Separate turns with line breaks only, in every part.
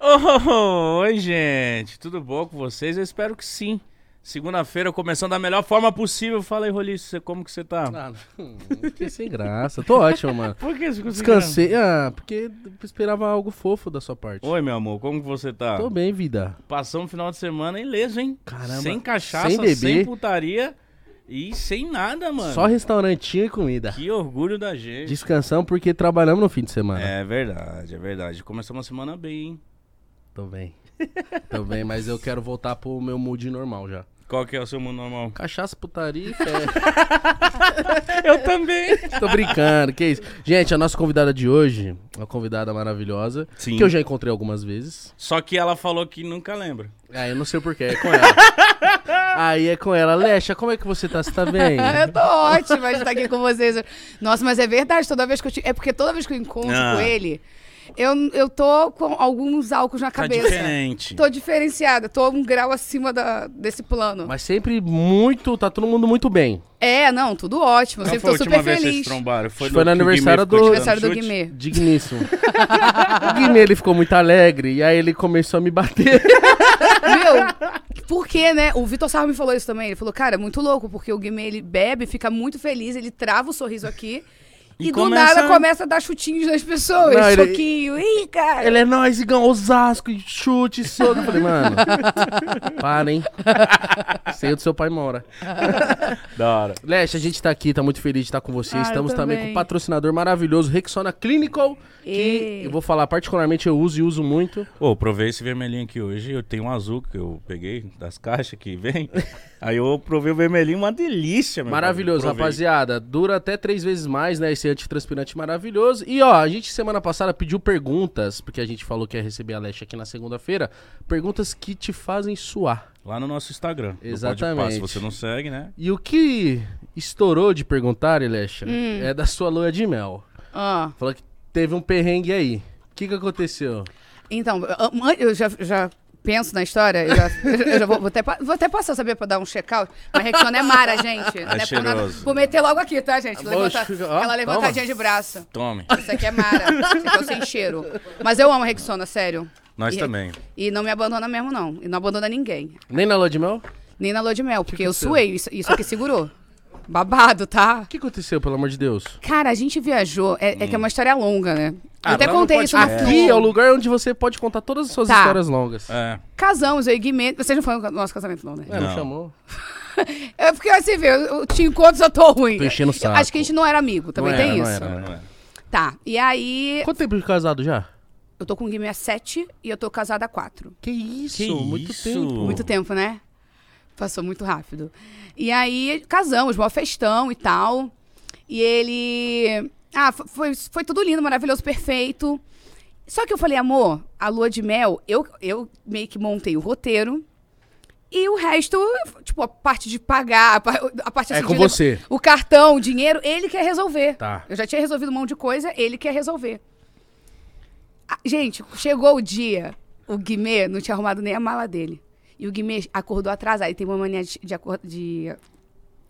Alô! Oi, gente. Tudo bom com vocês? Eu espero que sim. Segunda-feira começando da melhor forma possível. Fala aí, Roliço, você- como que você tá?
Ah, não, fiquei sem graça. Tô ótimo, mano.
Por que você ficou sem
Descansei, ah, porque eu esperava algo fofo da sua parte.
graça? Oi, meu amor, como que você tá?
Tô bem, vida.
Passamos um final de semana ileso, hein?
Caramba,
Sem cachaça,
sem beber.
putaria e sem nada, mano.
Só restaurantinho e comida.
Que orgulho da gente.
Descansamos porque trabalhamos no fim de semana.
É verdade, é verdade. Começou uma semana bem, hein?
Tô bem. Tô bem, mas eu quero voltar pro meu mood normal já.
Qual que é o seu mundo normal?
Cachaça, putaria e fé.
Eu também.
Tô brincando, que isso. Gente, a nossa convidada de hoje, uma convidada maravilhosa,
Sim.
que eu já encontrei algumas vezes.
Só que ela falou que nunca lembra.
Ah, eu não sei porquê, é com ela. Aí é com ela. Lecha, como é que você tá? Você tá bem?
Eu tô ótima de estar aqui com vocês. Nossa, mas é verdade, toda vez que eu te... É porque toda vez que eu encontro
Ah.
com ele, eu, eu tô com alguns álcools na
Tá
cabeça.
diferente.
Tô diferenciada, tô um grau acima da, desse plano.
Mas sempre muito, tá todo mundo muito bem.
É, não, tudo ótimo. Eu
Qual
sempre
foi a
tô
última
super
vez que vocês
feliz.
trombaram? Foi,
Foi no
que o Guimê
aniversário
ficou
do-
te dando
Aniversário do
chute?
Guimê.
Digníssimo. o Guimê, ele ficou muito alegre, e aí ele começou a me bater.
Meu, por quê, né? O Vitor Sarro me falou isso também. Ele falou, cara, é muito louco, porque o Guimê, ele bebe, fica muito feliz, ele trava o sorriso aqui.
E
E, do
começa-
nada começa a dar chutinhos nas pessoas.
Não, ele-
Choquinho. Ih, cara.
Ele é nóis, Igão, Osasco, e chute, e soco. Eu falei, mano, para, hein? Sei onde seu pai mora.
Da hora.
Lecha, a gente tá aqui, tá muito feliz de estar com você.
Ah, eu
Estamos também com
também.
um patrocinador maravilhoso, Rexona Clinical, que
E-
eu vou falar particularmente, eu uso e uso muito.
Ô, provei esse vermelhinho aqui hoje. Eu tenho um azul que eu peguei das caixas que vem. Aí eu provei o vermelhinho, uma delícia, meu
Maravilhoso,
parceiro. Provei.
rapaziada. Dura até três vezes mais, né? Esse antitranspirante maravilhoso. E ó, a gente semana passada pediu perguntas, porque a gente falou que ia receber a Leste aqui na segunda-feira. Perguntas que te fazem suar.
Lá no nosso Instagram. do
Exatamente.
Podpah. Se você não segue, né?
E o que estourou de perguntar, Leste, é da sua lua de mel.
Ah.
Falou que teve um perrengue aí. O que, que aconteceu?
Então, eu- eu já, já penso na história, eu já, eu já vou, vou até, pa- vou até passar saber pra dar um check-out, mas Rexona é mara, gente. Não por nada.
cheiroso.
Vou meter logo aqui, tá, gente?
Tá bom,
Levanta-
fica- ó,
aquela levantadinha de braço.
Tome.
Isso aqui é mara, isso aqui eu sem cheiro. Mas eu amo Rexona, sério.
Nós
E-
também.
E não me abandona mesmo, não. E não abandona ninguém.
Nem na lua de mel? O
Nem na lua de mel, porque eu
aconteceu?
suei, isso, isso aqui segurou. Babado, tá?
que aconteceu, pelo amor de Deus?
Cara, a gente viajou, é, é que é uma história longa, né?
Ah,
eu até
agora não
contei
pode
isso na
É.
Aqui Hum. é. o lugar onde você pode contar todas as suas
Tá.
histórias longas.
É.
Casamos, eu e Guimê. Vocês não foram no nosso casamento, não, né?
É, não.
Não.
chamou.
É porque assim, vê, eu eu te encontro, eu tô ruim.
Tô enchendo o saco.
Acho que a gente não era amigo, também
Não
tem
era, não
isso.
era.
Não, não é.
Tá, e aí.
Quanto tempo de casado já?
Eu tô com o Guimê há sete e eu tô casada há quatro.
Que isso,
Que
muito
isso?
tempo.
Muito tempo, né? Passou muito rápido. E aí, casamos, mó festão e tal. E ele. Ah, fo- foi, foi tudo lindo, maravilhoso, perfeito. Só que eu falei, amor, a lua de mel, eu, eu meio que montei o roteiro. E o resto, tipo, a parte de pagar, a pa- a parte
É
assim,
com
de levar-
você.
O cartão, o dinheiro, ele quer resolver.
Tá.
Eu já tinha resolvido um monte de coisa, ele quer resolver. Ah, gente, chegou o dia, o Guimê não tinha arrumado nem a mala dele. E o Guimê acordou atrasado. E tem uma mania de, de, acor- de-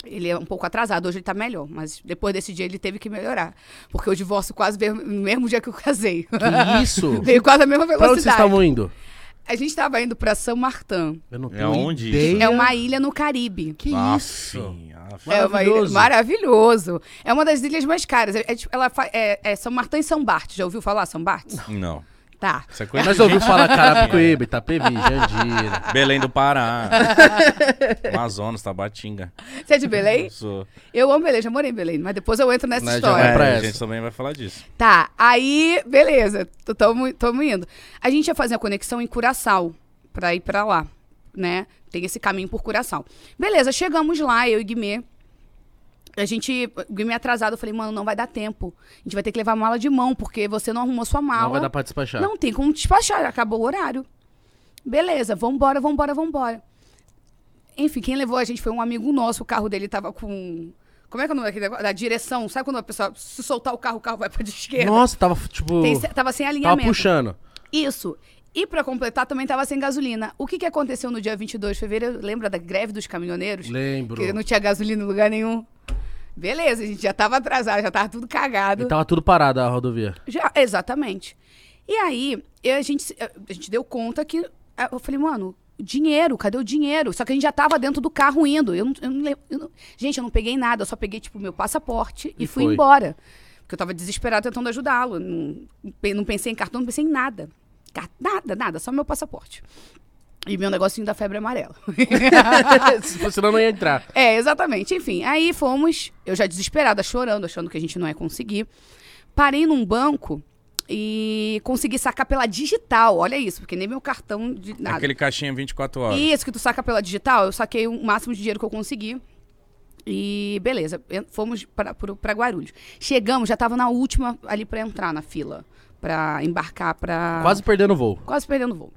Ele é um pouco atrasado, hoje ele tá melhor. Mas depois desse dia ele teve que melhorar. Porque o divórcio quase veio no mesmo dia que eu casei.
Que isso?
veio quase a mesma
pra onde vocês
velocidade.
estavam indo?
A gente tava indo pra São Martin.
Eu não
onde isso?
É uma ilha no Caribe.
Que
Aff,
isso?
é. aff.
É uma ilha-
Maravilhoso.
maravilhoso. É uma das ilhas mais caras. É, é tipo- ela fa- é- é São Martin e São Bart. Já ouviu falar São Bart?
Não.
Tá.
Essa coisa
Mas
de
ouviu
gente-
falar Carapicuíba, Itapevi, Jandira.
Belém do Pará. Amazonas, Tabatinga.
Você é de Belém?
Sou.
Eu amo Belém, já morei em Belém, mas depois eu entro nessa
Mas já
história.
vai pra
É, a
essa.
gente também vai falar disso.
Tá, aí, beleza, tô- tamo, tamo indo. A gente ia fazer a conexão em Curaçao, pra ir pra lá, né? Tem esse caminho por Curaçao. Beleza, chegamos lá, eu e Guimê. A gente, o Guimê atrasado, eu falei, mano, não vai dar tempo. A gente vai ter que levar a mala de mão, porque você não arrumou sua mala.
Não vai dar pra despachar.
Não tem como despachar, acabou o horário. Beleza, vambora, vambora, vambora. Enfim, quem levou a gente foi um amigo nosso, o carro dele tava com. Como é que é o nome daquele negócio? Da direção. Sabe quando a pessoa, se soltar o carro, o carro vai pra de esquerda?
Nossa, tava tipo...
Tem se- tava sem
Tava
alinhamento.
puxando.
Isso. E pra completar, também tava sem gasolina. O que, que aconteceu no dia 22 de fevereiro? Lembra da greve dos caminhoneiros?
Lembro.
Que não tinha gasolina em lugar nenhum. Beleza, a gente já tava atrasado, já tava tudo cagado.
E tava tudo parado a rodovia.
Já, exatamente. E aí, eu- a, gente, se- a gente deu conta que. Eu falei, mano, dinheiro, cadê o dinheiro? Só que a gente já tava dentro do carro indo. Eu não, eu não lem- eu não- gente, eu não peguei nada, eu só peguei, tipo, meu passaporte e,
E
fui
foi.
embora. Porque eu tava desesperada tentando ajudá-lo. Não, pe- não pensei em cartão, não pensei em nada. Car- Nada, nada, só meu passaporte. E meu negocinho da febre amarela.
Senão não ia entrar.
É, exatamente. Enfim, aí fomos, eu já desesperada, chorando, achando que a gente não ia conseguir. Parei num banco e consegui sacar pela digital. Olha isso, porque nem meu cartão de nada.
Aquele caixinha 24 horas.
Isso que tu saca pela digital, eu saquei o máximo de dinheiro que eu consegui. E beleza, en- fomos pra- pro- pra Guarulhos. Chegamos, já tava na última ali pra entrar na fila, pra embarcar pra
Quase perdendo o voo.
quase perdendo o voo.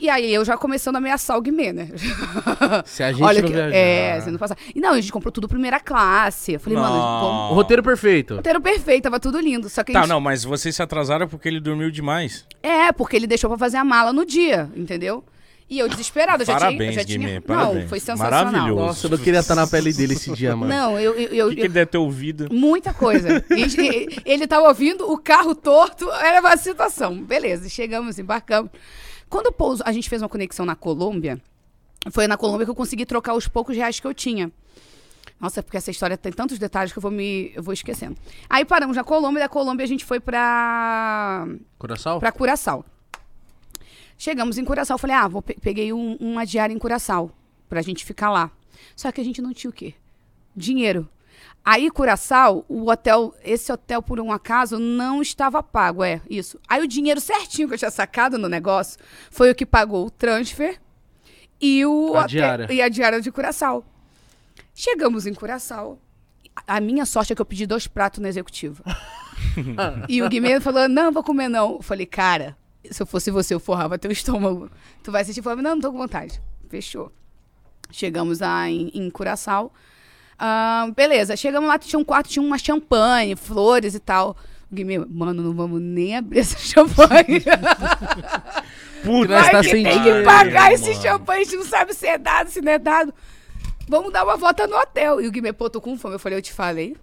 E aí eu já começando a ameaçar o Guimê, né?
Se a gente
Olha
não
que,
viajar.
É, você não passar. E não, a gente comprou tudo primeira classe. Eu falei, mano, vamos...
O roteiro perfeito.
roteiro perfeito, tava tudo lindo. Só que a
Tá,
gente-
não, mas vocês se atrasaram porque ele dormiu demais.
É, porque ele deixou pra fazer a mala no dia, entendeu? E eu desesperada, eu já tinha... eu
Parabéns,
já tinha...
Guimê,
Não,
parabéns.
foi sensacional.
Maravilhoso.
Nossa, eu não queria estar na pele dele esse dia, mano.
Não, eu... eu,
O
eu,
que, que ele deve ter ouvido?
Muita coisa. E- e- ele tava ouvindo o carro torto, era uma situação. Beleza, chegamos, embarcamos. Quando eu pouso, a gente fez uma conexão na Colômbia. Foi na Colômbia que eu consegui trocar os poucos reais que eu tinha. Nossa, porque essa história tem tantos detalhes que eu vou me eu vou esquecendo. Aí paramos na Colômbia, e da Colômbia a gente foi pra
Curaçao?
Pra Curaçao. Chegamos em Curaçao, falei, ah, vou pe- peguei um, uma diária em Curaçao pra gente ficar lá. Só que a gente não tinha o quê? Dinheiro. Aí, Curaçao, o hotel, esse hotel, por um acaso, não estava pago, é, isso. Aí o dinheiro certinho que eu tinha sacado no negócio foi o que pagou o transfer e o
A
hotel-
diária.
e a diária de Curaçao. Chegamos em Curaçao. A a minha sorte é que eu pedi dois pratos na executiva. e o Guimê falou: não, vou comer não. Eu falei, cara, se eu fosse você, eu forrava teu estômago. Tu vai sentir fome? Não, não tô com vontade. Fechou. Chegamos lá em, em Curaçao. Ah, beleza, chegamos lá, tinha um quarto, tinha uma champanhe, flores e tal. O Guimê, mano, não vamos nem abrir essa champanhe.
Puta
nós
Vai
tá
que
sem
tem que
dinheiro,
pagar esse
mano.
champanhe, a gente não sabe se é dado, se não é dado. Vamos dar uma volta no hotel. E o Guimê, pô, tô com fome. Eu falei, eu te falei.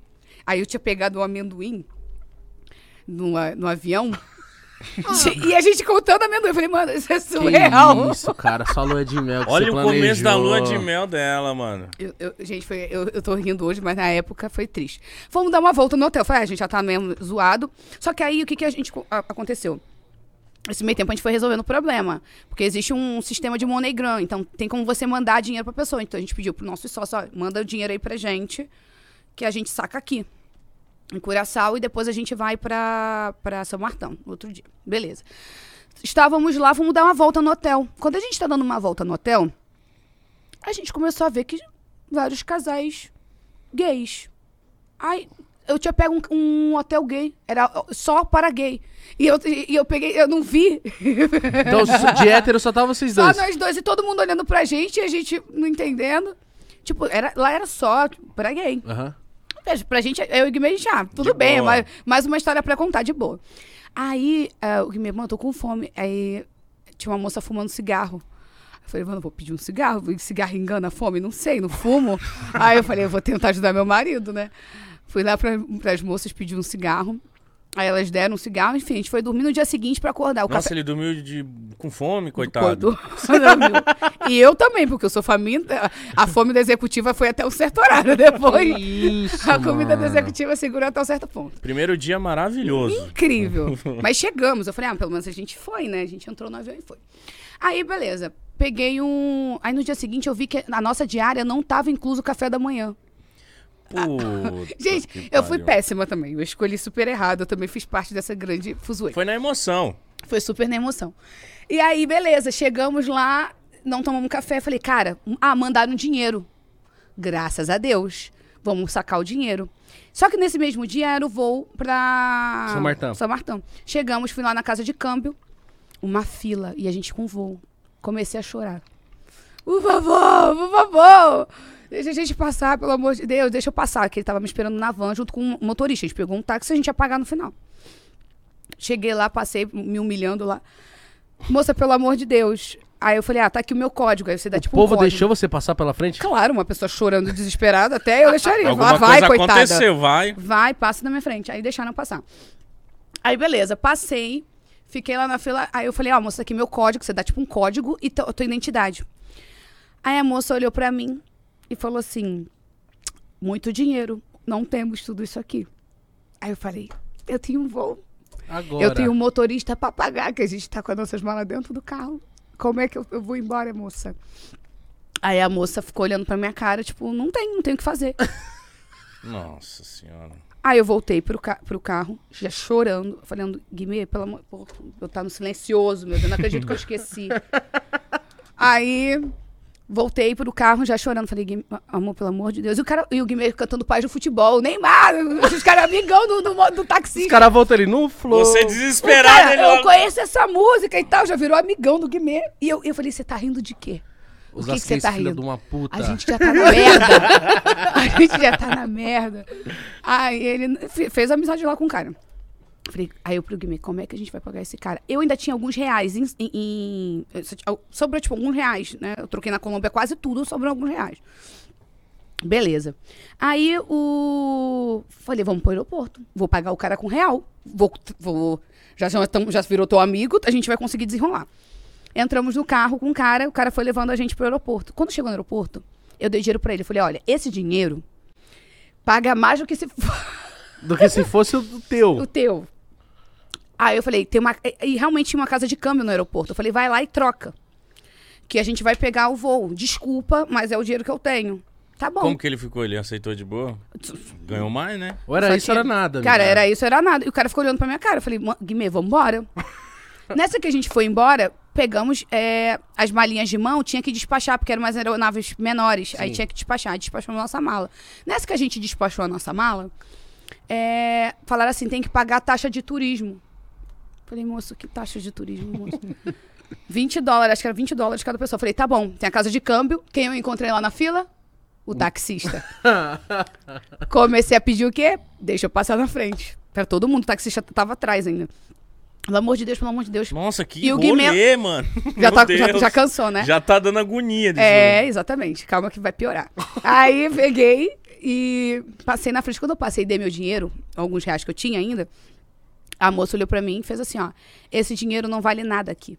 Aí eu tinha pegado um amendoim no, a- no avião. e a gente contando amendoim. Eu falei, mano, isso é
Que
surreal.
isso, cara. Só lua de mel que você
Olha o começo
planejou.
da lua de mel dela, mano.
Eu- eu- gente, foi, eu, eu tô rindo hoje, mas na época foi triste. Fomos dar uma volta no hotel. Falei, ah, a gente já tá mesmo zoado. Só que aí o que, que a gente co- a- aconteceu? Nesse meio tempo a gente foi resolvendo o problema. Porque existe um sistema de MoneyGram. Então tem como você mandar dinheiro pra pessoa. Então a gente pediu pro nosso sócio, ó, manda o dinheiro aí pra gente, que a gente saca aqui. Em Curaçao e depois a gente vai pra, pra São Martão, no outro dia. Beleza. Estávamos lá, vamos dar uma volta no hotel. Quando a gente tá dando uma volta no hotel, a gente começou a ver que vários casais gays. Aí eu tinha pego um, um hotel gay, era só para gay. E eu, e eu peguei, eu não vi.
Então, so- de hétero só tava vocês
Só
dois.
nós dois e todo mundo olhando pra gente e a gente não entendendo. Tipo, era, lá era só tipo, pra gay.
Aham.
Veja, Pra gente, eu e o Guimê, já, tudo
De
bem,
boa.
mais, mais uma história pra contar, de boa. Aí, ah, o Guimê, mano, tô com fome. Aí, tinha uma moça fumando cigarro. Eu falei, mano, vou pedir um cigarro. E Cigarro engana a fome? Não sei, não fumo. Aí eu falei, eu vou tentar ajudar meu marido, né? Fui lá pra, pras moças pedir um cigarro. Aí elas deram um cigarro, enfim, a gente foi dormir no dia seguinte pra acordar. O
Nossa, ele dormiu de... com fome, coitado.
quando- e eu também, porque eu sou faminta. A fome da executiva foi até um certo horário depois.
Que Isso,
A comida
mano.
da executiva segurou até um certo ponto.
Primeiro dia maravilhoso.
Incrível. Mas chegamos. Eu falei, ah, pelo menos a gente foi, né? A gente entrou no avião e foi. Aí, beleza. Peguei um. Aí no dia seguinte eu vi que na nossa diária não tava incluso o café da manhã.
Puta que
Gente, eu fui
pariu.
péssima também. Eu escolhi super errado. Eu também fiz parte dessa grande fuzuê.
Foi na emoção.
Foi super na emoção. E aí, beleza, chegamos lá, não tomamos café. Falei, cara, ah, mandaram dinheiro. Graças a Deus. Vamos sacar o dinheiro. Só que nesse mesmo dia era o voo pra.
São Martão.
São Martão. Chegamos, fui lá na casa de câmbio, uma fila, e a gente com voo. Comecei a chorar. Por favor, por favor! Deixa a gente passar, pelo amor de Deus, deixa eu passar, que ele tava me esperando na van junto com o motorista. A gente pegou um táxi e a gente ia pagar no final. Cheguei lá, passei me humilhando lá. Moça, pelo amor de Deus. Aí eu falei, ah, tá aqui o meu código. Aí você dá
O
tipo um
povo
código.
deixou você passar pela frente?
Claro, uma pessoa chorando desesperada, até eu deixaria.
Alguma
Lá vai,
coisa
coitada.
aconteceu, vai.
Vai, passa na minha frente. Aí deixaram eu passar. Aí beleza, passei. Fiquei lá na fila. Aí eu falei, ó, moça, aqui meu código. Você dá tipo um código e tu- a tua identidade. Aí a moça olhou pra mim e falou assim: muito dinheiro. Não temos tudo isso aqui. Aí eu falei, eu tenho um voo.
Agora.
Eu tenho um motorista pra pagar, que a gente tá com as nossas malas dentro do carro. Como é que eu, eu vou embora, moça? Aí a moça ficou olhando pra minha cara, tipo, não tem, não tem o que fazer.
Nossa senhora.
Aí eu voltei pro, ca pro carro, já chorando, falando, Guimê, pelo amor. Pô, eu tá no silencioso, meu Deus, não acredito que eu esqueci. Aí voltei pro carro, já chorando. Falei, Guimê, amor, pelo amor de Deus. E o, cara, e o Guimê cantando paz do futebol, Neymar, os caras amigão do, do, mo- do
Os
taxista.
caras voltam ali no flow.
Você
O
desesperado,
cara,
ele
eu
olha-
conheço essa música e tal, já virou amigão do Guimê. E eu, eu falei, você tá rindo de quê?
Os
que que
asquenses,
você tá
filha
rindo?
de uma puta.
A gente já tá na merda. A gente já tá na merda. Aí ele fe- fez amizade lá com o cara. Falei, aí eu pro Guimê, como é que a gente vai pagar esse cara? Eu ainda tinha alguns reais em. em- em- sobrou, tipo, alguns reais, né? Eu troquei na Colômbia quase tudo, sobrou alguns reais. Beleza. Aí o. Falei, vamos pro aeroporto. Vou pagar o cara com real. Vou. vou já, já, tamo- já virou teu amigo, a gente vai conseguir desenrolar. Entramos no carro com o cara, o cara foi levando a gente pro aeroporto. Quando chegou no aeroporto, eu dei dinheiro pra ele. Eu Falei, olha, esse dinheiro paga mais do que se for
Do que se fosse o do teu.
o teu. Aí eu falei, tem uma. e- E realmente tinha uma casa de câmbio no aeroporto. Eu falei, vai lá e troca. Que a gente vai pegar o voo. Desculpa, mas é o dinheiro que eu tenho. Tá bom.
Como que ele ficou? Ele aceitou de boa? Ganhou mais, né?
Ou era
Só
isso,
que-
era nada.
Cara,
amiga.
era isso, era nada. E o cara ficou olhando pra minha cara. Eu falei, "Ma- Guimê, vambora. Nessa que a gente foi embora, pegamos é, as malinhas de mão, tinha que despachar, porque eram umas aeronaves menores. Aí tinha que despachar, aí despachamos a nossa mala. Nessa que a gente despachou a nossa mala, é, falaram assim, tem que pagar a taxa de turismo. Falei, moço, que taxa de turismo, moço? 20 dólares, acho que era 20 dólares cada pessoa. Falei, tá bom, tem a casa de câmbio. Quem eu encontrei lá na fila? O taxista. Comecei a pedir o quê? Deixa eu passar na frente. Pra todo mundo, o taxista tava atrás ainda. Pelo amor de Deus, pelo amor de Deus.
Nossa, que
E o
rolê,
Guimê-
mano. Meu
Já, tá, já,
Deus.
já cansou, né?
Já tá dando agonia de
É, exatamente. Calma que vai piorar. Aí peguei e passei na frente. Quando eu passei e dei meu dinheiro, alguns reais que eu tinha ainda, a moça olhou pra mim e fez assim, ó. Esse dinheiro não vale nada aqui.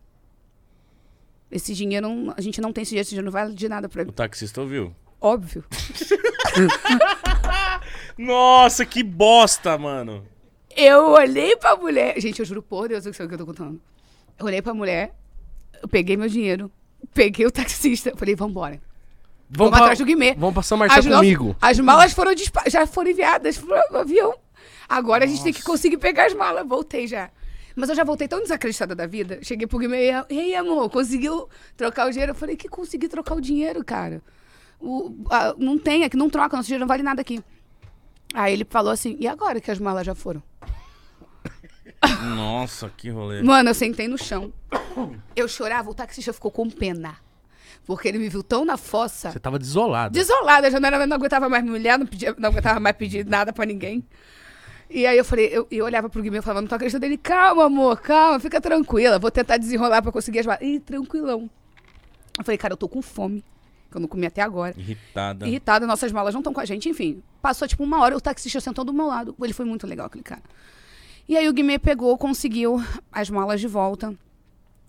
Esse dinheiro, não- a gente não tem esse dinheiro, esse dinheiro não vale de nada pra
O
mim.
taxista ouviu.
Óbvio.
Nossa, que bosta, mano.
Eu olhei pra mulher. Gente, eu juro por Deus, eu sei o que eu tô contando. Eu olhei pra mulher, eu peguei meu dinheiro, peguei o taxista, falei, vambora.
Vamos
Vamos
pra-
atrás do Guimê.
Vamos pra São Martinho
nossas-
comigo.
as malas foram dispa- já foram enviadas pro avião. Agora a gente tem que conseguir pegar as malas. Voltei já. Mas eu já voltei tão desacreditada da vida. Cheguei pro Guimê e e aí, amor, conseguiu trocar o dinheiro? Eu falei que consegui trocar o dinheiro, cara. O- a- não tem aqui, não troca, nosso dinheiro não vale nada aqui. Aí ele falou assim, e agora que as malas já foram?
Nossa, que rolê.
Mano, eu sentei no chão. Eu chorava, o taxista ficou com pena. Porque ele me viu tão na fossa.
Você tava desolado.
Desolada, eu já não, era, não aguentava mais me olhar, não, pedia, não aguentava mais pedir nada pra ninguém. E aí eu falei, eu, eu olhava pro Guimê e falava, não tô acreditando dele, calma, amor, calma, fica tranquila, vou tentar desenrolar pra conseguir as balas. Ih, tranquilão. Eu falei, cara, eu tô com fome, que eu não comi até agora.
Irritada.
Irritada, nossas malas não estão com a gente, enfim. Passou tipo uma hora, o taxista sentou do meu lado. Ele foi muito legal, aquele cara. E aí o Guimê pegou, conseguiu as malas de volta.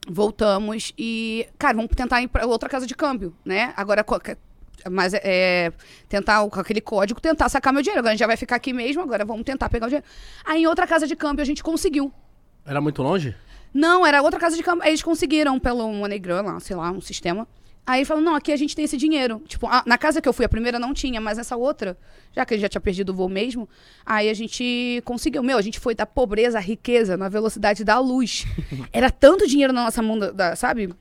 Voltamos e, cara, vamos tentar ir pra outra casa de câmbio, né? Agora, co- ca- mas é, é, tentar o- com aquele código, tentar sacar meu dinheiro. Agora a gente já vai ficar aqui mesmo, agora vamos tentar pegar o dinheiro. Aí em outra casa de câmbio a gente conseguiu.
Era muito longe?
Não, era outra casa de câmbio. Eles conseguiram pelo MoneyGram lá, sei lá, um sistema. Aí falou, não, aqui a gente tem esse dinheiro. Tipo, a- na casa que eu fui, a primeira não tinha, mas essa outra, já que ele já tinha perdido o voo mesmo, aí a gente conseguiu. Meu, a gente foi da pobreza à riqueza na velocidade da luz. Era tanto dinheiro na nossa mão, da- da- sabe?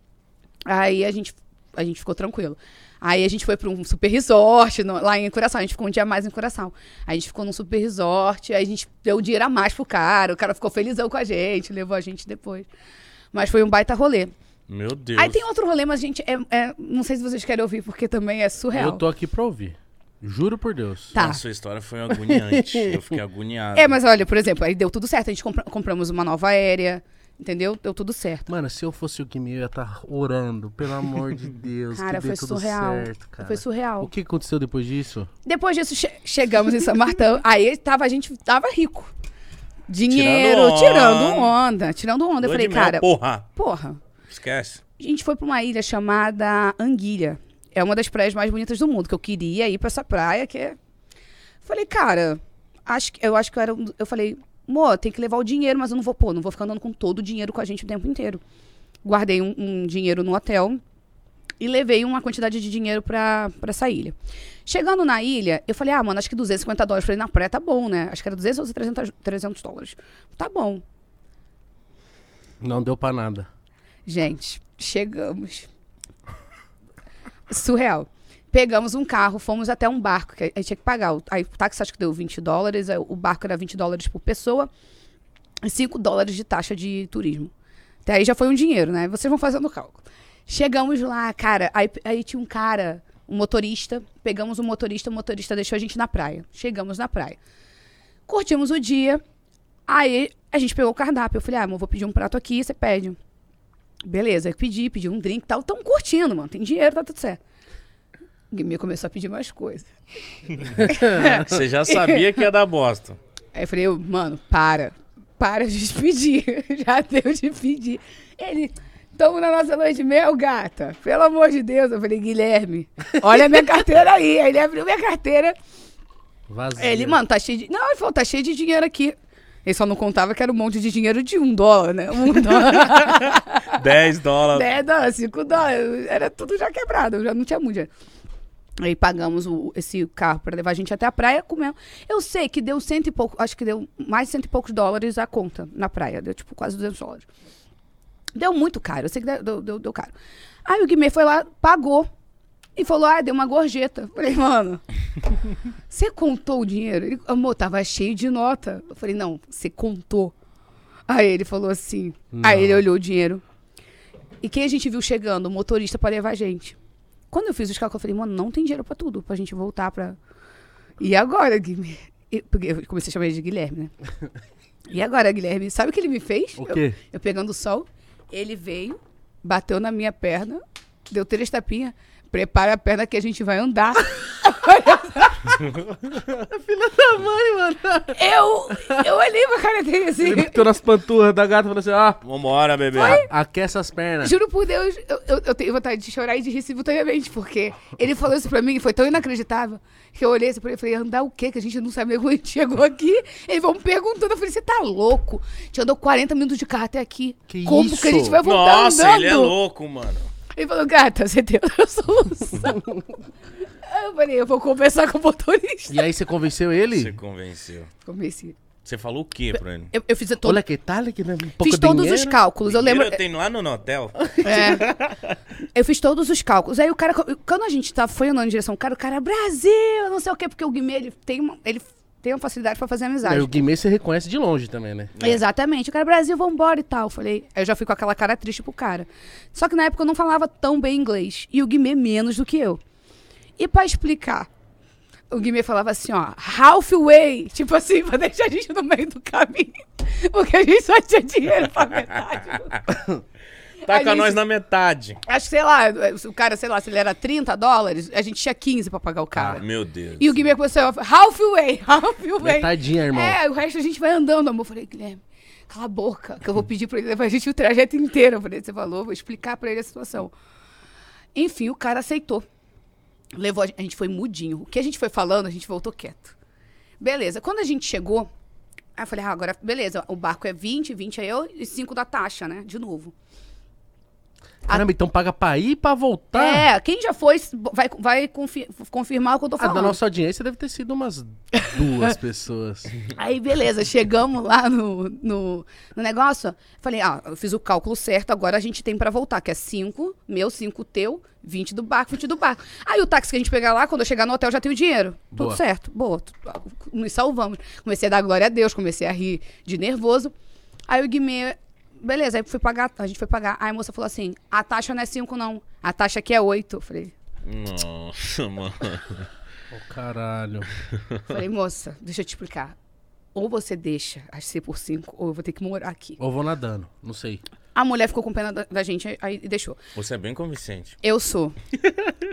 Aí a gente, a gente ficou tranquilo. Aí a gente foi pra um super resort no- lá em Curaçao. A gente ficou um dia a mais em Curaçao. Aí a gente ficou num super resort. Aí a gente deu dinheiro a mais pro cara. O cara ficou felizão com a gente, levou a gente depois. Mas foi um baita rolê.
Meu Deus.
Aí tem outro rolê, mas, gente, é, é- não sei se vocês querem ouvir, porque também é surreal.
Eu tô aqui pra ouvir. Juro por Deus.
Tá.
A sua história foi agoniante. eu fiquei agoniado.
É, mas olha, por exemplo, aí deu tudo certo. A gente compra- compramos uma nova aérea, entendeu? Deu tudo certo.
Mano, se eu fosse o Guimê, eu ia estar orando. Pelo amor de Deus.
Cara,
que dê
foi
tudo
surreal.
certo, cara.
Foi surreal.
O que aconteceu depois disso?
Depois disso, che- chegamos em São Martão. Aí tava, a gente tava rico. Dinheiro,
Tirando
tirando
onda.
onda. Tirando onda. Eu
Lua
falei,
de mel,
cara,
Porra,
porra.
esquece.
A gente foi pra uma ilha chamada Anguilha. É uma das praias mais bonitas do mundo, que eu queria ir pra essa praia, que é... Falei, cara, acho que, eu acho que eu era... um do- Eu falei, amor, tem que levar o dinheiro, mas eu não vou... Pô, não vou ficar andando com todo o dinheiro com a gente o tempo inteiro. Guardei um, um dinheiro no hotel e levei uma quantidade de dinheiro pra, pra essa ilha. Chegando na ilha, eu falei, ah, mano, acho que 250 dólares. Falei, na praia tá bom, né? Acho que era 200 ou 300, 300 dólares. Tá bom.
Não deu pra nada.
Gente, chegamos. Surreal. Pegamos um carro, fomos até um barco, que a gente tinha que pagar. O- Aí o táxi acho que deu 20 dólares, aí o barco era 20 dólares por pessoa e 5 dólares de taxa de turismo. Até aí já foi um dinheiro, né? Vocês vão fazendo o cálculo. Chegamos lá, cara, aí, aí tinha um cara, um motorista, pegamos um motorista, o motorista deixou a gente na praia. Chegamos na praia. Curtimos o dia, aí a gente pegou o cardápio. Eu falei, ah, amor, vou pedir um prato aqui, você pede. Beleza, aí pedi, pedi um drink e tal. Tão curtindo, mano. Tem dinheiro, tá tudo certo. Guimê começou a pedir mais coisas. É.
Você já sabia que ia dar bosta.
Aí eu falei, eu, mano, para. Para de pedir. Já deu de pedir. Ele, tamo na nossa noite de mel, gata. Pelo amor de Deus. Eu falei, Guilherme, olha a minha carteira aí. Aí ele abriu minha carteira.
Vazio.
Ele, mano, tá cheio de. Não, ele falou, tá cheio de dinheiro aqui. Ele só não contava que era um monte de dinheiro de um dólar, né? Um dólar.
10 dólares.
10 dólares, 5 é dólares. Era tudo já quebrado, eu já não tinha muito dinheiro. Aí pagamos o- esse carro pra levar a gente até a praia, comemos. Eu sei que deu cento e pouco, acho que deu mais de cento e poucos dólares a conta na praia. Deu tipo quase 200 dólares. Deu muito caro, eu sei que deu, deu- deu, deu caro. Aí o Guimê foi lá, pagou. E falou, ah, deu uma gorjeta. Falei, mano, você contou o dinheiro? Ele, amor, tava cheio de nota. Eu falei, não, você contou. Aí ele falou assim. Aí ele olhou o dinheiro. E quem a gente viu chegando? O motorista pra levar a gente. Quando eu fiz os cálculos, eu falei, mano, não tem dinheiro pra tudo, pra gente voltar pra. E agora, Guilherme? E- porque Eu comecei a chamar ele de Guilherme, né? E agora, Guilherme? Sabe o que ele me fez?
O
Eu-
quê?
Eu, pegando o sol, ele veio, bateu na minha perna, deu três tapinhas, prepara a perna que a gente vai andar.
Filha da mãe, mano.
eu, eu olhei pra cara dele assim.
Ele bateu nas panturras da gata e falou assim, ó,
Vambora, bebê.
aquece as pernas.
Juro por Deus, eu, eu- eu tenho vontade de chorar e de rir simultaneamente, porque ele falou isso pra mim, foi tão inacreditável, que eu olhei assim pra ele e falei, andar o quê? Que a gente não sabia quando a gente chegou aqui. Eles vão me perguntando, eu falei, você tá louco? A gente andou 40 minutos de carro até aqui.
Que
Como
isso?
que a gente vai voltar
Nossa,
andando?
ele é louco, mano.
Ele falou, gata, você tem outra solução. Aí eu falei, eu vou conversar com o motorista.
E aí você convenceu
Você
ele?
convenceu.
Comecei.
Você falou o quê pra ele?
Eu, eu fiz, todo,
assim. Olha que tal, que não é pouco
fiz todos os
dinheiro.
cálculos, eu lembro...
Eu tenho lá no hotel.
É. Eu fiz todos os cálculos. Aí o cara, quando a gente tá, foi andando em direção ao cara, o cara, Brasil, não sei o quê, porque o Guimê, ele tem uma, ele tem uma facilidade pra fazer amizade.
Aí o Guimê você reconhece de longe também, né?
Exatamente. O cara, Brasil, vambora e tal. Eu Falei, aí eu já fui com aquela cara triste pro cara. Só que na época eu não falava tão bem inglês. E o Guimê menos do que eu. E pra explicar, o Guimê falava assim, ó, halfway. Tipo assim, pra deixar a gente no meio do caminho. Porque a gente só tinha dinheiro pra metade.
Tá
A
com
gente-
nós na metade.
Acho que, sei lá, o cara, sei lá, se ele era 30 dólares, a gente tinha 15 pra pagar o cara.
Ah, Meu Deus.
e o Guimê começou a falar, halfway, halfway.
Metadinha, irmão.
É, o resto a gente vai andando, amor. Eu falei, Guilherme, cala a boca, que eu vou pedir pra ele levar a gente o trajeto inteiro. Eu falei, você falou, vou explicar pra ele a situação. Enfim, o cara aceitou. Levou a gente, a gente foi mudinho. O que a gente foi falando, a gente voltou quieto. Beleza, quando a gente chegou, aí eu falei, ah, agora, beleza, o barco é 20, 20 é eu e 5 da taxa, né, de novo.
Caramba, então paga pra ir e pra voltar?
É, quem já foi s- vai, vai confi- confirmar o que eu tô
A
falando.
Ah, da nossa audiência deve ter sido umas duas pessoas.
Aí, beleza, chegamos lá no, no, no negócio. Falei, ah, eu fiz o cálculo certo, agora a gente tem pra voltar, que é 5, meu, 5 teu, 20 do barco, 20 do barco. Aí o táxi que a gente pegar lá, quando eu chegar no hotel, já tem o dinheiro.
Boa.
Tudo certo, boa, tu- ah, nos salvamos. Comecei a dar glória a Deus, comecei a rir de nervoso. Aí o Guimê, beleza, aí fui pagar, a gente foi pagar. Aí a moça falou assim, a taxa não é 5 não, a taxa aqui é 8. Eu Falei,
Nossa, mano.
Ô, caralho.
Falei, moça, deixa eu te explicar. Ou você deixa as C por 5, ou eu vou ter que morar aqui.
Ou vou nadando, não sei.
A mulher ficou com pena da, da gente aí- aí e deixou.
Você é bem convincente.
Eu sou.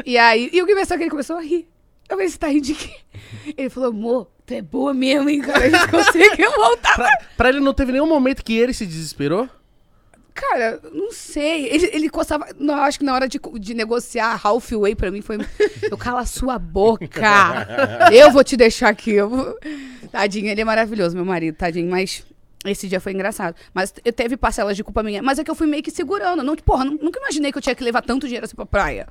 e aí, e o Guilherme só que ele começou a rir. Eu falei, você tá rindo de quê? Ele falou, amor, tu é boa mesmo, hein, cara? A gente conseguiu voltar.
Pra, pra ele não teve nenhum momento que ele se desesperou?
Cara, não sei. Ele, ele coçava. Não, acho que na hora de, co- de negociar halfway pra mim foi. Eu cala a sua boca! Eu vou te deixar aqui. Eu vou... Tadinho, ele é maravilhoso, meu marido, tadinho, mas. Esse dia foi engraçado. Mas eu teve parcelas de culpa minha. Mas é que eu fui meio que segurando. Não, porra, nu- nunca imaginei que eu tinha que levar tanto dinheiro assim pra praia.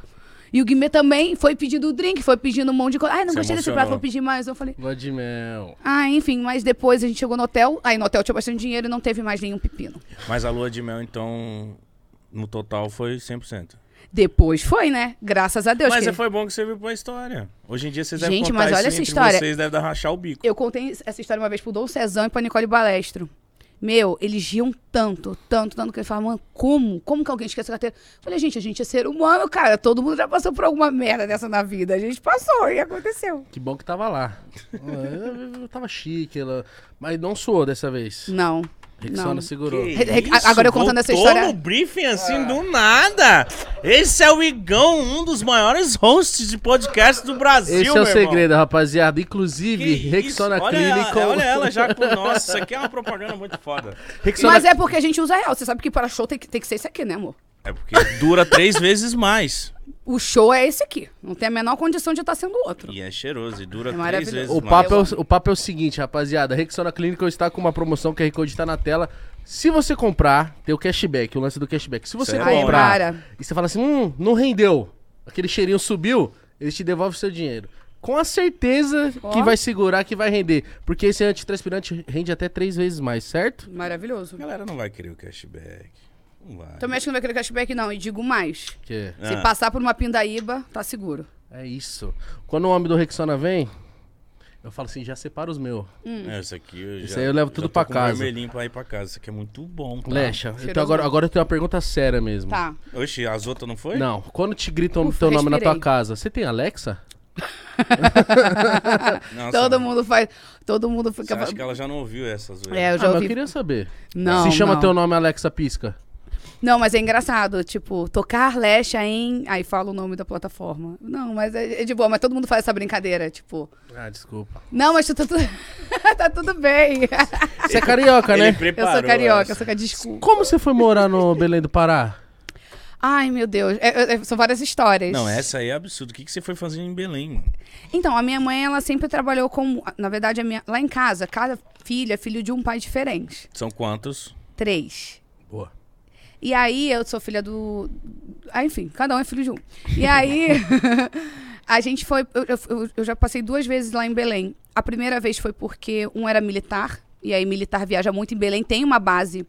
E o Guimê também foi pedindo drink, foi pedindo um monte de coisa. Ai, não
Se
gostei desse
emocionou.
prato, vou pedir mais. Eu falei.
Gosto de mel.
Ah, enfim, mas depois a gente chegou no hotel. Aí no hotel tinha bastante dinheiro e não teve mais nenhum pepino.
Mas a lua de mel, então, no total foi 100%.
Depois foi, né? Graças a Deus.
mas é,
que-
foi bom que serviu pra história. Hoje em dia vocês devem
Gente,
contar
mas
isso
olha essa
entre
história.
vocês, devem dar rachar o bico.
Eu contei essa história uma vez pro Dom Cezão e pra Nicole Balestro. Meu, eles riam tanto, tanto, tanto que eles falavam, mano, como? Como que alguém esquece a carteira? Eu falei, gente, a gente é ser humano, cara. Todo mundo já passou por alguma merda dessa na vida. A gente passou e aconteceu.
Que bom que tava lá. Eu, eu tava chique, ela... mas não suou dessa vez.
Não.
Rexona
não.
segurou.
Que
Re- re- agora eu contando essa
voltou
história-
no briefing assim do nada. Esse é o Igão, um dos maiores hosts de podcast do Brasil,
Esse é
meu
o
irmão.
segredo, rapaziada.
Que
Inclusive,
isso?
Rexona
olha,
Clínico.
ela, olha ela já com. Nossa, isso aqui é uma propaganda muito foda.
Rexona...
Mas é porque a gente usa real. Você sabe que para show tem que, tem que ser esse aqui, né, amor?
É porque dura três vezes mais.
O show é esse aqui. Não tem a menor condição de estar sendo outro.
E é cheiroso, e dura
É
três
maravilhoso.
vezes
O
mais.
papo, é o, o papo é o seguinte, rapaziada. Rexona Clinical está com uma promoção que a Code está na tela. Se você comprar, tem o cashback, o lance do cashback. Se você
Isso é bom,
comprar
hein?
e você fala assim, hum, não rendeu, aquele cheirinho subiu, eles te devolvem o seu dinheiro. Com a certeza
Ó.
que vai segurar, que vai render. Porque esse antitranspirante rende até três vezes mais, certo?
Maravilhoso.
A galera não vai querer o cashback. Não vai.
Também acho que não vai querer cashback, não. E digo mais.
Que
Ah.
Se passar por uma pindaíba, tá seguro.
é isso. Quando o homem do Rexona vem, eu falo assim, já separa os meus.
Hum.
É, Esse aqui eu já,
Esse aí eu levo
já
tudo
tô
pra
com
casa.
vermelhinho pra ir pra casa. Isso aqui é muito bom. tá?
Lecha, então
Cheiroso.
agora, agora eu tenho uma pergunta séria mesmo.
Tá.
Oxi, as outras não foi?
Não, quando te gritam o
Ufa,
teu nome na tua
respirei.
casa, você tem Alexa?
Nossa,
Todo mundo faz. Todo mundo
Você
fica.
acha que é ela já não ouviu essas vezes?
É, eu
Ah, mas
já
eu
ouvi.
queria saber.
Não.
Se chama
não.
teu nome Alexa Pisca.
Não, mas é engraçado. Tipo, tocar lecha em. Aí fala o nome da plataforma. Não, mas é, é de boa, mas todo mundo faz essa brincadeira. Tipo,
Ah, desculpa.
não, mas tá tudo, tá tudo bem.
Você é carioca, né?
Eu sou carioca, eu sou carioca. Desculpa.
Como você foi morar no Belém do Pará?
Ai, meu Deus. É, é, são várias histórias.
Não, essa aí é absurdo. O que, que você foi fazer em Belém, mano?
Então, a minha mãe, ela sempre trabalhou com. Na verdade, a minha, lá em casa, cada filha é filho de um pai diferente.
São quantos?
Três.
Boa.
E aí, eu sou filha do. Ah, enfim, cada um é filho de um. E aí, a gente foi. Eu, eu- eu já passei duas vezes lá em Belém. A primeira vez foi porque um era militar, e aí militar viaja muito em Belém, tem uma base.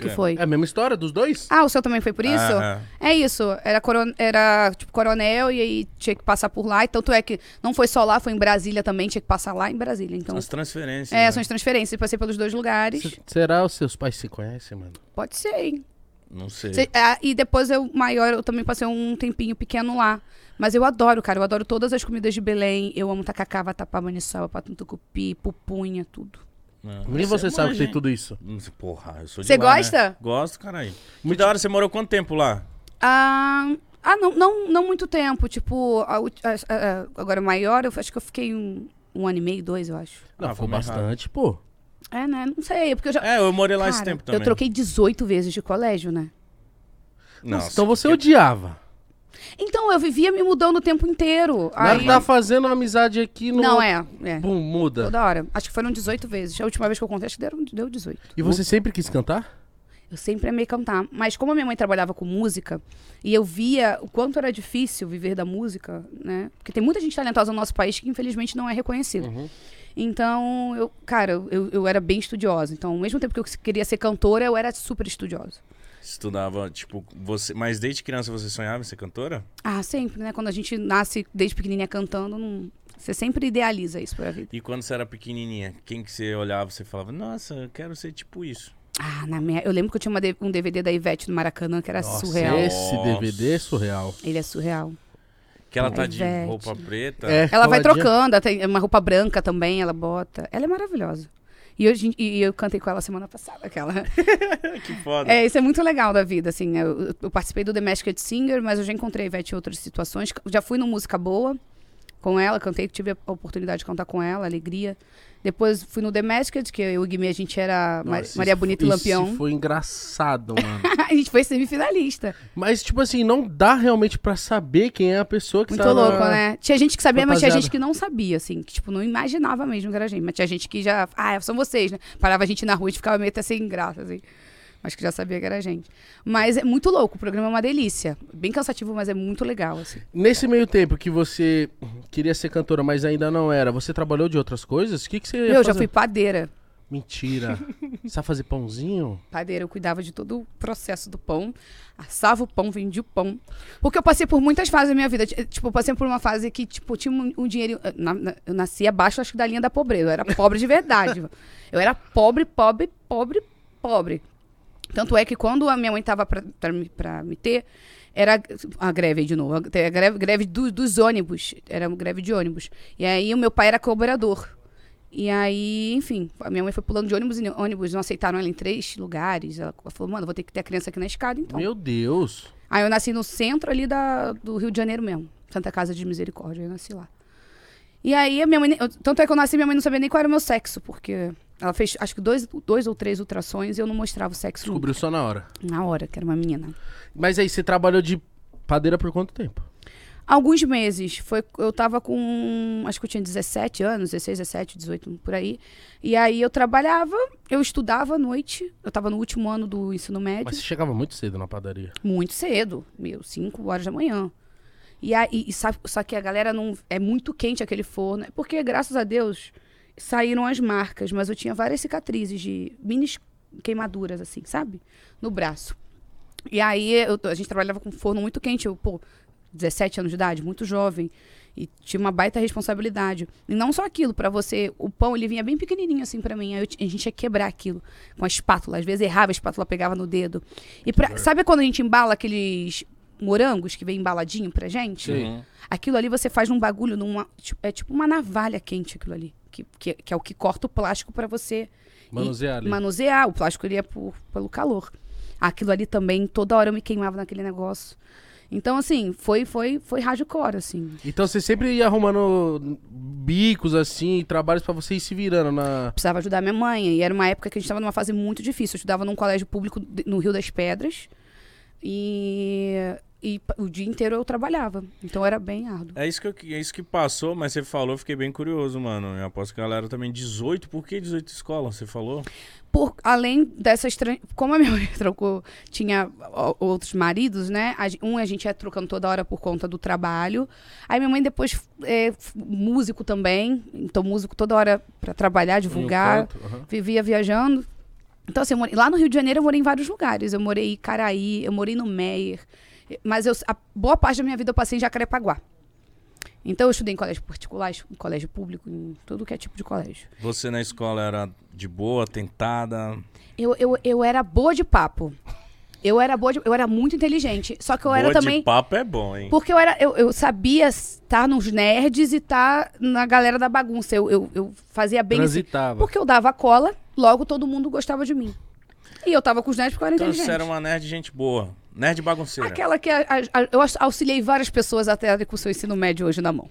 Que
É.
foi?
É a mesma história dos dois?
Ah, o seu também foi por isso?
Aham.
É isso. Era, coron... era tipo coronel e aí tinha que passar por lá. E tanto é que não foi só lá, foi em Brasília também, tinha que passar lá em Brasília. Então,
São as transferências.
é,
né?
são as transferências. Eu Passei pelos dois lugares.
Se- Será os seus pais se conhecem, mano?
Pode ser, hein?
Não sei.
Cê- ah, e depois eu, maior, eu também passei um tempinho pequeno lá. Mas eu adoro, cara. Eu adoro todas as comidas de Belém. Eu amo tacacá, vatapá, maniçoba, patucupi, pupunha, tudo.
Não,
Nem
essa
Um você
é
sabe que
longe,
tem tudo isso.
hein? Hum, Porra, eu sou de
Você
lá, né?
gosta?
Gosto, caralho. Muito da hora, você morou quanto tempo lá?
Ah, ah não, não, não muito tempo. Tipo, a ulti- a- a- a- agora maior, eu acho que eu fiquei um, um ano e meio, dois, eu acho.
Não,
Ah,
ficou
vamos errar.
bastante, pô.
É, né? Não sei, porque eu já...
É, eu morei lá
Cara,
esse tempo também.
eu troquei 18 vezes de colégio, né?
Nossa,
então você odiava.
Então, eu vivia me mudando o tempo inteiro.
Nada
Aí...
tá fazendo amizade aqui no.
Não, é, é.
Bum, muda.
Toda hora. Acho que foram 18 vezes. A última vez que eu contei, acho que deram- deu 18.
E você sempre quis cantar?
Eu sempre amei cantar, mas como a minha mãe trabalhava com música e eu via o quanto era difícil viver da música, né? Porque tem muita gente talentosa no nosso país que infelizmente não é reconhecida. Então, eu, cara, eu, eu era bem estudiosa. Então, ao mesmo tempo que eu queria ser cantora, eu era super estudiosa.
estudava, tipo, você... Mas desde criança você sonhava em ser cantora?
Ah, sempre, né? Quando a gente nasce desde pequenininha cantando, não- você sempre idealiza isso pra vida.
E quando você era pequenininha, quem que você olhava, você falava, nossa, eu quero ser tipo isso.
Ah, na minha, eu lembro que eu tinha uma D- um DVD da Ivete no Maracanã que era
Nossa,
É surreal.
Esse DVD é surreal.
Ele é surreal.
Que ela
Ai,
tá de
Ivete.
roupa preta.
É,
Ela vai
coladinha.
trocando, ela tem uma roupa branca também, ela bota. Ela é maravilhosa. E, hoje, e eu cantei com ela semana passada, aquela.
Que foda.
É, isso é muito legal da vida, assim. Eu, eu participei do The Masked Singer, mas eu já encontrei a Ivete em outras situações. Já fui no Música Boa, com ela, cantei, tive a oportunidade de cantar com ela, alegria. Depois fui no The Masked, que eu e o Guimê, a gente era Ma-
Nossa,
Maria
isso
Bonita
foi-
e
isso
Lampião.
foi engraçado, mano.
a gente foi semifinalista.
Mas, tipo assim, não dá realmente pra saber quem é a pessoa que
Muito
tá na-
louco, né? Tinha gente que sabia, mas tinha
Rapaziada.
gente que não sabia, assim, que, tipo, não imaginava mesmo que era gente. Mas tinha gente que já. Ah, são vocês, né? Parava a gente na rua e ficava meio até sem graça, assim. Mas que já sabia que era gente. Mas é muito louco, o programa é uma delícia. Bem cansativo, mas é muito legal, assim.
Nesse meio tempo que você queria ser cantora, mas ainda não era, você trabalhou de outras coisas? O que, que você ia
eu já
fazer?
fui padeira.
Mentira. você sabe fazer pãozinho?
Padeira, eu cuidava de todo o processo do pão. Assava o pão, vendia o pão. Porque eu passei por muitas fases da minha vida. Ti- Tipo, eu passei por uma fase que, tipo, tinha um, um dinheiro. na- na- eu nasci abaixo, acho que da linha da pobreza. Eu era pobre de verdade. eu era pobre, pobre, pobre, pobre. Tanto é que quando a minha mãe tava pra, pra, me- pra me ter, era a greve de novo. A, a greve, greve do- dos ônibus. Era uma greve de ônibus. E aí o meu pai era cobrador. E aí, enfim, a minha mãe foi pulando de ônibus e ônibus não aceitaram ela em três lugares. Ela falou, mano, vou ter que ter a criança aqui na escada, então.
Meu Deus.
Aí eu nasci no centro ali da, do Rio de Janeiro mesmo. Santa Casa de Misericórdia, eu nasci lá. E aí, a minha mãe. nem- eu- tanto é que eu nasci, minha mãe não sabia nem qual era o meu sexo, porque ela fez acho que dois, dois ou três ultrassons e eu não mostrava o sexo
Descobriu só na hora.
nunca, na hora, que era uma menina.
Mas aí, você trabalhou de padeira por quanto tempo?
Alguns meses. Foi, eu tava com. Acho que eu tinha 17 anos, 16, 17, 18, por aí. E aí eu trabalhava, eu estudava à noite. Eu tava no último ano do ensino médio.
Mas você chegava muito cedo na padaria.
Muito cedo, meu, 5 horas da manhã. E aí, e sabe- só que a galera não. É muito quente aquele forno. É Porque, graças a Deus, saíram as marcas, mas eu tinha várias cicatrizes de mini queimaduras, assim, sabe? No braço. E aí eu- a gente trabalhava com forno muito quente, eu, pô, 17 anos de idade, muito jovem. E tinha uma baita responsabilidade. E não só aquilo, pra você. O pão, ele vinha bem pequenininho assim pra mim. Aí eu ti- a gente ia quebrar aquilo com a espátula. Às vezes errava, a espátula pegava no dedo. E pra, sabe quando a gente embala aqueles morangos que vem embaladinho pra gente?
Uhum.
Aquilo ali você faz num bagulho, numa, tipo- é tipo uma navalha quente aquilo ali. Que, que, que é o que corta o plástico pra você
Manusear ali.
manusear. O plástico ele é por, pelo calor. Aquilo ali também, toda hora eu me queimava naquele negócio. Então, assim, foi, foi, foi hardcore, assim.
Então você sempre ia arrumando bicos assim, trabalhos pra você ir se virando na.
Precisava ajudar minha mãe. E era uma época que a gente estava numa fase muito difícil. Eu estudava num colégio público de- no Rio das Pedras. E, e pa- o dia inteiro eu trabalhava. Então era bem árduo.
É isso, que eu- é isso que passou, mas você falou, eu fiquei bem curioso, mano. Eu aposto que a galera também, 18, por que 18 escolas? Você falou?
por além dessas tran- como a minha mãe trocou tinha ó, outros maridos né a gen- um a gente ia trocando toda hora por conta do trabalho aí minha mãe depois é f- músico também então músico toda hora pra trabalhar
em um
divulgar
canto, aham.
vivia viajando. Então, assim, eu morei- lá no Rio de Janeiro eu morei em vários lugares. Eu morei em Caraí, eu morei no Meier. Mas eu, a boa parte da minha vida eu passei em Jacarepaguá. Então, eu estudei em colégio particular, em colégio público, em tudo que é tipo de colégio.
Você na escola era de boa, tentada.
Eu, eu, eu era boa de papo. Eu era boa de, Eu era muito inteligente. Só que eu
boa
era
de
também.
papo é bom, hein?
Porque eu era. Eu, eu sabia estar nos nerds e estar na galera da bagunça. Eu, eu, eu fazia bem. esse-
Transitava.
Porque eu dava cola, logo todo mundo gostava de mim. E eu tava com os nerds porque eu era
Então
inteligente.
você era uma nerd gente boa. Nerd bagunceira.
Aquela que a- a- a- eu aux- auxiliei várias pessoas até com o seu ensino médio hoje na mão.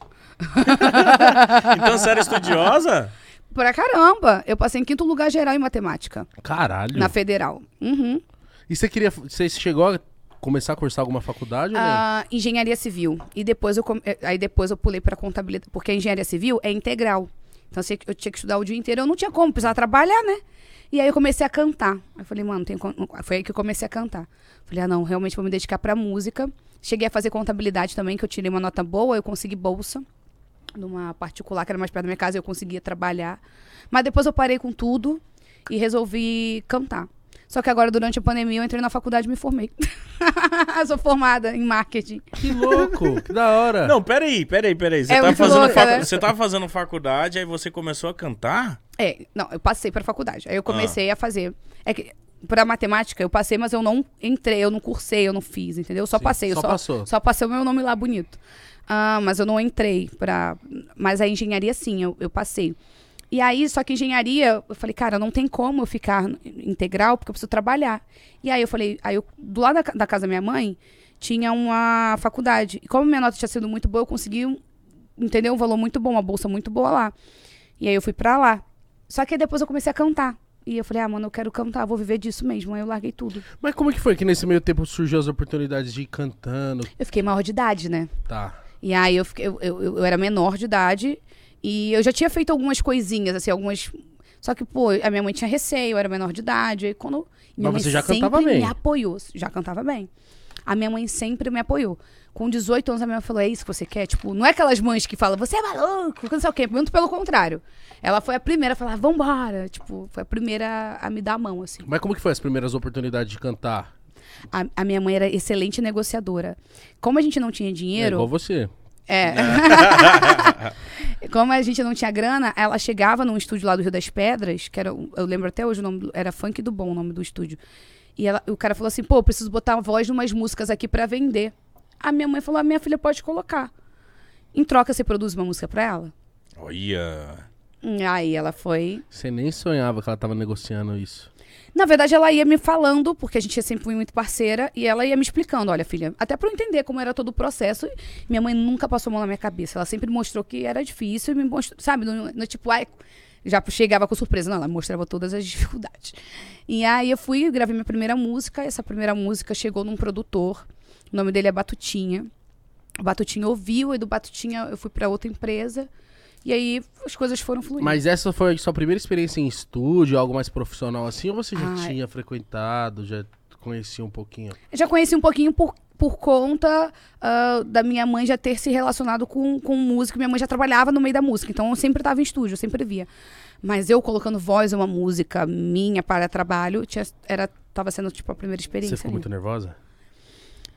Então você era estudiosa?
Pra caramba! Eu passei em quinto lugar geral em matemática,
Caralho.
na federal. Uhum.
E você queria. Você chegou a começar a cursar alguma faculdade ou nem?
Ah, engenharia civil. E depois eu, com- eh, aí depois eu pulei pra contabilidade, porque a engenharia civil é integral. Então assim, eu tinha que estudar o dia inteiro, eu não tinha como, precisava trabalhar, né? E aí eu comecei a cantar. Aí eu falei, mano, tem con- foi aí que eu comecei a cantar. Falei, ah, não, realmente vou me dedicar pra música. Cheguei a fazer contabilidade também, que eu tirei uma nota boa, eu consegui bolsa numa particular que era mais perto da minha casa, eu conseguia trabalhar. Mas depois eu parei com tudo e resolvi cantar. Só que agora, durante a pandemia, eu entrei na faculdade e me formei. Sou formada em marketing.
Que louco! que da hora!
Não, peraí, peraí, peraí. Você,
É
tava
muito
fazendo
louca,
facu-
né?
você tava fazendo faculdade, aí você começou a cantar?
É, não, eu passei pra faculdade.
Ah.
Aí eu comecei a fazer. É que pra matemática eu passei, mas eu não entrei, eu não cursei, eu não fiz, entendeu? Eu só
Sim,
passei, eu
só
só,
passou.
só passei o meu nome lá bonito. Ah, mas eu não entrei pra. Mas a engenharia sim, eu, eu passei. E aí, só que engenharia, eu falei, cara, não tem como eu ficar integral, porque eu preciso trabalhar. E aí eu falei, aí eu, do lado da, ca- da casa da minha mãe, tinha uma faculdade. E como minha nota tinha sido muito boa, eu consegui um- entendeu? Um valor muito bom, uma bolsa muito boa lá. E aí eu fui pra lá. Só que aí depois eu comecei a cantar. E eu falei, ah, mano, eu quero cantar, vou viver disso mesmo. Aí eu larguei tudo.
Mas como que foi que nesse meio tempo surgiu as oportunidades de ir cantando?
Eu fiquei maior de idade, né?
Tá.
E aí eu, fiquei- eu, eu, eu- eu era menor de idade e eu já tinha feito algumas coisinhas, assim, algumas. Só que, pô, a minha mãe tinha receio, eu era menor de idade. Aí quando. minha
Mas
mãe
você já
sempre
cantava bem.
me apoiou. Já cantava bem. A minha mãe sempre me apoiou. Com 18 anos, a minha mãe falou: é isso que você quer? Tipo, não é aquelas mães que falam, você é maluco, que não sei o quê. Muito pelo contrário. Ela foi a primeira a falar, vambora. Tipo, foi a primeira a me dar a mão, assim.
Mas como que foi as primeiras oportunidades de cantar?
A, a minha mãe era excelente negociadora. Como a gente não tinha
É
dinheiro.
igual você.
É. Como a gente não tinha grana, ela chegava num estúdio lá do Rio das Pedras, que era, um- eu lembro até hoje o nome, do- era Funk do Bom o nome do estúdio. E ela- o cara falou assim: pô, eu preciso botar a voz de umas músicas aqui pra vender. A minha mãe falou: a minha filha pode colocar. Em troca, você produz uma música pra ela?
Olha.
E Aí ela foi.
Você nem sonhava que ela tava negociando isso.
Na verdade, ela ia me falando, porque a gente é sempre foi muito parceira, e ela ia me explicando: olha, filha, até pra eu entender como era todo o processo. Minha mãe nunca passou a mão na minha cabeça. Ela sempre mostrou que era difícil e me mostrou, sabe? No, no tipo, ai, já chegava com surpresa. Não, ela mostrava todas as dificuldades. E aí eu fui, gravei minha primeira música. Essa primeira música chegou num produtor. O nome dele é Batutinha. O Batutinha ouviu, e do Batutinha eu fui pra outra empresa. E aí as coisas foram fluindo.
Mas essa foi a sua primeira experiência em estúdio, algo mais profissional assim? Ou você já
Ah,
tinha frequentado, já conhecia um pouquinho?
Eu já conheci um pouquinho por, por conta ah, da minha mãe já ter se relacionado com, com música. Minha mãe já trabalhava no meio da música, então eu sempre estava em estúdio, eu sempre via. Mas eu colocando voz a uma música minha para trabalho, tinha, era, tava sendo tipo a primeira experiência.
Você ficou
ali.
muito nervosa?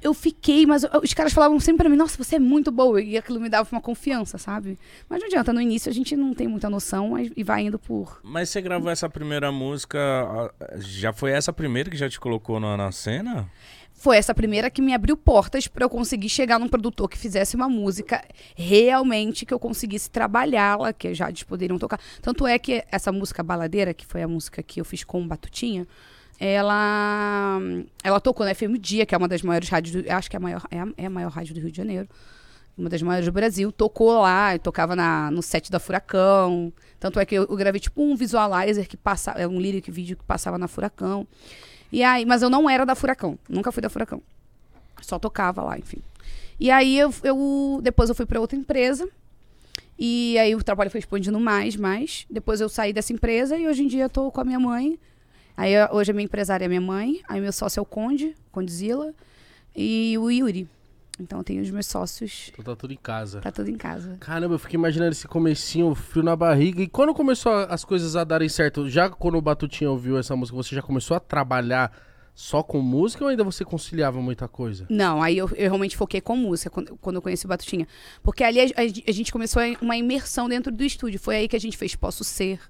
Eu fiquei, mas eu- os caras falavam sempre pra mim, nossa, você é muito boa. E aquilo me dava uma confiança, sabe? Mas não adianta, no início a gente não tem muita noção mas- e vai indo por.
Mas você gravou essa primeira música, a- já foi essa primeira que já te colocou na, na cena?
Foi essa primeira que me abriu portas pra eu conseguir chegar num produtor que fizesse uma música realmente que eu conseguisse trabalhá-la, que já eles poderiam tocar. Tanto é que essa música Baladeira, que foi a música que eu fiz com o Batutinha, ela ela tocou na FM Dia, que é uma das maiores rádios, do, acho que é a maior é a, é a maior rádio do Rio de Janeiro. Uma das maiores do Brasil, tocou lá, eu tocava na, no set da Furacão. Tanto é que eu, eu gravei tipo um visualizer que passava, é um lyric vídeo que passava na Furacão. E aí, mas eu não era da Furacão, nunca fui da Furacão. Só tocava lá, enfim. E aí eu, eu- depois eu fui para outra empresa. E aí o trabalho foi expandindo mais, mais. Depois eu saí dessa empresa e hoje em dia eu tô com a minha mãe. Aí eu- hoje a minha empresária é minha mãe, aí meu sócio é o Conde, Condizila, e o Yuri. Então eu tenho os meus sócios,
Então tá tudo em casa.
tá tudo em casa.
Caramba, eu fiquei imaginando esse comecinho, o frio na barriga. E quando começou a- as coisas a darem certo, já quando o Batutinha ouviu essa música, você já começou a trabalhar só com música ou ainda você conciliava muita coisa?
Não, aí eu, eu realmente foquei com música quando, quando eu conheci o Batutinha. Porque ali a, a gen- a gente começou uma imersão dentro do estúdio. Foi aí que a gente fez Posso Ser,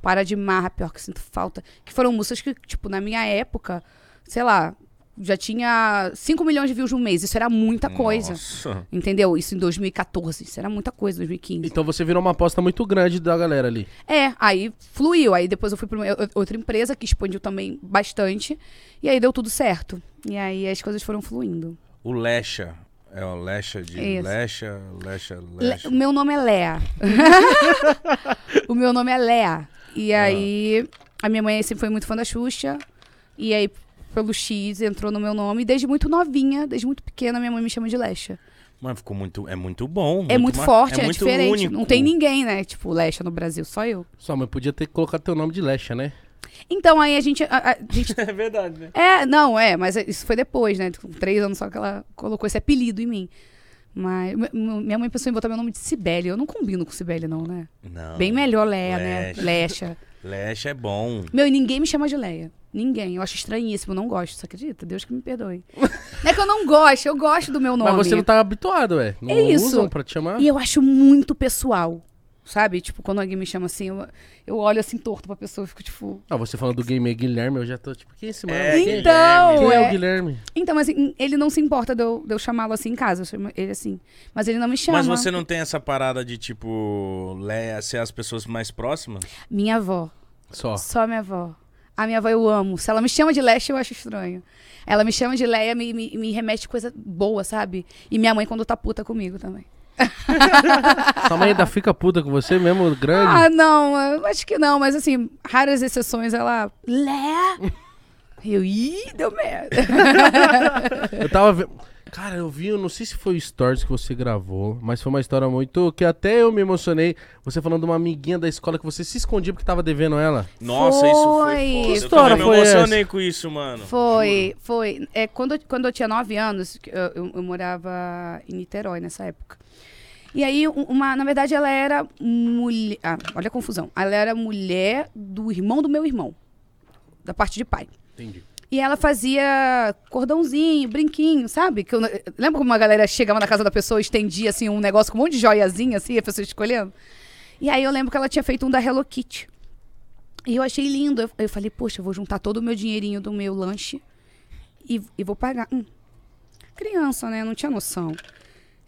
Para de Marra, Pior Que Sinto Falta. Que foram músicas que, tipo, na minha época, sei lá, já tinha 5 milhões de views no mês. Isso era muita coisa.
Nossa.
Entendeu? Isso em 2014. Isso era muita coisa, 2015.
Então você virou uma aposta muito grande da galera ali.
É, aí fluiu. Aí depois eu fui pra uma- o- outra empresa que expandiu também bastante. E aí deu tudo certo. E aí as coisas foram fluindo.
O Lecha. É o Lecha de
Isso.
Lecha, Lecha,
Le-
Lecha.
O meu nome é Lea. o meu nome é Lea. E
Ah.
aí, a minha mãe sempre foi muito fã da Xuxa. E aí, pelo X, entrou no meu nome. E Desde muito novinha, desde muito pequena, minha mãe me chama de Lecha.
Mas ficou muito, é muito bom.
é muito
ma-
forte, é,
muito
diferente.
único.
Não tem ninguém, né? Tipo, Lecha no Brasil, só eu.
Sua mãe podia ter colocado teu nome de Lecha, né?
Então, aí a gente... a- a-
É verdade, né?
É, não, é, mas isso foi depois, né? Com três anos só que ela colocou esse apelido em mim. Mas m- m- minha mãe pensou em botar meu nome de Cibele. Eu não combino com Cibele, não, né?
Não.
Bem melhor Leia, né?
Lecha.
Lecha.
Lecha é bom.
Meu, e ninguém me chama de Leia. Ninguém. Eu acho estranhíssimo. Eu não gosto, você acredita? Deus que me perdoe. não é que eu não gosto, eu gosto do meu nome.
Mas você não tá habituado, é. Não
É isso.
usam pra te chamar?
E eu acho muito pessoal. Sabe? Tipo, quando alguém me chama assim, eu, eu olho assim torto pra pessoa, eu fico tipo.
Ah, você falando do gamer Guilherme, eu já tô tipo, quem é esse mano?
É,
quem,
Guilherme.
então,
quem é o
é,
Guilherme?
então, mas assim, ele não se importa de eu, de eu chamá-lo assim em casa. Eu chamo ele assim. Mas ele não me chama.
Mas você não tem essa parada de, tipo, Leia ser as pessoas mais próximas?
Minha avó.
Só.
Só minha avó. A minha avó eu amo. Se ela me chama de Leste, eu acho estranho. Ela me chama de Leia, me, me, me remete coisa boa, sabe? E minha mãe quando tá puta comigo também.
Sua mãe ainda fica puta com você mesmo, grande?
Ah, não, eu acho que não, mas assim, raras exceções, ela. Lé! Eu, ih, deu merda.
Eu tava vendo. Cara, eu vi, eu não sei se foi o Stories que você gravou, mas foi uma história muito. que até eu me emocionei. Você falando de uma amiguinha da escola que você se escondia porque tava devendo ela.
Nossa, isso foi.
Foi.
foda. Eu
História
também me
foi essa?
emocionei com isso, mano.
Foi, foi. É, quando, eu- quando eu tinha 9 anos, que eu, eu- eu morava em Niterói nessa época. E aí, um- uma, na verdade, ela era mulher. Ah, olha a confusão. Ela era mulher do irmão do meu irmão, da parte de pai.
Entendi.
E ela fazia cordãozinho, brinquinho, sabe? Que eu não- lembra como uma galera chegava na casa da pessoa e estendia assim, um negócio com um monte de joiazinha, assim, a pessoa escolhendo? E aí eu lembro que ela tinha feito um da Hello Kitty. E eu achei lindo. Eu, eu falei, poxa, eu vou juntar todo o meu dinheirinho do meu lanche e, e vou pagar. Hum. Criança, né? Não tinha noção.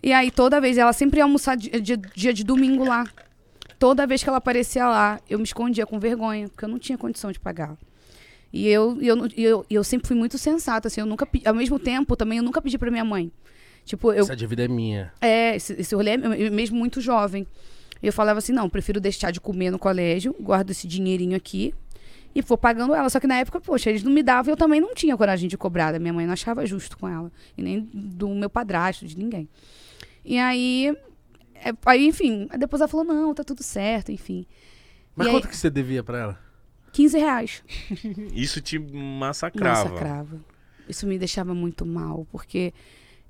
E aí toda vez, ela sempre ia almoçar di- dia, dia de domingo lá. Toda vez que ela aparecia lá, eu me escondia com vergonha, porque eu não tinha condição de pagar. E eu, e eu, não- e eu, e eu sempre fui muito sensata, assim, eu nunca pe- ao mesmo tempo também eu nunca pedi pra minha mãe. Tipo, eu
Essa dívida é minha.
é, esse, esse rolê, é eu- eu mesmo muito jovem. Eu falava assim, não, prefiro deixar de comer no colégio, guardo esse dinheirinho aqui e vou pagando ela. Só que na época, poxa, eles não me davam e eu também não tinha coragem de cobrar. da Minha mãe não achava justo com ela. E nem do meu padrasto, de ninguém. E aí, é, aí enfim, aí depois ela falou, não, tá tudo certo, enfim.
Mas
E aí-
quanto que você devia pra ela?
15 reais.
Isso te massacrava.
Massacrava. Isso me deixava muito mal, porque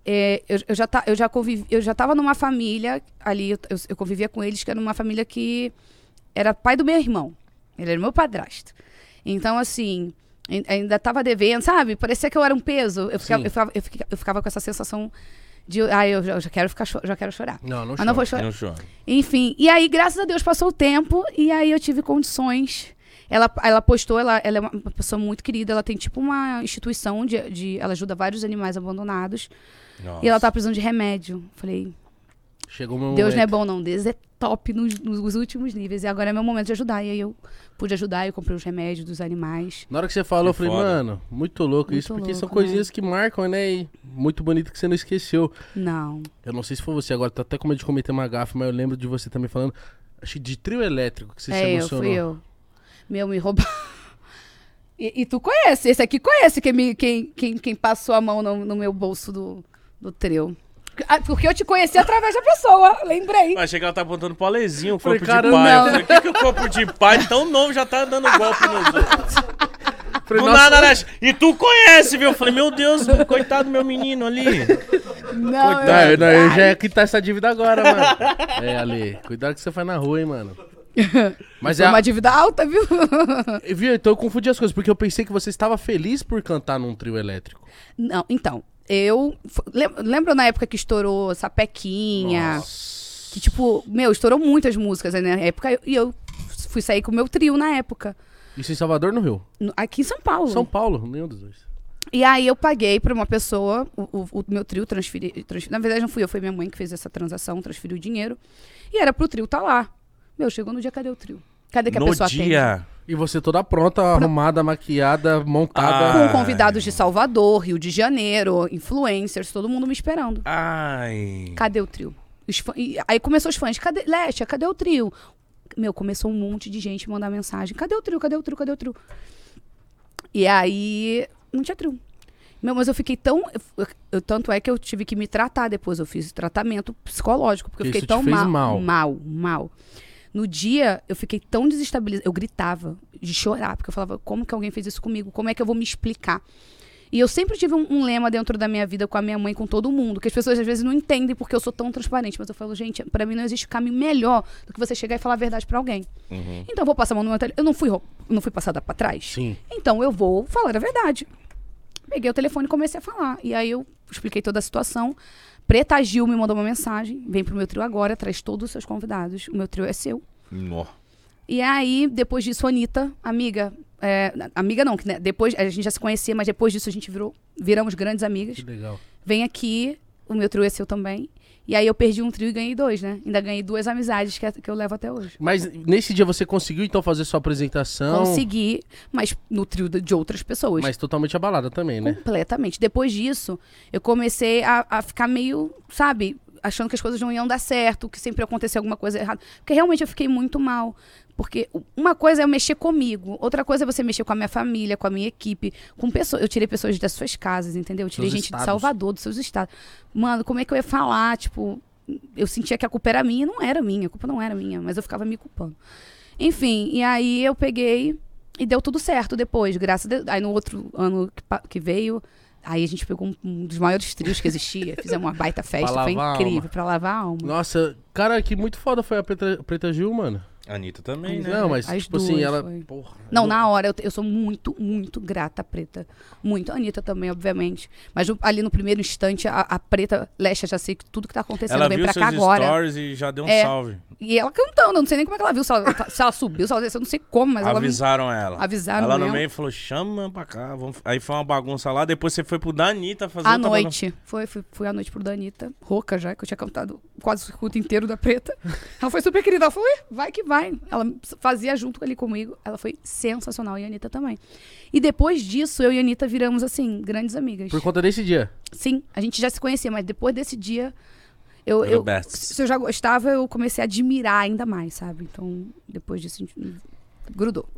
é, eu, eu já ta, eu já convivi, eu já estava numa família ali, eu, eu- eu convivia com eles, que era uma família que era pai do meu irmão. Ele era meu padrasto. Então, assim, ain- ainda estava devendo, sabe? Parecia que eu era um peso. Eu ficava,
Sim.
eu ficava, eu fica- eu ficava com essa sensação de, ah, eu já, eu já quero ficar, cho- já quero chorar.
Não, não
Mas Ah,
chora.
não vou chorar.
Não chora.
Enfim, e aí, graças a Deus, passou o tempo e aí eu tive condições. Ela, ela postou, ela, ela é uma pessoa muito querida, ela tem tipo uma instituição de, de- Ela ajuda vários animais abandonados.
Nossa.
E ela tá precisando de remédio. Falei,
Chegou meu
Deus não é
momento.
bom, não. Deus é top nos, nos últimos níveis. E agora é meu momento de ajudar. E aí eu pude ajudar, eu comprei os remédios dos animais.
Na hora que você falou, eu
Que
falei,
foda.
mano, muito louco isso,
Muito
porque são
louco,
coisinhas que marcam, né? E muito bonito que você não esqueceu.
Não.
Eu não sei se foi você agora, tô até com medo de cometer uma gafa, mas eu lembro de você também falando. Acho que de trio elétrico que você se
é eu,
emocionou.
fui eu. Meu, me roubaram. E, e tu conhece, esse aqui conhece quem, me- quem, quem, quem passou a mão no, no meu bolso do, do trio. Ah, Porque eu te conheci através da pessoa, lembrei.
Eu achei que ela tá apontando pro Alezinho, o
Falei,
corpo de
cara,
pai.
não.
Eu falei, o que, que o corpo de pai tão novo já tá dando golpe nos outros?
Falei,
Do
nossa,
nada, né? E tu conhece, viu? Eu falei, meu Deus, coitado do meu menino ali.
Não,
Não,
eu-
eu, não, eu
é
já ia
tá
quitar essa dívida agora, mano. É, Ale, cuidado que você faz na rua, hein, mano. Mas
Foi
é.
uma dívida alta, viu?
Viu? Então eu confundi as coisas, porque eu pensei que você estava feliz por cantar num trio elétrico.
Não, então, eu... fo- lem- Lembra na época que estourou Sapequinha? Que, tipo, meu, estourou muitas músicas aí na época. eu- E eu fui sair com o meu trio na época.
Isso em Salvador, no Rio.
no- Aqui em São Paulo.
São Paulo, nenhum dos dois.
E aí eu paguei pra uma pessoa, o, o- o meu trio transferiu, Na verdade, não fui eu, foi minha mãe que fez essa transação, transferiu o dinheiro. E era pro trio tá lá. Meu, chegou no dia, cadê o trio? Cadê que a
No
pessoa atende?
dia.
E você toda pronta, arrumada, maquiada, montada.
Ah.
Com convidados de Salvador, Rio de Janeiro, influencers, todo mundo me esperando.
Ai.
Cadê o trio? Os fã- e aí começou os fãs, cadê Lesha, cadê o trio? Meu, começou um monte de gente mandar mensagem, cadê o trio, cadê o trio, cadê o trio? E aí, não tinha trio. Meu, mas eu fiquei tão... eu- eu- tanto é que eu tive que me tratar depois, eu fiz tratamento psicológico, porque eu
Porque
fiquei
isso te
tão
fez mal.
mal, mal, mal. No dia, eu fiquei tão desestabilizada, eu gritava de chorar, porque eu falava, como que alguém fez isso comigo? Como é que eu vou me explicar? E eu sempre tive um, um lema dentro da minha vida com a minha mãe, com todo mundo, que as pessoas às vezes não entendem porque eu sou tão transparente, mas eu falo, gente, pra mim não existe caminho melhor do que você chegar e falar a verdade pra alguém. Então eu vou passar a mão no meu telefone. Eu não fui, rou- não fui passada pra trás.
Sim.
Então eu vou falar a verdade. Peguei o telefone e comecei a falar. E aí eu expliquei toda a situação. Preta Gil me mandou uma mensagem: vem pro meu trio agora, traz todos os seus convidados. O meu trio é seu.
Nó.
E aí, depois disso, Anitta, amiga. é, na- amiga não, que né, depois a gente já se conhecia, mas depois disso a gente virou, viramos grandes amigas.
Que legal.
Vem aqui, o meu trio é seu também. E aí eu perdi um trio e ganhei dois, né? Ainda ganhei duas amizades que, é- que eu levo até hoje.
Mas nesse dia você conseguiu então fazer sua apresentação,
Consegui, mas no trio de de outras pessoas.
mas totalmente abalada também, né?
Completamente. Depois disso, eu comecei a, a ficar meio, sabe? achando que as coisas não iam dar certo, que sempre ia acontecer alguma coisa errada. Porque realmente eu fiquei muito mal. Porque u- uma coisa é eu mexer comigo, outra coisa é você mexer com a minha família, com a minha equipe, com pessoas. Eu tirei pessoas das suas casas, entendeu? Eu tirei
Seus
gente
estados.
de Salvador, dos seus estados. Mano, como é que eu ia falar? Tipo, eu sentia que a culpa era minha, não era minha, a culpa não era minha, mas eu ficava me culpando. Enfim, e aí eu peguei e deu tudo certo depois, graças a Deus. Aí no outro ano que, pa- que veio, aí a gente pegou um, um dos maiores trios que existia, fizemos uma baita festa, foi
lavar a alma.
incrível, pra lavar a alma.
Nossa, cara, que muito foda foi a Preta, Preta Gil, mano.
Anitta também, né?
Não, mas,
As
tipo assim,
duas
ela.
foi.
Porra,
Não,
eu-
na hora eu, te- eu sou muito, muito grata à preta. Muito. A Anitta também, obviamente. Mas o- ali no primeiro instante, a, a preta, Lecha, já sei que tudo que tá acontecendo
Ela
vem
viu
pra
seus
cá agora.
stories e já deu um
É.
salve.
E ela cantando, eu não sei nem como é que ela viu, se ela, se ela subiu, se ela desceu, eu não sei como, mas ela me
Avisaram ela.
avisaram
ela no
mesmo.
meio falou, chama pra cá. vamos- Aí foi uma bagunça lá. Depois você foi pro Danita fazer
À
outra bagunça.
noite. Foi, fui, fui à noite pro Danita, rouca já, que eu tinha cantado quase o circuito inteiro da preta. Ela foi super querida. Ela falou, "Ih, vai que vai. Ela fazia junto ali comigo. Ela foi sensacional. E a Anitta também. E depois disso, eu e a Anitta viramos, assim, grandes amigas.
Por conta desse dia.
Sim, a gente já se conhecia, mas depois desse dia. Eu,
Era o
eu-
best.
se eu já gostava, eu comecei a admirar ainda mais, sabe? Então, depois disso, a gente grudou.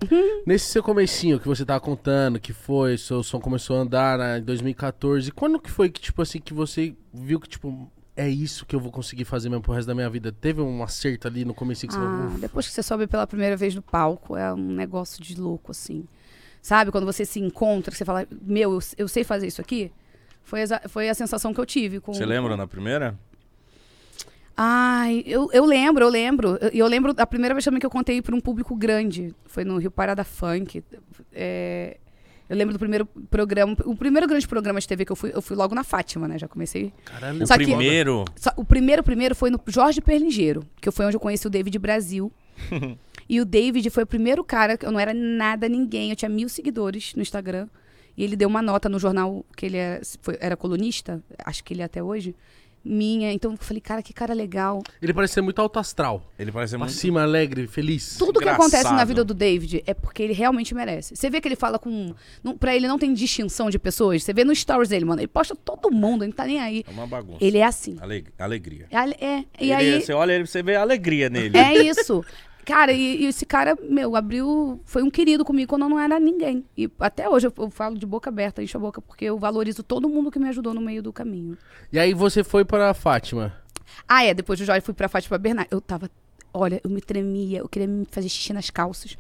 Nesse seu comecinho que você tava contando, que foi, seu som começou a andar né, em 2014, quando que foi que, tipo assim, que você viu que, tipo, é isso que eu vou conseguir fazer mesmo pro resto da minha vida? Teve um acerto ali no
é
comecinho que você
Ah,
falou, "Uf,
depois que você sobe pela primeira vez no palco, é um negócio de louco, assim. Sabe, quando você se encontra, que você fala, meu, eu, eu sei fazer isso aqui? Foi, exa- foi a sensação que eu tive. Com,
Você lembra na primeira?
Ai, eu, eu lembro, eu lembro. E eu, lembro da primeira vez também que eu contei para um público grande. Foi no Rio Parada Funk. É, eu lembro do primeiro programa. O primeiro grande programa de TV que eu fui, eu fui logo na Fátima, né? Já comecei.
Caralho,
Ah, O
Só que-
primeiro.
Só- o primeiro primeiro foi no Jorge Perlingeiro, que foi onde eu conheci o David Brasil. e o David foi o primeiro cara, que eu não era nada ninguém, eu tinha mil seguidores no Instagram. E ele deu uma nota no jornal que ele era, foi- era colunista, acho que ele é até hoje, minha. Então eu falei, cara, que cara legal.
Ele parece ser muito alto astral.
Ele parece
Pra
muito...
cima, alegre, feliz.
Tudo que acontece na
é Engraçado.
vida do David é porque ele realmente merece. Você vê que ele fala com. um, Não, pra ele não tem distinção de pessoas. Você vê nos stories dele, mano. Ele posta todo mundo, ele não tá nem aí.
É uma bagunça.
Ele é assim.
Aleg- Alegria.
É, é,
Ele- assim.
e aí.
Você olha ele, você vê a alegria nele.
É isso. Cara, e, e esse cara, meu, abriu. Foi um querido comigo quando eu não era ninguém. E até hoje eu, eu falo de boca aberta, enche a boca, porque eu valorizo todo mundo que me ajudou no meio do caminho.
E aí você foi pra Fátima.
Ah, é. Depois do Jorge, fui pra Fátima Bernardo. Eu tava. Olha, eu me tremia. Eu queria me fazer xixi nas calças.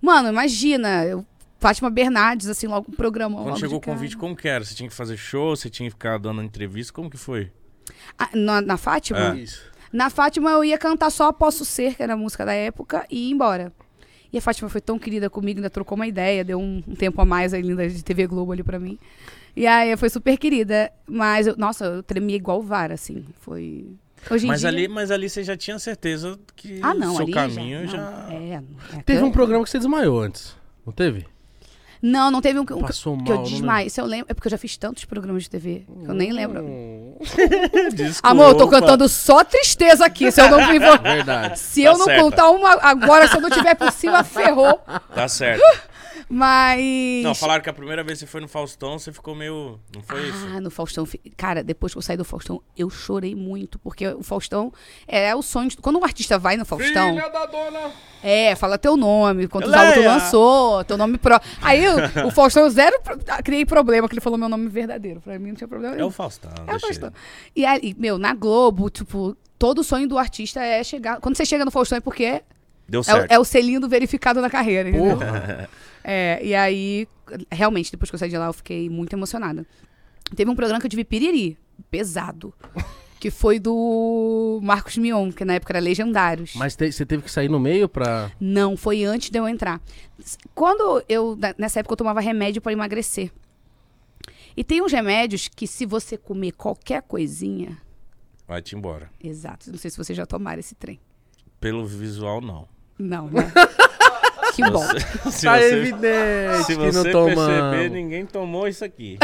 Mano, imagina. Eu, Fátima Bernardes, assim, logo um programa.
Quando
logo
chegou o
de cara.
convite, como que era? Você tinha que fazer show, você tinha que ficar dando entrevista, como que foi?
Ah, na, na Fátima?
É.
Isso.
Na Fátima eu ia cantar só Posso Ser, que era a música da época, e ir embora. E a Fátima foi tão querida comigo, ainda trocou uma ideia, deu um, um tempo a mais ali ainda de TV Globo ali pra mim. E aí foi super querida, mas eu- nossa, eu tremia igual vara, assim. Foi. Hoje em
Mas
dia.
ali, mas ali você já tinha certeza que
Ah, não,
o seu
ali
caminho
já.
já.
não, é, é
Teve
que-
um programa que você desmaiou antes, não teve?
Não, não teve um, um
Passou
que
mal,
eu
né?
desmaio. Se eu lembro, é porque eu já fiz tantos programas de TV que eu nem
não
Hum,
lembro.
lembro.
Desculpa.
Amor, eu tô cantando só tristeza aqui, se eu não
Verdade.
Se
Tá
eu não
certa.
contar uma agora, se eu não tiver por cima, ferrou.
Tá certo.
Mas.
Não, falaram que a primeira vez que você foi no Faustão, você ficou meio. Não foi isso?
Ah, no Faustão. fi- Cara, depois que eu saí do Faustão, eu chorei muito, porque o Faustão é o sonho. De... Quando um artista vai no Faustão.
da dona!
É, fala teu nome, quantos
Leia.
álbuns tu lançou, teu nome pro. Aí o, o Faustão, eu zero. pro- ah, Criei problema, que ele falou meu nome verdadeiro. Pra mim não tinha problema.
É
nenhum.
o Faustão.
É o
deixa
Faustão.
ele.
E aí, meu, na Globo, tipo, todo sonho do artista é chegar. Quando você chega no Faustão é porque é,
Deu
é o-
certo.
é o selinho do verificado na carreira, entendeu?
Porra.
É, e aí, realmente, depois que eu saí de lá, eu fiquei muito emocionada. Teve um programa que eu tive piriri, pesado, que foi do Marcos Mion, que na época era Legendários.
Mas te- você teve que sair no meio pra...
Não, foi antes de eu entrar. S- Quando eu, na- nessa época, eu tomava remédio para emagrecer. E tem uns remédios que se você comer qualquer coisinha...
Vai-te embora.
Exato, não sei se vocês já tomaram esse trem.
Pelo visual, não.
Não, né? que bom.
Você- se
tá
você,
evidente
se
que não
você
tomamos.
perceber, ninguém tomou isso aqui.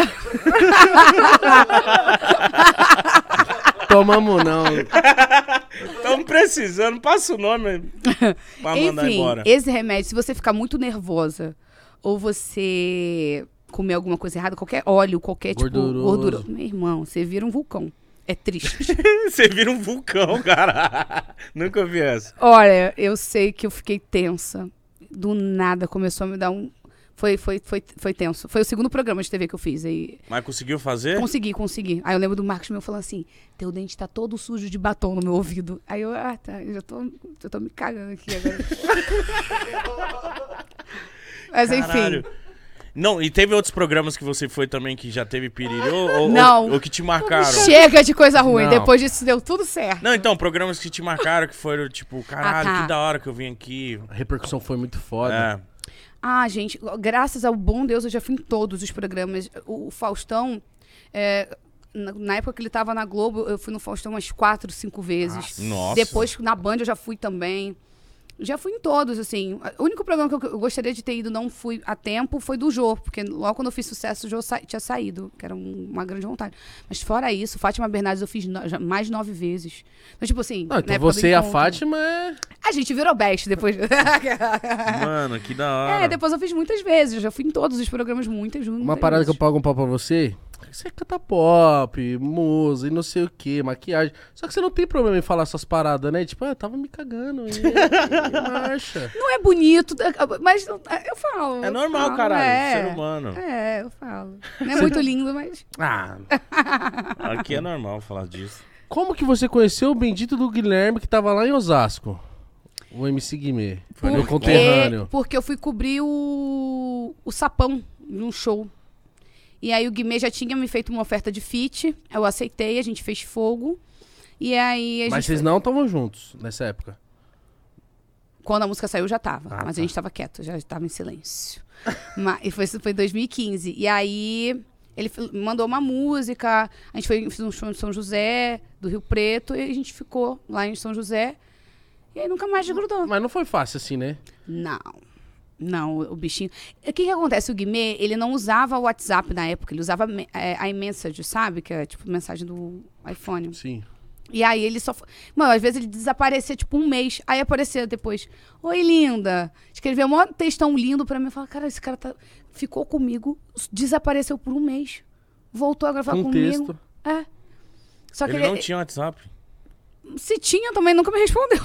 Tomamos não.
Estamos precisando. Passa o nome pra mandar
Enfim,
embora.
esse remédio, se você ficar muito nervosa ou você comer alguma coisa errada, qualquer óleo, qualquer
Gorduroso.
tipo gordura, meu irmão, você vira um vulcão. É triste.
Você vira um vulcão, cara. Nunca vi essa.
Olha, eu sei que eu fiquei tensa. Do nada começou a me dar um. Foi, foi, foi, foi tenso. Foi o segundo programa de TV que eu fiz. Aí
Mas conseguiu fazer?
consegui, consegui. Aí eu lembro do Marcos meu falando assim: teu dente tá todo sujo de batom no meu ouvido. Aí eu, ah, tá, eu já tô, eu tô me cagando aqui agora. Mas enfim.
Caralho. Não, e teve outros programas que você foi também que já teve piriri ou, ou-
Não.
ou que te marcaram?
Chega de coisa ruim.
Não.
Depois disso deu tudo certo.
Não, então, programas que te marcaram que foram tipo, caralho,
tá.
que da hora que eu vim aqui.
A repercussão foi muito foda.
É.
Ah, gente, graças ao bom Deus eu já fui em todos os programas. O, o Faustão, é, na, na época que ele tava na Globo, eu fui no Faustão umas quatro, cinco vezes.
Ah,
Nossa.
Depois na Band eu já fui também. Já fui em todos, assim. O único programa que eu, eu gostaria de ter ido, não fui a tempo, foi do Jô, porque logo quando eu fiz sucesso, o Jô sa- tinha saído, que era um- uma grande vontade. Mas fora isso, Fátima Bernardes eu fiz no- já- mais nove vezes. Então, tipo assim.
Não,
na
então
época do
você e a
encontro.
Fátima é.
A gente virou best depois.
Mano, que da hora.
É, depois eu fiz muitas vezes, eu já fui em todos os programas muitas, muitas
Uma parada que eu
vezes.
pago um pau pra você. Você canta pop, musa e não sei o que, maquiagem. Só que você não tem problema em falar essas paradas, né? Tipo, ah, tava me cagando. E, e marcha.
Não é bonito, mas não- eu falo.
É
eu
normal,
falo,
caralho.
é.
Ser humano.
É, eu falo. Não é muito lindo, mas.
Ah,
Aqui é normal falar disso.
como que você conheceu o bendito do Guilherme que tava lá em Osasco? O MC Guimê. Foi meu
Porque-
conterrâneo.
Porque eu fui cobrir o, o sapão num show. E aí o Guimê já tinha me feito uma oferta de fit, eu aceitei, a gente fez fogo. E aí a
Mas
gente.
vocês não estavam juntos nessa época.
Quando a música saiu, já tava.
Ah,
mas
tá.
a gente tava quieto, já tava em silêncio. Ma- e foi, isso foi em 2015. E aí ele f- mandou uma música, a gente foi fez um show em São José, do Rio Preto, e a gente ficou lá em São José. E aí nunca mais grudou.
Mas não foi fácil assim, né?
Não. Não, o o bichinho. O que, que acontece? O Guimê, ele não usava o WhatsApp na época, ele usava me- é, a iMessage, sabe? Que é tipo mensagem do iPhone.
Sim.
E aí ele só. fo- Mano, às vezes ele desaparecia tipo um mês, aí aparecia depois. Oi, linda! Escreveu um maior textão lindo pra mim. Eu falava, cara, esse cara tá... ficou comigo, s- desapareceu por um mês. Voltou a gravar
Com
Tá
um
comigo.
texto.
É. Só que é-
Ele
ele,
não tinha WhatsApp.
se tinha também, nunca me respondeu.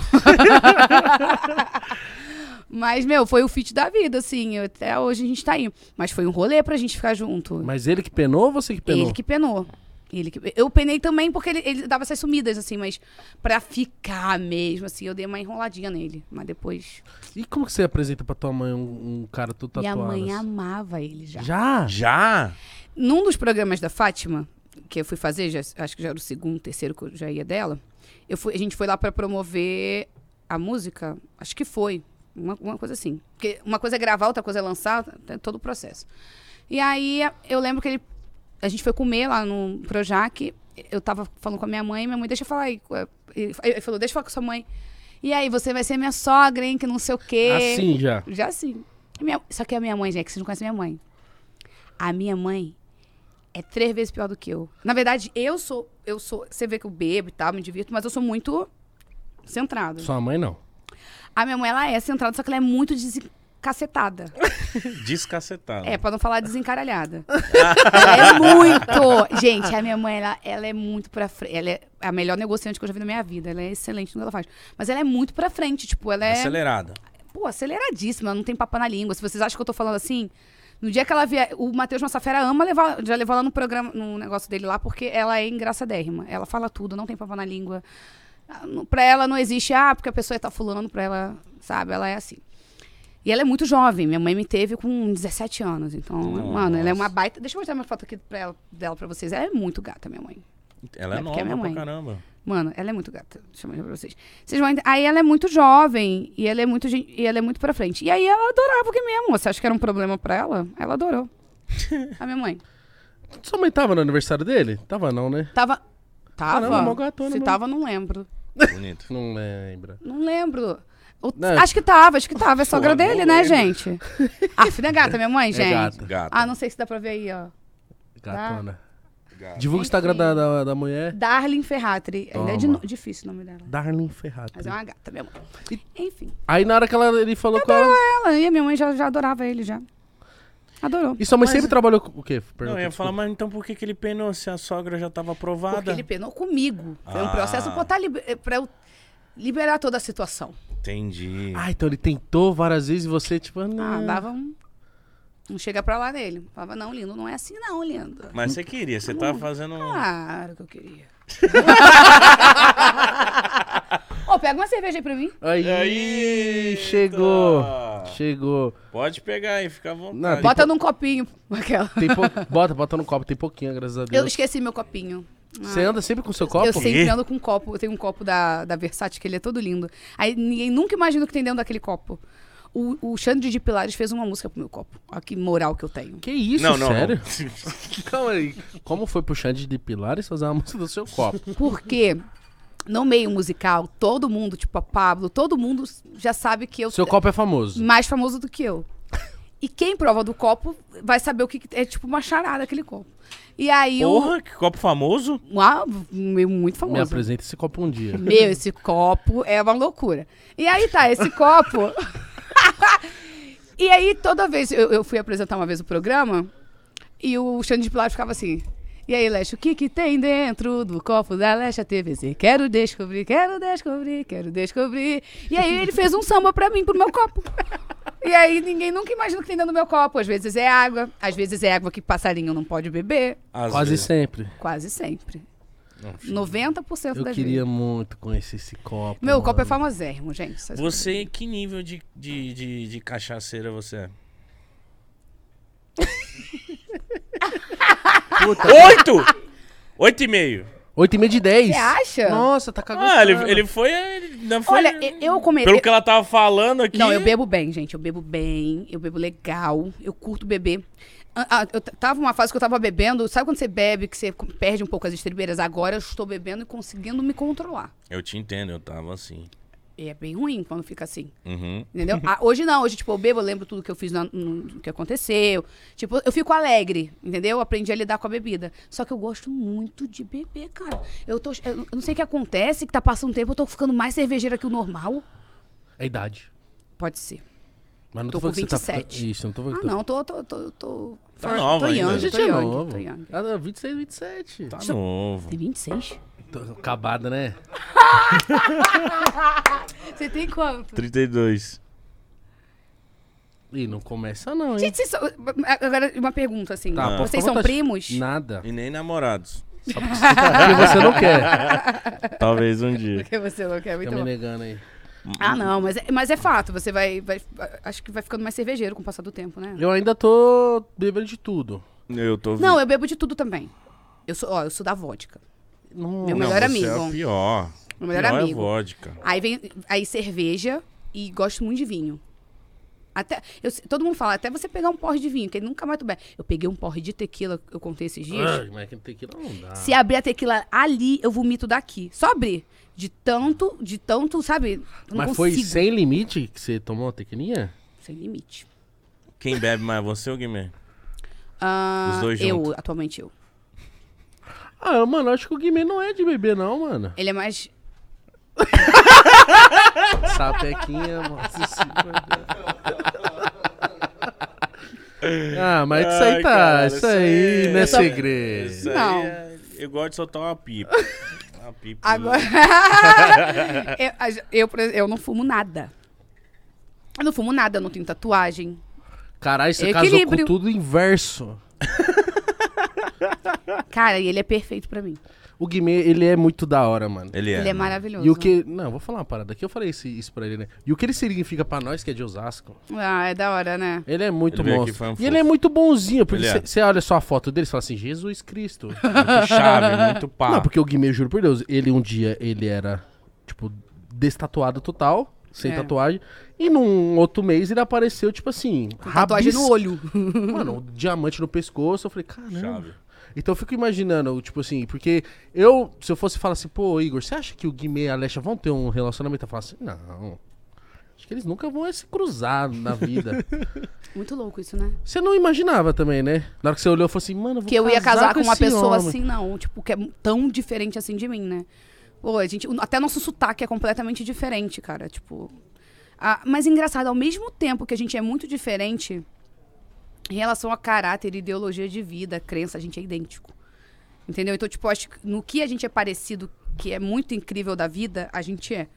Mas, meu, foi o fit da vida, assim. eu- Até hoje a gente tá aí. Mas foi um rolê pra gente ficar junto.
Mas ele que penou ou você que penou?
Ele que penou. Ele que... Eu penei também porque ele, ele dava essas sumidas, assim, mas pra ficar mesmo, assim, eu dei uma enroladinha nele. Mas depois.
E como que você apresenta pra tua mãe um, um cara todo
Minha
tatuado?
mãe
assim?
amava ele já.
Já?
Já?
Num dos programas da Fátima, que eu fui fazer, já- acho que já era o segundo, terceiro que eu já ia dela, eu fui, a gente foi lá pra promover a música, acho que foi, uma, uma coisa assim. Porque uma coisa é gravar, outra coisa é lançar, tem todo o processo. E aí eu lembro que ele, a gente foi comer lá no Projac, eu tava falando com a minha mãe, minha mãe, deixa eu falar aí. Ele ele falou, deixa eu falar com sua mãe. E aí, você vai ser minha sogra, hein, que não sei o quê.
Assim já.
Já sim. E minha- Só que a minha mãe, gente, é que vocês não conhecem a minha mãe. A minha mãe é três vezes pior do que eu. Na verdade, eu sou. Eu sou. Você vê que eu bebo e tal, me divirto, mas eu sou muito centrada.
Sua mãe não.
A minha mãe, ela é centrada, só que ela é muito desencacetada.
Descacetado.
É, pra não falar desencaralhada. ela é muito. Gente, a minha mãe, ela, ela é muito pra frente. Ela é a melhor negociante que eu já vi na minha vida. Ela é excelente no que ela faz. Mas ela é muito pra frente. Tipo, ela é.
Acelerada.
Pô, aceleradíssima, não tem papo na língua. Se vocês acham que eu tô falando assim, no dia que ela vier. O Matheus Massafera ama levar, já levou ela no programa, no negócio dele lá, porque ela é engraçadérrima. Ela fala tudo, não tem papo na língua. Ah, não- Pra ela não existe, ah, porque a pessoa tá fulano, pra ela, sabe? Ela é assim. E ela é muito jovem. Minha mãe me teve com 17 anos. Então, mano, ela é uma baita. Deixa eu mostrar uma foto aqui pra ela, dela pra vocês. Ela é muito gata, minha mãe.
Ela é,
É porque é
nova pra
minha mãe.
caramba.
Mano, ela é muito gata. Deixa eu mostrar pra vocês. Vocês vão ent- Aí ela é muito jovem e ela é muito, gen- e ela é muito pra frente. E aí ela adorava o que mesmo. Você acha que era um problema pra ela? Ela adorou. A minha mãe.
Sua mãe tava no aniversário dele? Tava não, né?
Tava. Tava?
Caramba, mó gatona,
Se
mano.
tava, não lembro.
Bonito.
Não lembra.
Não lembro. O-
Não.
Acho que tava, acho que tava. É sogra
Pô, não
dele, né,
lembro.
gente? Ah, filha é gata, minha mãe, gente. tá?
gata.
Gata.
Ah, não sei se dá pra ver aí, ó.
Gatona.
Gata.
Divulga o Instagram da, da, da mulher.
Darlin Ferratri. Ainda é de
Toma.
no- difícil o nome dela.
Darlene Ferrari.
Mas Tá é uma gata, minha mãe. Enfim.
Aí na hora que ela, ele falou com ela.
Ela e a minha mãe já, já adorava ele já. Adorou.
E sua mãe sempre trabalhou com o quê?
Não,
Pergunta,
eu ia falar,
desculpa.
mas então por que, que ele penou se a sogra já tava aprovada?
Porque ele penou comigo. Foi um
Ah.
processo pra, eu tá liber- eh, pra eu liberar toda a situação.
Entendi.
Ah, então ele tentou várias vezes e você, tipo... Ah,
Ah, dava um. Não chega pra lá nele. Falava, não, lindo, não é assim não, lindo.
Mas você queria, você tava fazendo. um-
Claro que eu queria. Ô, pega uma cerveja aí pra mim.
Aí,
Aí,
chegou.
tá.
Chegou.
Pode pegar aí, fica à vontade.
Não, tem-
Bota num copinho. Aquela.
Tem pou- Bota, bota no copo, tem pouquinho, graças a
Eu
Deus.
esqueci meu copinho.
Você anda sempre com seu copo?
Eu sempre
Quê?
ando com um copo. Eu tenho um copo da, da Versace, que ele é todo lindo. Aí ninguém nunca imagina o que tem dentro daquele copo. O, o Xande de Pilares fez uma música pro meu copo. Olha que moral que eu tenho.
Que isso,
não, não.
sério?
não.
Calma aí. Como foi puxante de pilares fazer uma música do seu copo?
Porque no meio musical, todo mundo, tipo a Pablo, todo mundo já sabe que eu
Seu copo é famoso.
mais famoso do que eu. E quem prova do copo vai saber o que que- é tipo uma charada aquele copo. E aí
Porra, que copo famoso.
o ah, meu, muito
Me
famoso.
apresenta esse copo um dia.
Meu, esse copo é uma loucura. E aí tá, esse copo. e aí toda vez eu, eu fui apresentar uma vez o programa e o Xande de Pilar ficava assim. E aí, Leste, o que que tem dentro do copo da Leste TVZ? Quero descobrir, quero descobrir, quero descobrir. E aí ele fez um samba pra mim, pro meu copo. E aí ninguém nunca imagina o que tem dentro do meu copo. Às vezes é água, às vezes é água que passarinho não pode beber.
Às
Quase
vezes.
sempre.
Quase sempre. 90%
Eu
das vezes.
queria muito conhecer esse copo.
Meu, o copo é
mano.
famosérrimo, gente. Vocês-
Você, que nível de, de, de, de cachaceira você é? Oito! Oito e meio.
Oito e meia de dez.
Você acha?
Nossa, tá cagando.
Ah, ele, ele foi. Ele não foi
Olha, eu- eu comecei.
Pelo que ela tava falando aqui.
Não, eu bebo bem, gente. Eu bebo bem, eu bebo legal, eu curto beber. Ah, ah, eu t- tava uma fase que eu tava bebendo. Sabe quando você bebe, que você com- perde um pouco as estribeiras? Agora eu estou bebendo e conseguindo me controlar.
Eu te entendo, eu tava assim.
E é bem ruim quando fica assim.
Uhum.
Entendeu? Ah, hoje não, hoje, tipo, eu bebo, eu lembro tudo que eu fiz, na, no, que aconteceu. Tipo, eu fico alegre, entendeu? Eu aprendi a lidar com a bebida. Só que eu gosto muito de beber, cara. Eu tô. Eu não sei o que acontece, que tá passando tempo, eu tô ficando mais cervejeira que o normal.
É idade.
Pode ser.
Mas não
Tô
falando
com
que você tá-
27.
Isso, não tô falando
Ah,
que tô-
não, tô. tô, tô, tô
Tá nova
tô
ainda.
A
young,
gente
tô
é
young,
novo.
tô young.
Ah, não, 26, 27.
Tá novo.
Tem 26?
Tô acabada, né?
Você tem quanto?
32.
Ih, não começa não, hein?
Gente, vocês são... Agora, uma pergunta, assim.
Tá, pode
vocês
ficar à
são
vontade.
primos?
Nada.
E nem namorados.
Porque você não quer.
Talvez um dia.
Porque você não quer, muito
Tá me
bom.
negando aí.
Ah, não, mas é, mas é fato. Você vai, vai... Acho que vai ficando mais cervejeiro com o passar do tempo, né?
Eu ainda tô bebendo de tudo.
Eu tô
Não, eu bebo de tudo também. Eu sou, ó, eu sou da vodka.
Não,
Não,
Meu melhor
você É
amigo.
o pior.
Meu melhor
pior
amigo.
É vodka.
Aí vem aí cerveja e gosto muito de vinho. Até, eu, todo mundo fala, até você pegar um porre de vinho, que ele nunca mais tu bebe. Eu peguei um porre de tequila, eu contei esses dias.
Ai, mas que tequila não dá.
Se abrir a tequila ali, eu vomito daqui. Só abrir. De tanto, de tanto, sabe? Eu Não
Mas foi
consigo.
sem limite que você tomou a tequilinha?
Sem limite.
Quem bebe mais, você ou Guimê?
Ah,
Os dois
eu,
juntos.
atualmente eu.
Ah, mano, acho que o Guimê não é de beber não, mano.
Ele é mais.
Sapequinha, nossa senhora. Ah, mas isso aí
Ai,
tá,
cara,
isso aí não é
isso aí-
segredo.
Isso aí
Não.
é- eu gosto de soltar uma pipa. Uma pipa.
Agora. eu, a- eu, por exemplo, eu não fumo nada. Eu não fumo nada, eu não tenho tatuagem.
Caralho, você casou com
Equilíbrio.
tudo inverso.
Cara, e ele é perfeito pra mim.
O Guimê, ele é muito da hora, mano.
Ele é.
ele
né?
é maravilhoso.
E o que... Não, vou falar uma parada aqui, eu falei esse- isso pra ele, né? E o que ele significa pra nós que é de Osasco?
Ah, é da hora, né?
Ele é muito
Ele veio aqui,
monstro.
foi um
e ele é
fofo.
muito bonzinho, porque
Ele é. Ah.
você olha só a foto dele e fala assim, Jesus Cristo.
Muito chave, muito pá.
Não, porque o Guimê, eu juro por Deus, ele um dia, ele era, tipo, destatuado total, sem
É.
tatuagem. E num outro mês ele apareceu, tipo assim,
Tatuagem no
rabisco-
olho.
Mano, um diamante no pescoço. Eu falei, caramba.
Chave.
Então eu fico imaginando, tipo assim, porque eu, se eu fosse falar assim, pô, Igor, você acha que o Guimê e a Alexa vão ter um relacionamento? Eu falo assim, não. Acho que eles nunca vão se cruzar na vida.
Muito louco isso, né?
você não imaginava também, né? Na hora que você olhou, eu falei assim, mano, eu vou
que eu ia casar com uma
esse
pessoa
homem.
assim, não. Tipo, que é tão diferente assim de mim, né? Pô, a gente, o- até nosso sotaque é completamente diferente, cara. Tipo. ah, mas engraçado, ao mesmo tempo que a gente é muito diferente, Em relação a caráter, ideologia de vida, crença, a gente é idêntico. Entendeu? Então, tipo, acho que no que a gente é parecido, que é muito incrível da vida, a gente é.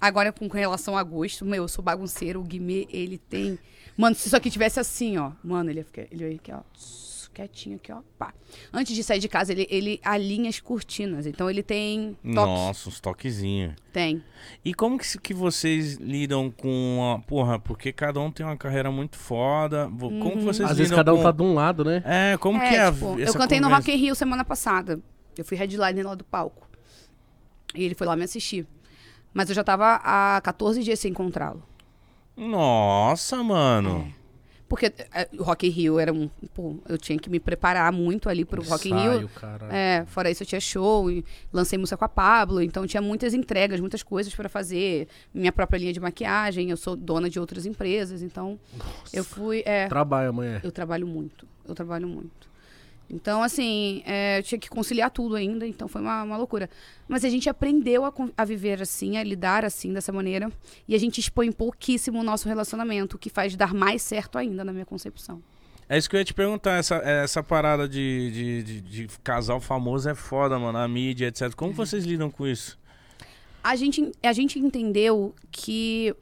Agora, com relação a gosto, meu, eu sou bagunceiro, o Guimê, ele tem. Mano, se isso aqui tivesse assim, ó. Mano, ele ia ficar. Ele ia aqui, ó. tss, Quietinho aqui, ó. Pá. Antes de sair de casa, ele, ele alinha as cortinas. Então ele tem. Toque.
Nossa, uns toquezinhos.
Tem.
E como que, se- que vocês lidam com a. Porra, porque cada um tem uma carreira muito foda. vo- Como que vocês
Às
lidam
vezes cada um
com...
tá de um lado, né?
Uhum. É, como
É,
que é
tipo,
a.
eu
essa
cantei no
conversa?
Rock in Rio semana passada. Eu fui headliner lá do palco. E ele foi lá me assistir. Mas eu já tava há 14 dias sem encontrá-lo.
Nossa, mano.
Porque eh, o Rock in Rio era um... Pô, eu tinha que me preparar muito ali pro Rock in Rio.
Ensaio, né? caralho.
É, fora isso eu tinha show, e lancei música com a Pablo, então tinha muitas entregas, muitas coisas pra fazer. Minha própria linha de maquiagem, eu sou dona de outras empresas, então eu fui... é,
Trabalho amanhã.
eu trabalho muito, eu trabalho muito. Então, assim, é, eu tinha que conciliar tudo ainda, então foi uma, uma loucura. Mas a gente aprendeu a, con- a viver assim, a lidar assim, dessa maneira. E a gente expõe pouquíssimo o nosso relacionamento, o que faz dar mais certo ainda, na minha concepção.
É isso que eu ia te perguntar, essa, essa parada de, de, de- de casal famoso é foda, mano. A mídia, etc. Como vocês lidam com isso?
A gente, a gente entendeu que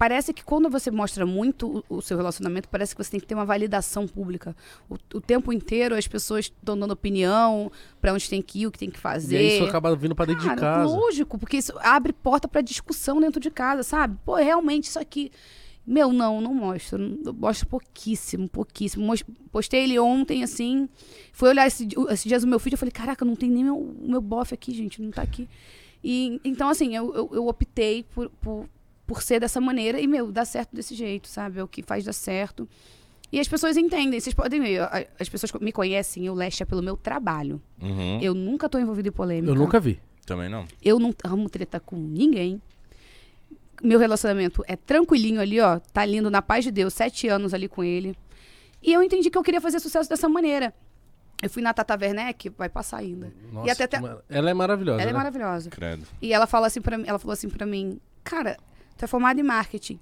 parece que quando você mostra muito o, o seu relacionamento, parece que você tem que ter uma validação pública. O, o tempo inteiro as pessoas estão dando opinião pra onde tem que ir, o que tem que
E
fazer.
aí isso acaba vindo pra dentro de casa.
Lógico, porque isso abre porta pra discussão dentro de casa, sabe? Pô, realmente isso aqui. Meu, não, não mostro. Eu mostro pouquíssimo, pouquíssimo. Mos- Postei ele ontem, assim. Fui olhar esse, di- esses dias o meu feed, eu falei, caraca, não tem nem meu, o meu bofe aqui, gente, não tá aqui. E, então, assim, eu, eu, eu optei por, por, por ser dessa maneira e, meu, dá certo desse jeito, sabe? É o que faz dar certo. E as pessoas entendem, vocês podem ver, a- as pessoas que me conhecem, eu lesto é pelo meu trabalho.
Uhum.
Eu nunca tô envolvida em polêmica.
Hum. Eu nunca vi.
Também não.
Eu não amo treta com ninguém. Meu relacionamento é tranquilinho ali, ó. Tá lindo, na paz de Deus. Sete anos ali com ele. E eu entendi que eu queria fazer sucesso dessa maneira. Eu fui na Tata Werneck, vai passar ainda.
Nossa,
até-
que mar- Ela é maravilhosa.
Ela é
né?
maravilhosa.
Credo.
E ela fala assim para mim, ela falou assim para mim, cara, tu é formada em marketing.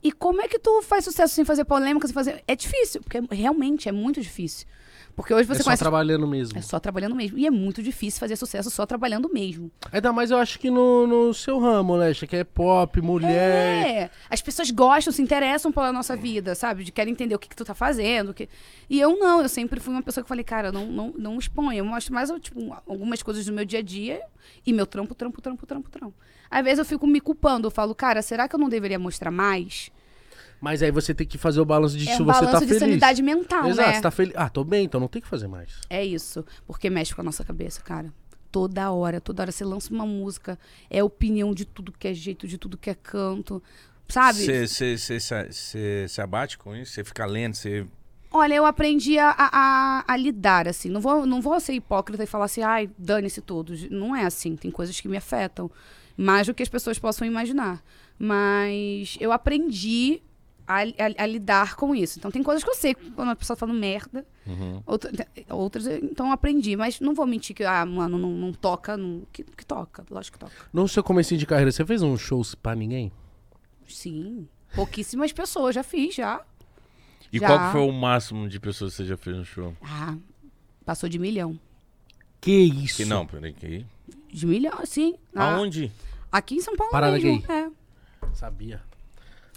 E como é que tu faz sucesso sem fazer polêmica, sem fazer? É difícil, porque realmente é muito difícil. Porque hoje você
é só
conhece
trabalhando mesmo.
é só trabalhando mesmo. E é muito difícil fazer sucesso só trabalhando mesmo.
Ainda mais eu acho que no, no seu ramo, né? Que é pop, mulher.
É, as pessoas gostam, se interessam pela nossa vida, sabe? De querem entender o que, que tu tá fazendo. o que- E eu não, eu sempre fui uma pessoa que falei, cara, não, não, não exponha. Eu mostro mais tipo, algumas coisas do meu dia a dia e meu trampo, trampo, trampo, trampo, trampo. Às vezes eu fico me culpando, eu falo, cara, será que eu não deveria mostrar mais?
Mas aí você tem que fazer o balanço de
é
se
um
você
balanço
tá
de
feliz.
sanidade mental,
Exato,
né?
você tá feliz. Ah, tô bem, então não tem que fazer mais.
É isso, porque mexe com a nossa cabeça, cara. Toda hora, toda hora você lança uma música, é opinião de tudo que é jeito, de tudo que é canto, sabe?
Você se abate com isso? Você fica lento? Você.
Olha, eu aprendi a, a- a- a lidar, assim. Não vou, não vou ser hipócrita e falar assim, ai, dane-se todos. Não é assim. Tem coisas que me afetam. Mais do que as pessoas possam imaginar. Mas eu aprendi a, a- a lidar com isso. Então, tem coisas que eu sei quando a pessoa tá falando merda. Outra- outras, então, eu aprendi. Mas não vou mentir que, ah, mano, não, não toca. Não, que, que toca, lógico que toca.
No seu comecinho de carreira, você fez uns shows pra ninguém?
Sim. Pouquíssimas pessoas, já fiz, já.
E
Já.
qual que foi o máximo de pessoas que você já fez no show?
Ah, passou de milhão.
Que isso?
Que não, peraí, que aí.
De milhão, sim. Ah,
Aonde?
Aqui em São Paulo
Parada
mesmo.
gay.
É.
Sabia.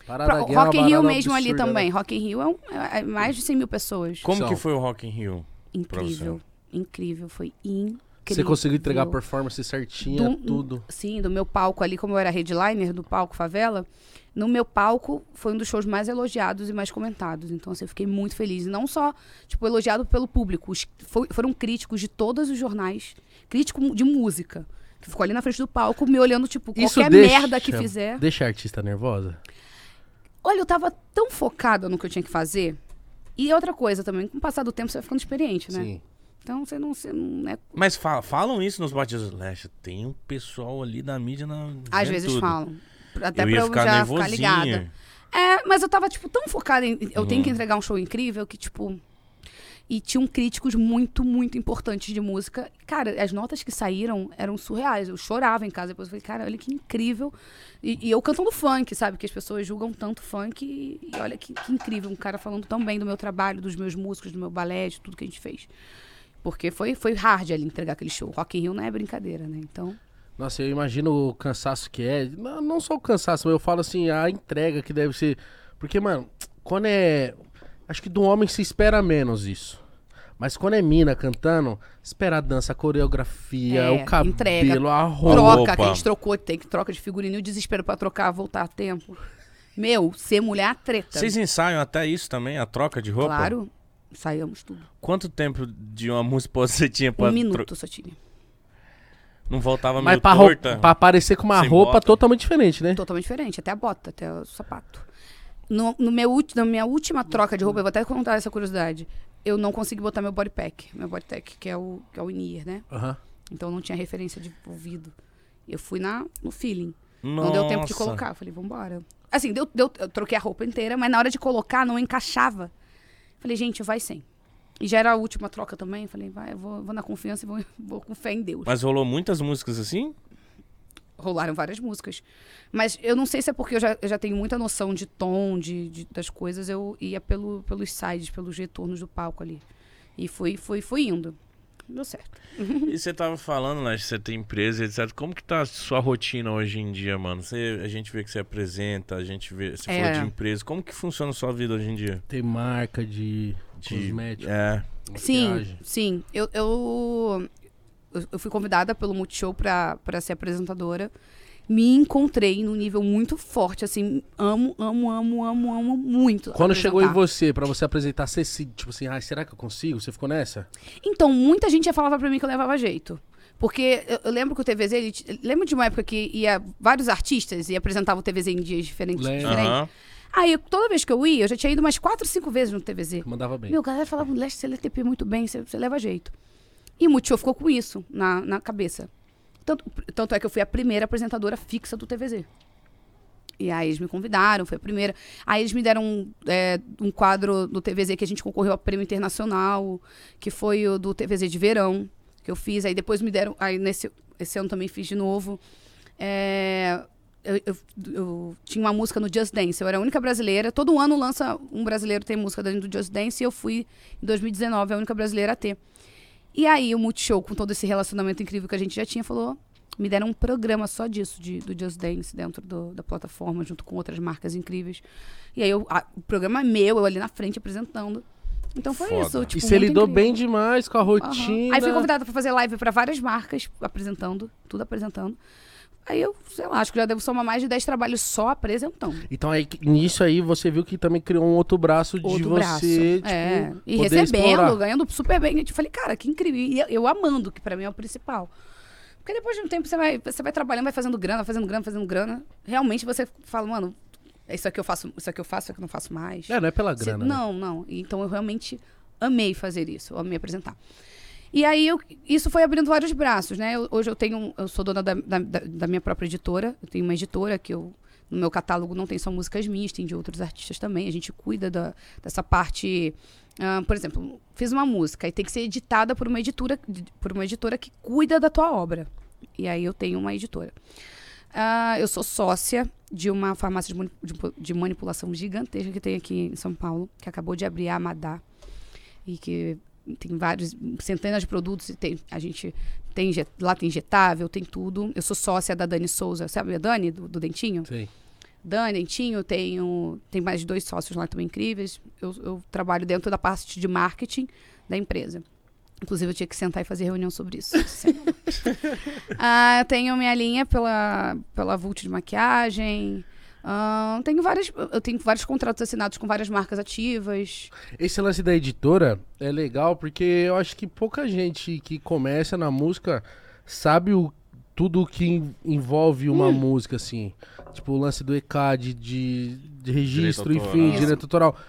Parada
Pro,
gay é uma
Rock in Rio
parada
mesmo ali
absurda,
também.
né?
Rock in Rio é, um- é- é mais de 100 mil pessoas.
Como
São.
que foi o Rock in Rio?
Incrível. Incrível. Foi incrível.
Você conseguiu entregar a performance certinha,
Do-
tudo.
Sim, do meu palco ali, como eu era headliner do palco Favela, no meu palco foi um dos shows mais elogiados e mais comentados. Então, assim, eu fiquei muito feliz. E não só, tipo, elogiado pelo público. Os- fo- foram críticos de todos os jornais. Crítico de música. Que ficou ali na frente do palco, me olhando, tipo, qualquer merda que fizer.
Deixa a artista nervosa.
Olha, eu tava tão focada no que eu tinha que fazer. E outra coisa também, com o passar do tempo você vai ficando experiente, né?
Sim.
Então você não, você não é.
Mas fa- falam isso nos batidos. Leste, tem um pessoal ali da mídia na.
Às
vendo
vezes
tudo.
falam. Pra- Até
Eu
pra
ia
eu
ficar
já ficar Então
nervosinho.
ligada. É, mas eu tava, tipo, tão focada em. Eu tenho que entregar um show incrível que, tipo. E tinham críticos muito, muito importantes de música. Cara, as notas que saíram eram surreais. Eu chorava em casa depois. Eu falei, cara, olha que incrível. E, e eu cantando funk, sabe? Que as pessoas julgam tanto funk. E, e olha que, que incrível. Um cara falando tão bem do meu trabalho, dos meus músicos, do meu balé, de tudo que a gente fez. Porque foi, foi hard ali entregar aquele show. Rock in Rio não é brincadeira, né? Então.
Nossa, eu imagino o cansaço que é. Não, não só o cansaço, mas eu falo assim, a entrega que deve ser. Porque, mano, quando é. Acho que do homem se espera menos isso. Mas quando é mina cantando, espera a dança, a coreografia,
É,
o cabelo,
entrega,
a roupa.
Troca,
Opa.
que a gente trocou, tem que troca de figurino e o desespero pra trocar, voltar a tempo. Meu, ser mulher é treta.
Vocês ensaiam até isso também, a troca de roupa?
Claro, saímos tudo.
Quanto tempo de uma música você tinha pra...
Um
tro-
minuto só tinha.
Não voltava
Mas
meio
pra, rou-
torta?
pra aparecer com uma
Sem
roupa
bota.
totalmente diferente, né?
Totalmente diferente, até a bota, até o sapato. No, no meu, ulti- na minha última troca de roupa, eu vou até contar essa curiosidade. Eu não consegui botar meu body pack, meu body pack, que é o, que é o in-ear, né?
Aham.
Então eu não tinha referência de ouvido. Eu fui na, no feeling. Não deu tempo de
Nossa.
colocar. Eu falei, vambora. Assim, deu, deu, eu troquei a roupa inteira, mas na hora de colocar não encaixava. Falei, gente, vai sem. E já era a última troca também. Falei, vai, eu vou, vou na confiança e vou, vou com fé em Deus.
Mas rolou muitas músicas assim?
Rolaram várias músicas. Mas eu não sei se é porque eu já, eu já tenho muita noção de tom, de, de- das coisas. Eu ia pelo, pelos sides, pelos retornos do palco ali. E fui, fui, fui indo. Deu certo.
E você tava falando, né, que você tem empresa, etc. Como que tá a sua rotina hoje em dia, mano? Você, a gente vê que você apresenta, a gente vê... Você
É.
falou de empresa. Como que funciona a sua vida hoje em dia?
Tem marca de,
De...
cosmético.
É.
maquiagem.
Sim, sim. Eu, eu, eu- eu fui convidada pelo Multishow pra, pra ser apresentadora. Me encontrei num nível muito forte, assim. Amo, amo, amo, amo, amo muito.
Quando chegou em
apresentar.
você, pra você apresentar, você se, tipo assim, ah, será que eu consigo? Você ficou nessa?
Então, muita gente já falava pra mim que eu levava jeito. Porque eu, eu lembro que o TVZ, ele, t- lembro de uma época que ia vários artistas e apresentavam o TVZ em dias diferentes.
Lembro.
diferentes.
Aham.
Aí, eu- toda vez que eu ia, eu já tinha ido umas quatro, cinco vezes no TVZ.
Mandava bem.
Meu, a galera falava, Leste, você LTP muito bem, você, você leva jeito. E o Multishow ficou com isso na, na cabeça. Tanto, tanto é que eu fui a primeira apresentadora fixa do TVZ. E aí eles me convidaram, foi a primeira. Aí eles me deram um, é, um quadro do TVZ que a gente concorreu ao prêmio internacional, que foi o do TVZ de verão, que eu fiz. Aí depois me deram, aí nesse esse ano também fiz de novo. É, eu, eu- eu tinha uma música no Just Dance, eu era a única brasileira. Todo ano lança um brasileiro tem música dentro do Just Dance e eu fui em 2019 a única brasileira a ter. E aí o Multishow, com todo esse relacionamento incrível que a gente já tinha, falou: me deram um programa só disso, de, do Just Dance, dentro do- da plataforma, junto com outras marcas incríveis. E aí eu- a- o programa é meu, eu ali na frente apresentando. Então foi
Foda.
isso. Tipo,
e você
muito
lidou
incrível.
bem demais com a
Aham.
rotina.
Aí fui convidada pra fazer live pra várias marcas, apresentando, tudo apresentando. Aí eu, sei lá, acho que já devo somar mais de 10 trabalhos só apresentando.
Então aí, que- nisso aí você viu que também criou um outro braço de
Outro braço.
você, tipo,
é. E
poder
recebendo,
explorar.
ganhando super bem. Eu te falei, cara, que incrível. E eu, eu amando, que pra mim é o principal. Porque depois de um tempo você vai, você vai trabalhando, vai fazendo grana, fazendo grana, fazendo grana. Realmente você fala, mano, é isso aqui eu faço, isso aqui eu faço, isso aqui eu não faço mais.
É, não é pela
Se-
grana. né?
Não, não. Então eu realmente amei fazer isso, eu amei apresentar. E aí eu- isso foi abrindo vários braços, né? Eu- hoje eu tenho, eu sou dona da, da- da- da minha própria editora, eu tenho uma editora que eu no meu catálogo não tem só músicas minhas, tem de outros artistas também. A gente cuida da- dessa parte, ah, por exemplo, fiz uma música e tem que ser editada por uma editora, por uma editora que cuida da tua obra. E aí eu tenho uma editora. Ah, eu sou sócia de uma farmácia de, mani- de po- de manipulação gigantesca que tem aqui em São Paulo, que acabou de abrir a Amadá. E que tem vários, centenas de produtos. E tem, a gente tem inje- lá tem injetável, tem tudo. Eu sou sócia da Dani Souza. Sabe a Dani, do, do Dentinho?
Sei.
Dani, Dentinho, tenho, tem mais dois sócios lá também incríveis. Eu, eu trabalho dentro da parte de marketing da empresa. Inclusive, eu tinha que sentar e fazer reunião sobre isso. essa semana. ah, eu tenho minha linha pela, pela Vult de maquiagem. Ah, tenho várias, eu tenho vários contratos assinados com várias marcas ativas.
Esse lance da editora é legal porque eu acho que pouca gente que começa na música sabe o, tudo que en- envolve
Hum.
uma música, assim. Tipo o lance do ECAD, de, de registro,
Direito
enfim,
autoral.
direito autoral.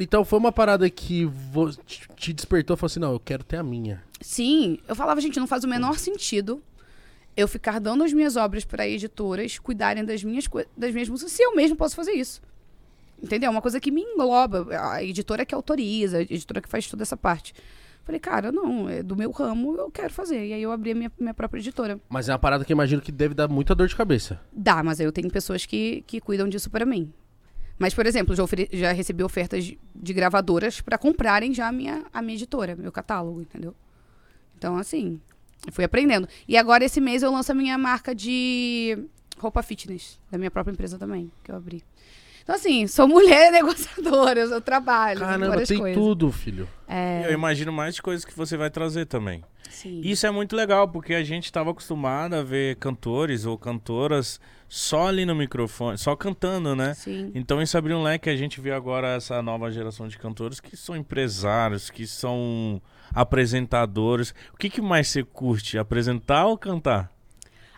Então foi uma parada que vo- te te despertou e falou assim, não, eu quero ter a minha.
Sim, eu falava, gente, não faz o menor sentido eu ficar dando as minhas obras para editoras cuidarem das minhas, coi- das minhas músicas, se eu mesmo posso fazer isso. Entendeu? É Uma coisa que me engloba. A editora que autoriza, a editora que faz toda essa parte. Falei, cara, não, é do meu ramo, eu quero fazer. E aí eu abri a minha, minha própria editora.
Mas é uma parada que eu imagino que deve dar muita dor de cabeça.
Dá, mas aí eu tenho pessoas que, que cuidam disso pra mim. Mas, por exemplo, já, ofere- já recebi ofertas de, de gravadoras pra comprarem já a minha, a minha editora, meu catálogo, entendeu? Então, assim, eu fui aprendendo. E agora, esse mês, eu lanço a minha marca de roupa fitness, da minha própria empresa também, que eu abri. Então, assim, sou mulher negociadora, eu trabalho,
Caramba,
É várias
tem
coisas.
tudo, filho.
É.
Eu imagino mais coisas que você vai trazer também.
Sim.
Isso é muito legal, porque a gente estava acostumado a ver cantores ou cantoras só ali no microfone, só cantando, né?
Sim.
Então isso abriu um leque, a gente vê agora essa nova geração de cantores que são empresários, que são apresentadores. O que, que mais você curte, apresentar ou cantar?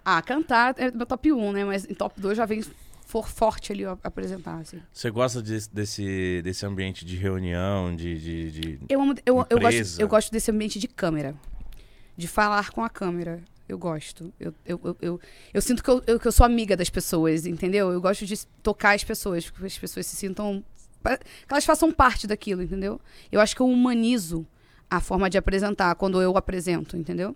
Ah, cantar é meu top 1, né? Mas em top 2 já vem for forte ali ó, apresentar, assim.
Você gosta de- desse, desse ambiente de reunião, de... de- de-
Eu amo. Eu, eu, gosto,
Empresa.
eu gosto desse ambiente de câmera. De falar com a câmera. Eu gosto. Eu, eu, eu, eu, eu sinto que eu, eu- que eu sou amiga das pessoas, entendeu? Eu gosto de tocar as pessoas, que as pessoas se sintam. pa- que elas façam parte daquilo, entendeu? Eu acho que eu humanizo a forma de apresentar quando eu apresento, entendeu?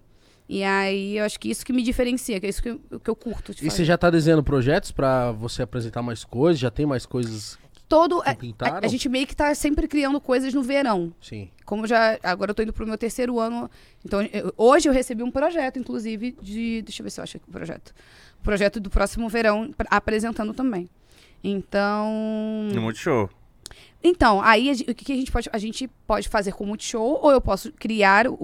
E aí eu acho que isso que me diferencia, que é isso que eu, que eu curto. de
E
fazer.
você já tá desenhando projetos pra você apresentar mais coisas? Já tem mais coisas?
Todo. É, a-
pintaram?
a- a gente meio que tá sempre criando coisas no verão.
Sim.
como já agora eu tô indo pro meu terceiro ano, então eu- hoje eu recebi um projeto, inclusive de, deixa eu ver se eu acho aqui o projeto, projeto do próximo verão pra- apresentando também. Então,
de Multishow.
então aí a gen- o que, que a gente pode, a gente pode fazer com o Multishow ou eu posso criar o,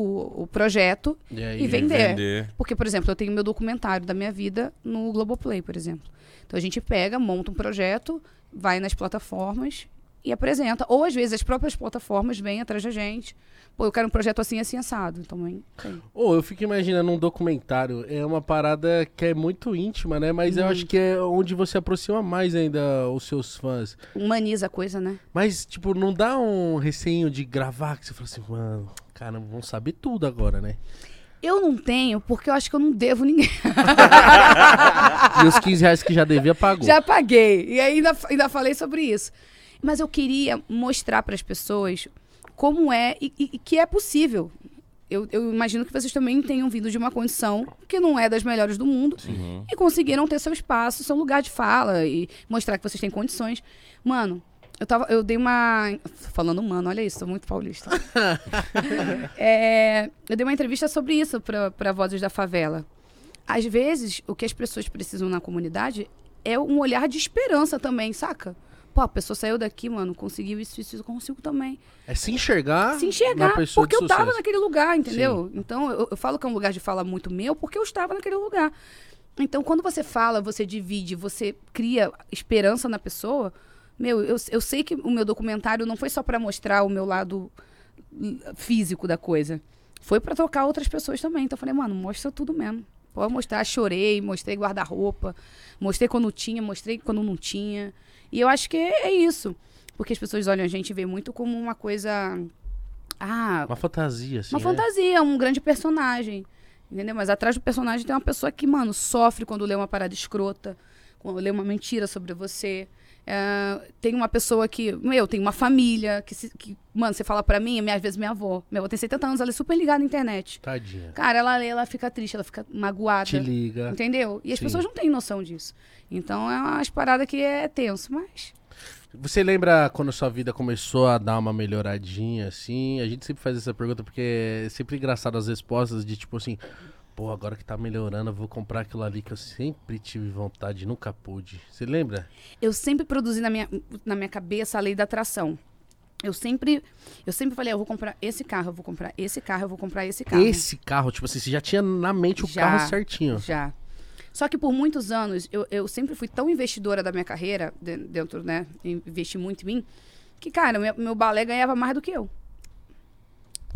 o projeto
E aí?
E vem- Vender.
Vender.
porque, por exemplo, eu tenho meu documentário da minha vida no Globoplay, por exemplo. Então a gente pega, monta um projeto, vai nas plataformas e apresenta. Ou às vezes as próprias plataformas vêm atrás da gente. Pô, eu quero um projeto assim, assim, assado. Então, hein, tem.
Ô, eu fico imaginando um documentário. É uma parada que é muito íntima, né? Mas
Uhum.
eu acho que é onde você aproxima mais ainda os seus fãs.
humaniza a coisa, né?
Mas, tipo, não dá um receio de gravar que você fala assim, mano, caramba, vão saber tudo agora, né?
Eu não tenho, porque eu acho que eu não devo ninguém.
E os 15 reais que já devia pagou.
Já paguei. E ainda, ainda falei sobre isso. Mas eu queria mostrar para as pessoas como é e, e- e que é possível. Eu, eu imagino que vocês também tenham vindo de uma condição que não é das melhores do mundo
Uhum.
e conseguiram ter seu espaço, seu lugar de fala e mostrar que vocês têm condições. Mano, eu tava, eu dei uma, falando mano, olha isso, sou muito paulista. É, eu dei uma entrevista sobre isso para Vozes da Favela. Às vezes, o que as pessoas precisam na comunidade é um olhar de esperança também, saca? Pô, a pessoa saiu daqui, mano, conseguiu isso, isso, isso, eu consigo também.
É se enxergar.
Se
na
enxergar,
pessoa
porque
de
eu tava
sucesso.
naquele lugar, entendeu? Então, eu, eu falo que é um lugar de fala muito meu, porque eu estava naquele lugar. Então, quando você fala, você divide, você cria esperança na pessoa. Meu, eu, eu sei que o meu documentário não foi só pra mostrar o meu lado hum, físico da coisa. Foi pra tocar outras pessoas também. Então, eu falei, mano, mostra tudo mesmo. Pode mostrar, chorei, mostrei guarda-roupa, mostrei quando tinha, mostrei quando não tinha. E eu acho que é é isso. Porque as pessoas olham a gente e vê muito como uma coisa. Ah,
Uma fantasia, assim.
uma
né?
fantasia, um grande personagem. Entendeu? Mas atrás do personagem tem uma pessoa que, mano, sofre quando lê uma parada escrota, quando lê uma mentira sobre você. É, tem uma pessoa que, meu, tem uma família que, se- que, mano, você fala pra mim, minha- às vezes minha avó. Minha avó tem 70 anos, ela é super ligada na internet.
Tadinha.
Cara, ela lê, ela fica triste, ela fica magoada.
Te liga.
Entendeu? E as
É. Sim.
pessoas não têm noção disso. Então é umas paradas que é tenso, mas.
Você lembra quando sua vida começou a dar uma melhoradinha, assim? A gente sempre faz essa pergunta porque é sempre engraçado as respostas de tipo assim. Pô, agora que tá melhorando, eu vou comprar aquilo ali que eu sempre tive vontade, e nunca pude. Você lembra?
eu sempre produzi na minha, na minha cabeça a lei da atração. Eu sempre, eu sempre falei, "Ah, eu vou comprar esse carro, eu vou comprar esse carro, eu vou comprar esse carro.
Esse carro, tipo assim, você já tinha na mente o
Já.
carro certinho.
Já. Só que por muitos anos, eu, eu sempre fui tão investidora da minha carreira, de- dentro, né? Investi muito em mim, que, cara, meu, meu balé ganhava mais do que eu.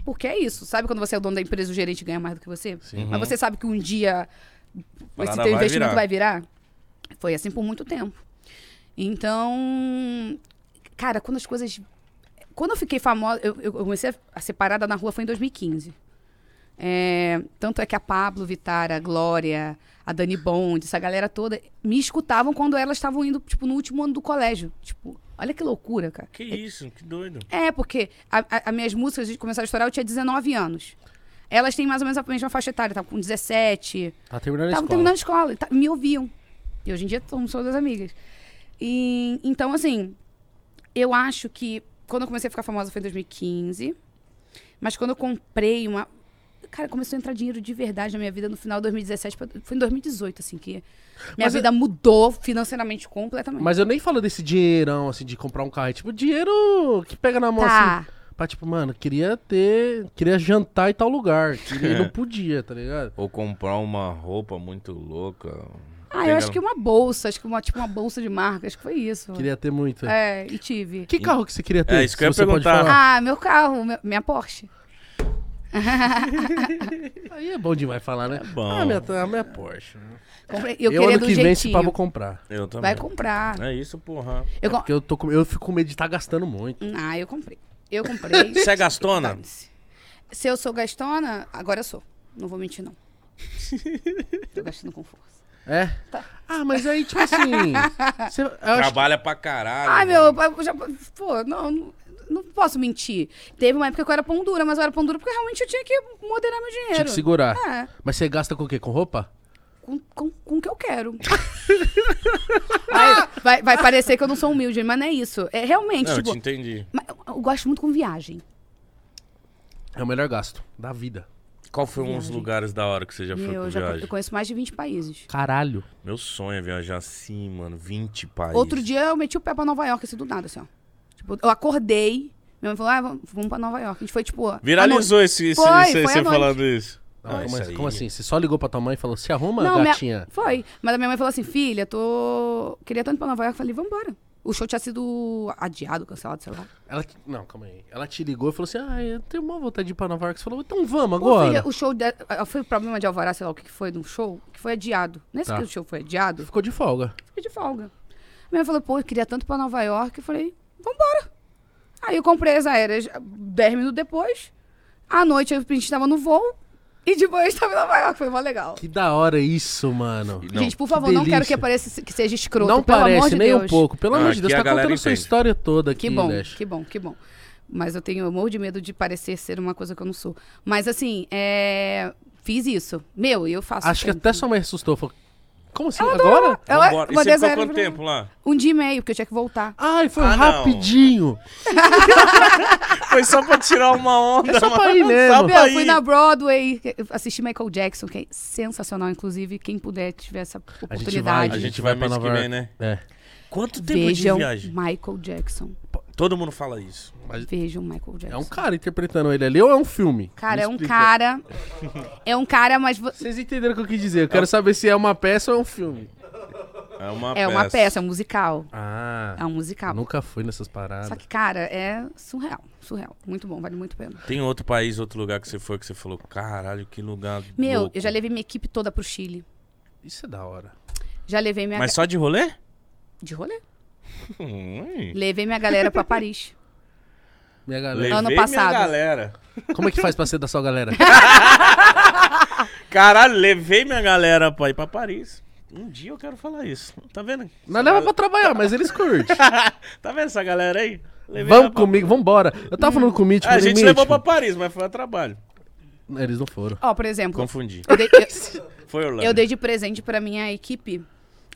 Porque é isso. Sabe quando você é o dono da empresa, o gerente ganha mais do que você?
Sim. Uhum.
Mas você sabe que um dia esse
Parada vai
teu investimento
virar.
vai virar? Foi assim por muito tempo. Então, cara, quando as coisas. Quando eu fiquei famosa, eu, eu comecei a- a ser parada na rua foi em 2015. É, tanto é que a Pablo Vitara, a Glória, a Dani Bond, essa galera toda me escutavam quando elas estavam indo, tipo, no último ano do colégio. Tipo, Olha que loucura, cara.
Que isso, que doido.
É, porque a- a- as minhas músicas de começar a estourar, eu tinha 19 anos. Elas têm mais ou menos a mesma faixa etária, tava com 17.
Tá terminando a
Estavam
escola.
terminando a escola, e ta- me ouviam. E hoje em dia somos todas amigas. E, então, assim, eu acho que quando eu comecei a ficar famosa foi em 2015. Mas quando eu comprei uma. Cara, começou a entrar dinheiro de verdade na minha vida no final de 2017. pra- Foi em 2018, assim, que minha
Mas eu-
vida mudou financeiramente completamente.
Mas eu nem falo desse dinheirão, assim, de comprar um carro. É tipo dinheiro que pega na mão,
Tá.
assim. Pra, tipo, mano, queria ter... Queria jantar em tal lugar. E não podia, tá ligado?
Ou comprar uma roupa muito louca.
Ah, eu
Pegar-
acho que uma bolsa, acho que uma, tipo, uma bolsa de marca, acho que foi isso.
Queria ter muito.
É, e tive.
Que carro que você queria ter?
É, isso que eu ia
Se você pode
perguntar.
falar.
Ah, meu carro, meu- minha Porsche. Ah,
Aí é bom demais falar, né?
bom.
Ah, minha, a minha Porsche. né?
Comprei-
Eu,
eu queria
ano
do
que vem, se
jeitinho.
pá, vou comprar.
Eu também.
Vai comprar.
É isso, porra.
Eu com-
Porque eu, tô com- eu fico com medo de estar gastando muito.
Ah, eu comprei. Eu comprei.
Você é gastona?
Dane-se. Se eu sou gastona, agora eu sou. Não vou mentir, não. Tô gastando com força.
É? Ah, mas aí, tipo assim... você- eu acho que-
Trabalha pra caralho.
Ai, meu,
mano.
eu já, pô, não, não, não posso mentir. Teve uma época que eu era pão dura, mas eu era pão dura porque realmente eu tinha que moderar meu dinheiro.
Tinha que segurar.
É,
Mas você gasta com o quê? Com roupa?
com, com, com o que eu quero. vai, vai, vai parecer que eu não sou humilde, mas não é isso. É realmente,
Não, eu
tipo,
te entendi.
mas eu- eu gosto muito com viagem.
É o melhor gasto da vida.
Qual foi uns
Viagem.
lugares da hora que você já foi
Meu,
com
eu já
viagem?
eu conheço mais de 20 países.
Caralho.
Meu sonho é viajar assim, mano. 20 países.
Outro dia eu meti o pé pra Nova York, assim, do nada, assim, ó. Tipo, eu acordei, minha mãe falou, ah, vamos, vamos pra Nova York. A gente foi, tipo... à
Viralizou esse, esse,
Foi,
esse-
foi
você
à noite.
falando isso.
Não,
Ah,
como,
isso
assim-
aí.
como assim? Você só ligou pra tua mãe e falou, se arruma,
noite. Não, minha...
gatinha?
Foi. Mas a minha mãe falou assim, filha, tô... Queria tanto ir pra Nova York. Eu falei, vambora. O show tinha sido adiado, cancelado, sei lá.
Ela te- Não, calma aí. Ela te ligou e falou assim, ah, eu tenho uma vontade de ir pra Nova York. Você falou, então vamos
Pô,
agora.
filha, o show... De... ah, Foi o problema de Alvará, sei lá o que que foi, de um show, que foi adiado. Nesse
Tá.
que o show foi adiado,
Ficou de folga.
fiquei de folga. A minha mãe falou, pô, eu queria tanto ir pra Nova York. Eu falei, vambora. Aí eu comprei as aéreas 10 minutos depois. À noite eu- a gente tava no voo. E de manhã eu estava em Nova York. Foi mó legal.
Que da hora isso, mano.
Não,
gente, por
que
favor, não quero
delícia.
que apareça que seja escroto.
não
pelo
parece
amor de
nem
Deus.
um pouco. Pelo
Ah,
amor de Deus,
aqui
tá
a galera
contando a sua
entende.
história toda aqui,
Que bom,
Lesh.
que bom, que bom. Mas eu tenho eu morro de medo de parecer ser uma coisa que eu não sou. Mas assim, é, fiz isso. Meu, e eu faço.
Acho que
sempre.
até sua mãe assustou. Falou, como assim, agora?
Ela-
Vambora. E
mandei
você
as
ficou
aéreas
quanto
pra ela.
tempo lá?
Um dia e meio, porque eu tinha que voltar.
Ai, foi um
Ah, não.
rapidinho.
Foi só pra tirar uma onda.
É só pra
mano.
ir mesmo.
Só
Meu,
pra
eu fui
ir.
na Broadway, eu assisti Michael Jackson, que é sensacional, inclusive. Quem puder tiver essa
A
oportunidade,
gente vai,
A gente vai
pra
mês
Nova
que vem,
York.
né?
É.
Quanto tempo
vejam
de viagem?
Michael Jackson.
Todo mundo fala isso.
Vejam Michael Jackson.
É um cara interpretando ele ali ou é um filme?
Cara,
Me
é um
explica.
cara. É um cara, mas. vo-
Vocês entenderam o que eu quis dizer. Eu
um
quero saber se é uma peça ou é um filme.
É uma
É
peça.
uma peça, é um musical.
Ah,
É um musical.
nunca fui nessas paradas.
Só que, cara, é surreal. Surreal. Muito bom, vale muito a pena.
Tem outro país, outro lugar que você foi que você falou, caralho, que lugar
Meu,
louco."
eu já levei minha equipe toda pro Chile.
Isso é da hora.
Já levei minha.
Mas só de rolê?
De rolê?
Hum.
Levei minha galera pra Paris.
Minha
Levei
galera.
Ano
minha
passado.
galera.
Como é que faz pra ser da sua galera?
Caralho, levei minha galera pra ir pra Paris. Um dia eu quero falar isso. Tá vendo?
Não leva pra trabalhar, mas eles curtem.
Tá vendo essa galera aí? Levei ela
Vamos
pra-
comigo, vambora. Eu tava falando com o Mítico.
A
falei,
gente levou pra
"Mítico".
Paris, mas foi a trabalho.
Eles não foram.
Ó, por exemplo,
Confundi.
eu dei, eu-
Foi Orlando.
Eu dei de presente pra minha equipe.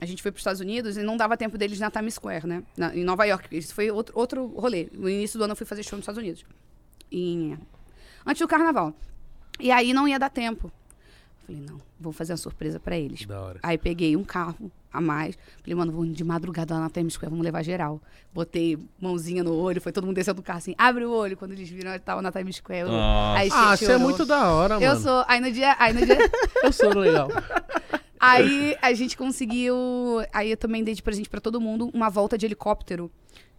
A gente foi pros Estados Unidos e não dava tempo deles na Times Square, né? Na- em Nova York. Isso foi outro, outro rolê. No início do ano eu fui fazer show nos Estados Unidos. Em- antes do carnaval. E aí não ia dar tempo. Falei, não, vou fazer uma surpresa pra eles.
Da hora.
Aí peguei um carro a mais. Falei, mano, vou de madrugada lá na Times Square, vamos levar geral. Botei mãozinha no olho, foi todo mundo descendo do carro assim, abre o olho. Quando eles viram, eu tava na Times Square. eu-
Nossa.
Aí,
Ah,
gente,
você é
eu-
muito da hora, mano.
Eu sou. Aí no dia. Aí no dia.
Eu sou legal.
Aí a gente conseguiu. Aí eu também dei de presente pra todo mundo uma volta de helicóptero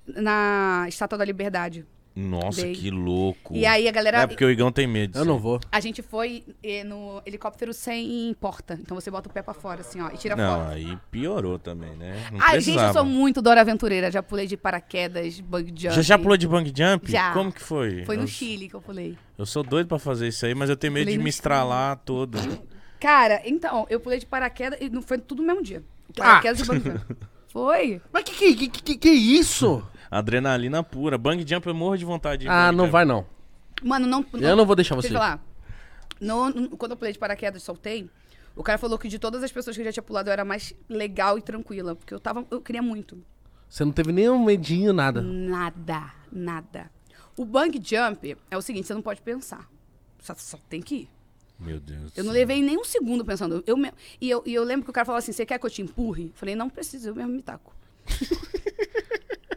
na Estátua da Liberdade.
Nossa,
Dei.
que louco.
E aí a galera.
É porque o Igão tem medo.
Eu
disso.
não vou.
A gente foi eh, no helicóptero sem porta. Então você bota o pé pra fora, assim, ó, e tira
Não,
foto.
aí piorou também, né? Não
Ai, gente,
precisava.
eu sou muito Dora Aventureira. Já pulei de paraquedas, bug jump.
Já, já pulou de bang jump?
assim. Já.
Como que foi?
Foi
eu,
no Chile que eu pulei.
Eu sou doido pra fazer isso aí, mas eu tenho medo
Pulei
de
no
me
Chile.
estralar todo.
Cara, então, eu pulei de paraquedas
Ah!
e não foi tudo no mesmo dia. Paraquedas e bug jump. Foi?
Mas que que, que, que, que é isso?
Adrenalina pura. Bang jump, eu morro de vontade de
Ah,
bang
não
jump.
vai não.
Mano, não.
Eu não vou deixar
Deixa
você.
eu falar. No- no- quando eu pulei de paraquedas e soltei, o cara falou que de todas as pessoas que eu já tinha pulado, eu era mais legal e tranquila. Porque eu tava. Eu queria muito.
Você não teve nenhum medinho, nada.
Hum, Nada, nada. O bang jump é o seguinte, você não pode pensar. Só, só tem que ir.
Meu Deus.
Eu
do
não
céu.
levei nem um segundo pensando. Eu me- e, eu, e eu lembro que o cara falou assim: você quer que eu te empurre? Eu Falei, não preciso, eu mesmo me taco.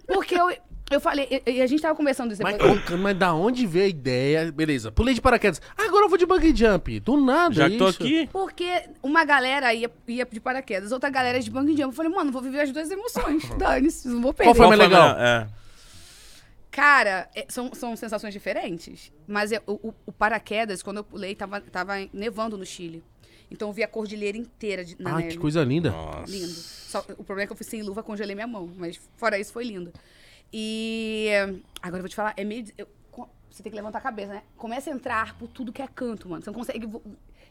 Porque eu, eu falei, e, e a gente tava conversando isso
Mas,
depois.
como- mas da onde veio a ideia? Beleza, pulei de paraquedas. Ah, Agora eu vou de bug jump. Do nada,
Já
é
que tô
isso.
aqui,
Porque uma galera ia, ia de paraquedas, outra galera de bang jump. Eu falei, mano, vou viver as duas emoções. Dane-se, não vou perder.
Qual foi mais legal?
a melhor? É.
Cara, é- são, são sensações diferentes. Mas eu- o, o- o paraquedas, quando eu pulei, tava, tava nevando no Chile. Então eu vi a cordilheira inteira de, na
Ai,
neve.
Ah, que coisa linda.
Nossa.
Lindo. Só- o problema é que eu fui sem luva, congelei minha mão. Mas fora isso, foi lindo. E agora eu vou te falar, é meio... des- eu- co- você tem que levantar a cabeça, né? Começa a entrar ar por tudo que é canto, mano. Você não consegue vo-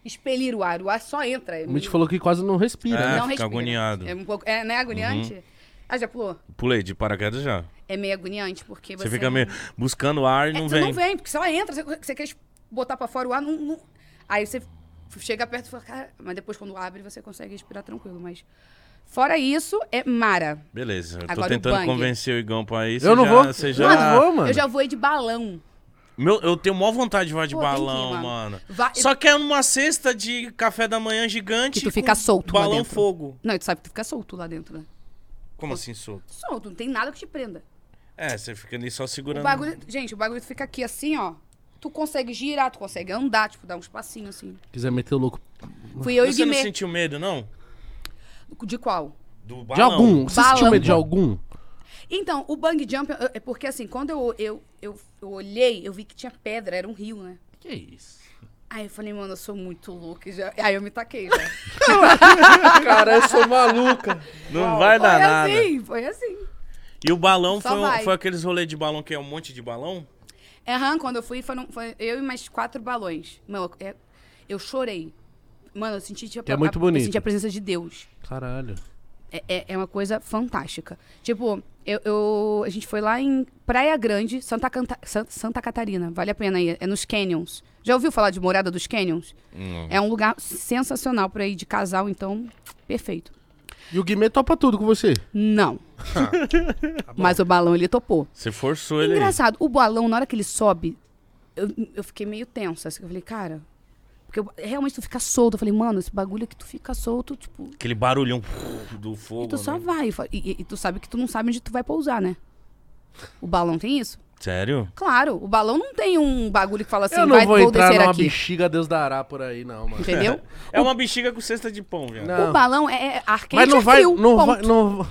expelir o ar. O ar só entra. É
O Mitch
meio-
falou que quase não respira,
É.
né?
fica agoniado. Uhum.
É um pouco... É, né? Agoniante? Ah, já pulou?
Pulei de paraquedas já.
É meio agoniante, porque você...
Você fica meio buscando ar e
É,
não
você
vem.
não vem, porque só entra, você, você quer botar pra fora o ar, não, não- Aí você f- chega perto e fala, cara, mas depois quando abre você consegue respirar tranquilo, mas... Fora isso, é Mara.
Beleza, eu tô
Agora o
tentando
bang.
convencer o Igão pra isso.
Eu não vou.
Você
Eu
já...
não vou, mano.
Eu já voei de balão.
Meu, eu tenho maior vontade de voar de
Pô, tem que ir,
balão,
mano.
mano.
Vai-
Só que é uma cesta de café da manhã gigante.
Que tu
com
fica solto lá
Balão
dentro.
fogo.
Não, e tu sabe que tu fica solto lá dentro, né?
Como assim solto?
Solto, não tem nada que te prenda.
É, você fica ali só
O
segurando.
bagulho... Gente, o bagulho fica aqui assim, ó. Tu consegue girar, tu consegue andar, tipo, dar uns passinhos assim.
Quiser meter o louco.
Fui é eu e
Você não
Guimê.
sentiu medo, não?
De qual?
Do
De
balão?
algum. Você sentiu
Balão.
medo de algum?
Então, o bang jump eu- é porque assim, quando eu, eu, eu, eu olhei, eu vi que tinha pedra, era um rio, né?
Que isso?
Aí eu falei, mano, eu sou muito louca. e Já... Aí eu me taquei. né? Já.
Cara, eu sou maluca.
Não vai dar
foi
nada.
assim, foi assim.
E o balão
Só
foi, um-
vai.
foi aqueles rolês de balão que é um monte de balão?
Aham, quando eu fui, foram, foi eu e mais quatro balões. Mano, eu, é, eu chorei. Mano, eu senti, tipo,
Que é muito
a,
bonito.
Eu senti a presença de Deus.
Caralho.
É, é, é uma coisa fantástica. Tipo, eu, eu- a gente foi lá em Praia Grande, Santa, Canta- San- Santa Catarina. Vale a pena ir. É nos Canyons. Já ouviu falar de Morada dos Canyons? É um lugar sensacional pra ir de casal, então, perfeito.
E o Guimê topa tudo com você.
Não. Mas o balão ele topou.
Você forçou ele. aí.
Engraçado, o balão, na hora que ele sobe, eu, eu fiquei meio tensa. assim, Eu falei, cara. Porque eu- realmente tu fica solto. Eu falei, mano, esse bagulho aqui tu fica solto, tipo.
Aquele barulhão do fogo.
E tu só
né?
vai. E fa- E, e- e tu sabe que tu não sabe onde tu vai pousar, né? O balão tem isso?
Sério?
Claro, o balão não tem um bagulho que fala assim,
eu não
vai,
vou
vou,
entrar
descer
numa
aqui.
bexiga Deus dará por aí, não, mano.
Entendeu?
É uma bexiga com cesta de pão, velho.
Não.
O balão é, é arcade
Mas não
é
vai,
frio,
não
ponto.
vai, não,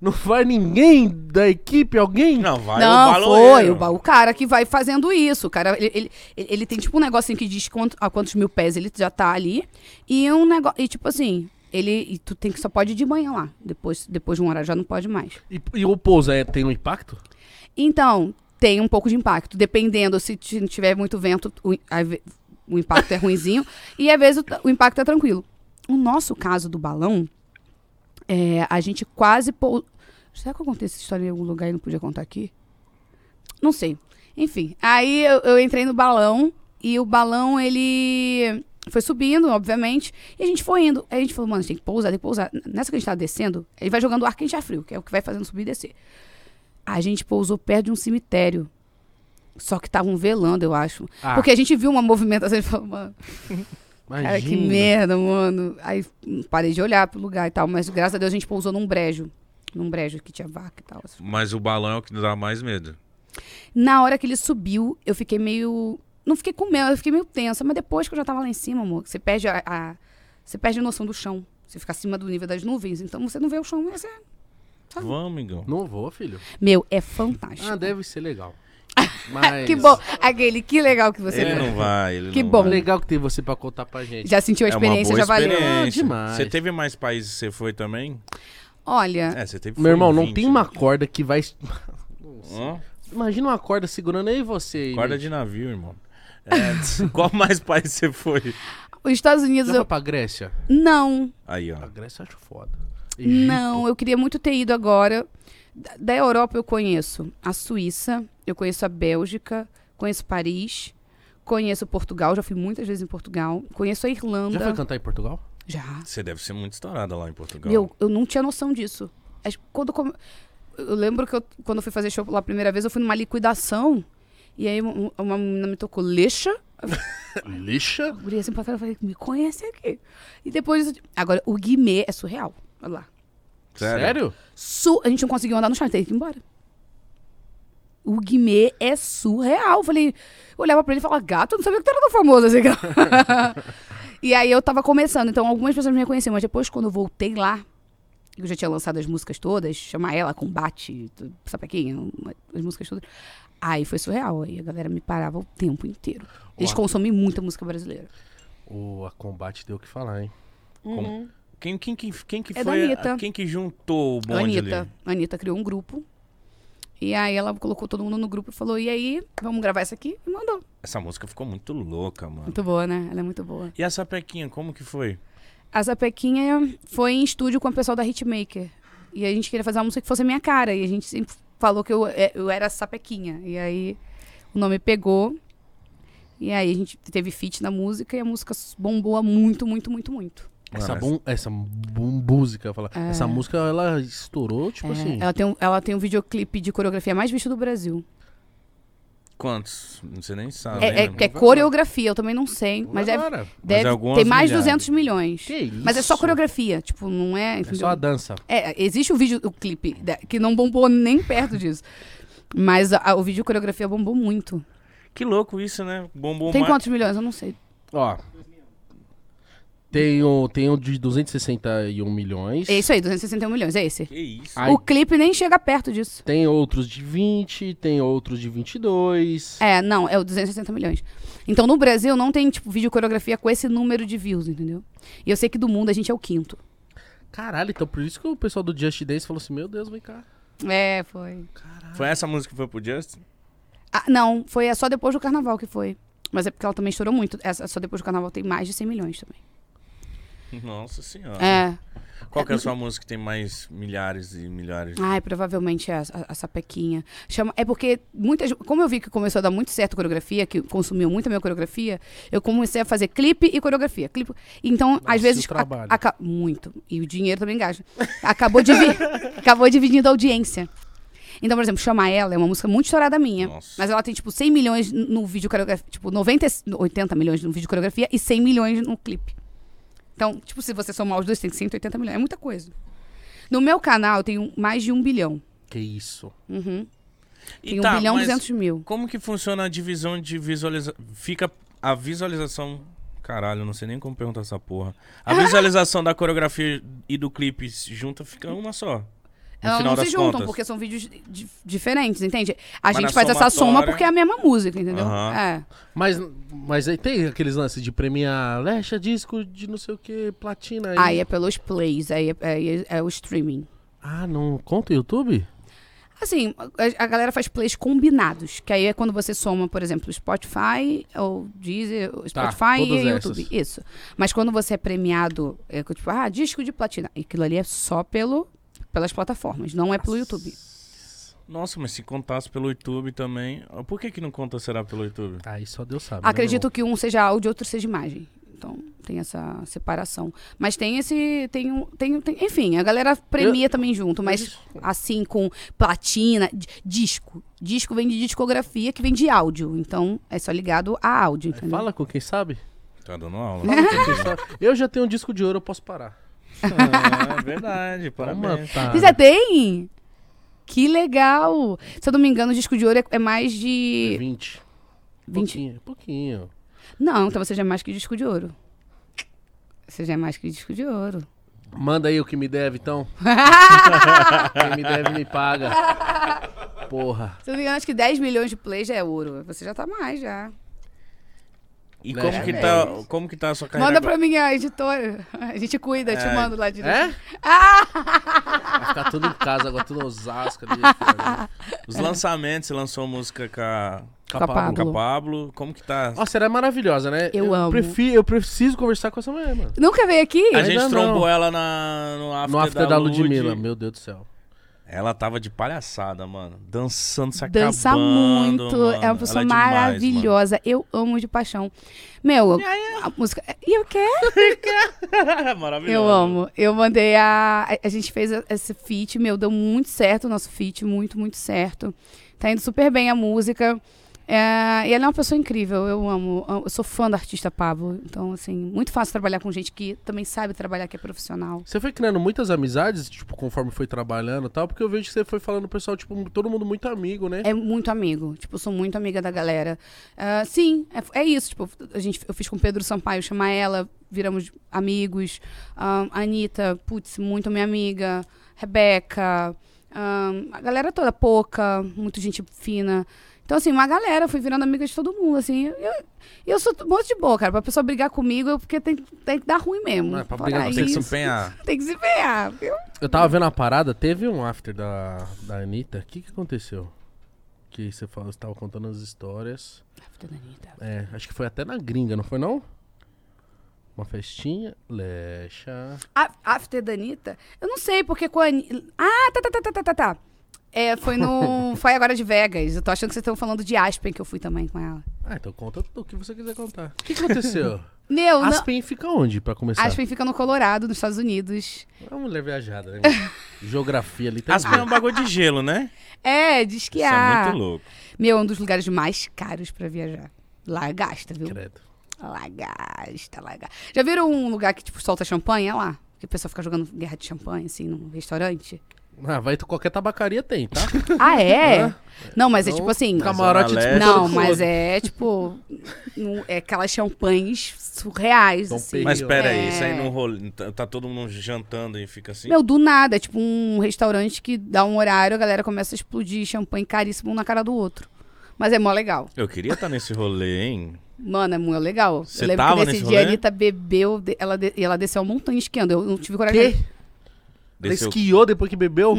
não vai ninguém da equipe, alguém?
Não, vai o é
Não,
baloeiro.
foi. O, ba- o cara que vai fazendo isso. O cara, ele, ele, ele- ele tem tipo um negocinho que diz quanto, a quantos mil pés ele já tá ali. E um negócio. E tipo assim, ele. e tu tem que só pode ir de manhã lá. Depois, depois de uma hora já não pode mais.
E, e o pouso é, tem um impacto?
Então, tem um pouco de impacto. Dependendo, se ti- não tiver muito vento, o, a ve- o impacto é ruinzinho. E às vezes o, t- o impacto é tranquilo. O nosso caso do balão, é, a gente quase. pou- Será que eu contei essa história em algum lugar e não podia contar aqui? Não sei. Enfim, aí eu, eu entrei no balão e o balão ele foi subindo, obviamente, e a gente foi indo. Aí a gente falou, mano, a gente tem que pousar, tem que pousar. Nessa que a gente tá descendo, ele vai jogando ar quente a frio, que é o que vai fazendo subir e descer. A gente pousou perto de um cemitério. Só que estavam velando, eu acho.
Ah.
Porque a gente viu uma movimentação e falou, mano,
Imagina.
cara, que merda, mano. Aí hum, parei de olhar pro lugar e tal, mas graças a Deus a gente pousou num brejo. Num brejo que tinha vaca e tal. assim.
Mas o balão é o que dá mais medo.
Na hora que ele subiu, eu fiquei meio. Não fiquei com medo, eu fiquei meio tensa, mas depois que eu já tava lá em cima, amor, você perde a. a- Você perde a noção do chão. Você fica acima do nível das nuvens, então você não vê o chão, mas é.
Vamos, Igão.
Não vou, filho.
Meu, é fantástico.
Ah, deve ser legal. Mas...
Que bom. Aquele, que legal que você
Ele
viu.
não vai, ele
Que
não
bom.
vai.
Legal que tem você pra contar pra gente.
Já sentiu a
É uma boa
experiência, já valeu.
experiência.
Ah, demais.
Você teve mais países que você foi também?
Olha,
É, você teve
Meu
foi
irmão,
em
não tem
20.
uma corda que vai...
Hã?
Imagina uma corda segurando aí você. aí,
Corda
gente.
de navio, irmão. É, qual mais país você foi?
os Estados Unidos.
Já foi
Eu...
pra Grécia?
Não.
Aí,
A
ó.
Grécia eu acho foda. Egito.
Não, eu queria muito ter ido agora. Da- Da Europa eu conheço a Suíça, eu conheço a Bélgica, conheço Paris, conheço Portugal, já fui muitas vezes em Portugal, conheço a Irlanda.
Já foi cantar em Portugal?
Já.
Você deve ser muito estourada lá em Portugal.
Meu, eu não tinha noção disso. As- Quando eu, come- eu lembro que eu, quando eu fui fazer show pela primeira vez, eu fui numa liquidação. E aí um- uma menina me tocou lixa.
Lixa?
Eu olhei assim pra cara e falei, me conhece aqui. E depois. eu- Agora, o Guimê é surreal. Olha lá.
Sério?
Su- a gente não conseguiu andar no chão, ele teve que ir embora. O Guimê é surreal. Eu falei, eu olhava pra ele e falava, gato, eu não sabia que tu era tão famoso assim. cara." e aí eu tava começando, então algumas pessoas me reconheciam, mas depois quando eu voltei lá, eu já tinha lançado as músicas todas, chama ela, combate, tu- sapequinha, uma- as músicas todas. Aí foi surreal, aí a galera me parava o tempo inteiro. Eles
Uau.
consomem muita música brasileira.
O a combate deu o que falar, hein?
Como- Quem, quem, que- quem que
É da
foi? a-
Anitta.
quem que juntou o
A
bonde
Anitta.
ali?
A Anitta criou um grupo. E aí ela colocou todo mundo no grupo e falou: e aí, vamos gravar essa aqui? E mandou.
Essa música ficou muito louca, mano.
Muito boa, né? Ela é muito boa.
E essa pequinha, como que foi?
A Zapequinha foi em estúdio com o pessoal da Hitmaker. E a gente queria fazer uma música que fosse a minha cara. E a gente sempre falou que eu, é, eu era a Sapequinha. E aí o nome pegou. E aí a gente teve feat na música e a música bombou muito, muito, muito, muito.
Essa,
Mano,
bom, essa bom, música, eu ia falar. Essa música, ela estourou, tipo assim.
É. Ela, tem um, ela tem um videoclipe de coreografia mais visto do Brasil.
Quantos? Você nem sabe.
É, é,
né? é
é coreografia, eu também não sei.
Por
Mas é deve,
agora.
deve
algumas
ter mais de
milhares.
200 milhões.
Que isso?
Mas é só coreografia, tipo, não é...
É só a dança.
É, existe o vídeo, o clipe, da- que não bombou nem perto disso. Mas a- a- o vídeo coreografia bombou muito.
Que louco isso, né? Bombom
Tem
mais-
quantos milhões? Eu não sei.
Ó. Tem o, tem o de 261 milhões.
É isso aí, 261 milhões, é esse.
Que isso?
Ai.
O clipe nem chega perto disso.
Tem outros de 20, tem outros de 22.
É, não, é o 260 milhões. Então no Brasil não tem, tipo, vídeo coreografia com esse número de views, entendeu? E eu sei que do mundo a gente é o quinto.
Caralho, então por isso que o pessoal do Just Dance falou assim: Meu Deus, vem cá.
É, foi.
Foi essa música que foi pro Justin?
Ah, não, foi só depois do carnaval que foi. Mas é porque ela também estourou muito. Essa só depois do carnaval tem mais de 100 milhões tá? também.
Nossa senhora.
É.
Qual que é a sua música que tem mais milhares e milhares?
Ai, provavelmente é a, a, a sapequinha. Chama, é porque muitas. Como eu vi que começou a dar muito certo a coreografia, que consumiu muito a minha coreografia, eu comecei a fazer clipe e coreografia. Clipe. Então, às vezes.
o trabalho.
a- aca- muito. E o dinheiro também gasta. Acabou, divi acabou dividindo a audiência. Então, por exemplo, Chama Ela é uma música muito estourada minha.
Nossa.
Mas ela tem, tipo, 100 milhões no- no vídeo coreografia. Tipo, 90, e- 80 milhões no vídeo coreografia e 100 milhões no clipe. Então, tipo, se você somar os dois, tem 180 milhões. É muita coisa. No meu canal, eu tenho mais de um bilhão.
Que isso.
Uhum.
E
Tem um
tá,
bilhão e
mas
200 mil.
Como que funciona a divisão de visualização? Fica a visualização. Caralho, não sei nem como perguntar essa porra. A visualização da coreografia e do clipe se junta, fica uma só. No
Elas
final
não
das
se juntam,
contas.
porque são vídeos di- diferentes, entende? A
Mas na
gente faz essa soma
somatória-
porque é a mesma música, entendeu?
Aham.
É.
Mas, mas aí tem aqueles lances de premiar Lecha, disco de não sei o que, platina. Aí.
Aí é pelos plays, aí é, aí é- é o streaming.
Ah, não conta o YouTube?
Assim, a, a galera faz plays combinados, que aí é quando você soma, por exemplo, Spotify ou Deezer, ou
Tá,
Spotify
todas
e YouTube.
essas.
Isso. Mas quando você é premiado, é que, tipo, ah, disco de platina, aquilo ali é só pelo, pelas plataformas, não é pelo YouTube.
Nossa, mas se contasse pelo YouTube também. Por que que não conta será pelo YouTube?
Aí só Deus sabe. né,
Acredito que um seja áudio e outro seja imagem. Então tem essa separação. Mas tem esse. Tem um. Tem, tem- enfim, a galera premia também junto, mas assim, com platina, di- disco. Disco vem de discografia que vem de áudio. Então é só ligado a áudio,
meu irmão?
entendeu?
Fala com quem sabe.
Tá dando aula.
Fala com quem sabe. Eu já tenho um disco de ouro, eu posso parar.
ah, verdade,
Toma,
parabéns.
tá.
Você já é, tem? Que legal! Se eu não me engano, o disco de ouro é, é mais de.
20. É
20.
Pouquinho, pouquinho.
Não, então você já é mais que disco de ouro. Você já é mais que disco de ouro.
Manda aí o que me deve, então. quem me deve, me paga. Porra.
Se eu não me engano, acho que 10 milhões de plays já é ouro. Você já tá mais, já.
E
Né?
como
É
que,
mesmo.
tá, como que tá a sua carreira?
Manda
agora?
pra minha editora. A gente cuida, te
É.
mando lá direto.
É? Vai ficar tudo em casa agora, tudo em Osasco. ali, fora.
Os lançamentos, você lançou música com a,
Com a Pablo.
com a Pablo. Como que tá?
Nossa, ela é maravilhosa, né?
Eu amo.
prefiro- eu preciso conversar com essa mulher, mano.
Nunca veio aqui?
a
ainda
gente
não.
trombou ela na, no after,
no after da
Lud.
Ludmilla, meu Deus do céu.
Ela tava de palhaçada, mano. Dançando, se
Dança
tá acabando,
muito,
mano.
é uma pessoa
Ela demais, mano.
maravilhosa. eu amo de paixão. Meu, a música. E o quê?
Maravilhosa.
Eu amo. Eu mandei a. a- A gente fez a- esse feat, meu, deu muito certo o nosso feat, muito, muito certo. Tá indo super bem a música. É, e ela é uma pessoa incrível, eu amo. Eu sou fã da artista Pablo. Então, assim, muito fácil trabalhar com gente que também sabe trabalhar, que é profissional.
Você foi criando muitas amizades, tipo, conforme foi trabalhando e tal, porque eu vejo que você foi falando, pessoal, tipo, todo mundo muito amigo, né?
É muito amigo. Tipo, eu sou muito amiga da galera. Ah, sim, é, é isso. Tipo, a gente, eu fiz com o Pedro Sampaio, chamar ela, viramos amigos. Ah, a Anitta, putz, muito minha amiga. Rebeca, ah, a galera toda, pouca, muito gente fina. Então, assim, uma galera, fui virando amiga de todo mundo, assim. Eu, eu sou muito de boa, cara. Pra pessoa brigar comigo, é porque tem, tem que dar ruim mesmo.
Não, é pra
Fora
brigar com
Tem que se
isso,
empenhar.
tem que se empenhar, viu?
Eu tava vendo a parada, teve um after da, da Anitta. O que que aconteceu? Que você falou, você tava contando as histórias. É, acho que foi até na gringa, não foi não? Uma festinha, lecha.
A- After da Anitta? Eu não sei, porque com a Ani- Ah, tá, tá, tá, tá, tá, tá, tá. É, foi no. foi agora de Vegas. Eu tô achando que vocês estão falando de Aspen, que eu fui também com ela.
Ah, então conta o que você quiser contar. O que que aconteceu?
Meu, não-
Aspen fica onde, pra começar?
Aspen fica no Colorado, nos Estados Unidos.
É uma mulher viajada, né? mano? Geografia ali, tá
Aspen é um bagulho de gelo, né?
É, diz que
Isso é
há.
muito louco.
Meu, é um dos lugares mais caros pra viajar. Lá gasta, viu?
Credo.
Lá gasta, lá gasta. Já viram um lugar que, tipo, solta champanhe? É lá. Que o pessoal fica jogando guerra de champanhe, assim, num restaurante.
Ah, vai, qualquer tabacaria tem, tá?
Ah, é? Não, mas é
Então,
tipo assim.
Tá
Camarote
Zona
disputando
Leste.
Não,
com
mas
outro.
é tipo. um- é aquelas champanhes surreais.
Dom
Assim.
Mas
Rio.
pera aí,
É.
isso aí não rolê. Tá, tá todo mundo jantando e fica assim.
Meu, do nada. É tipo um restaurante que dá um horário, a galera começa a explodir champanhe caríssimo um na cara do outro. Mas é mó legal.
Eu queria estar nesse rolê, hein?
Mano, é muito legal.
Você
eu lembro
tava
que
nesse
nesse dia a
rolê?
Anitta bebeu de- ela de- e ela desceu uma montanha esquiando. Eu não tive coragem.
Quê? Ela esquiou depois que bebeu?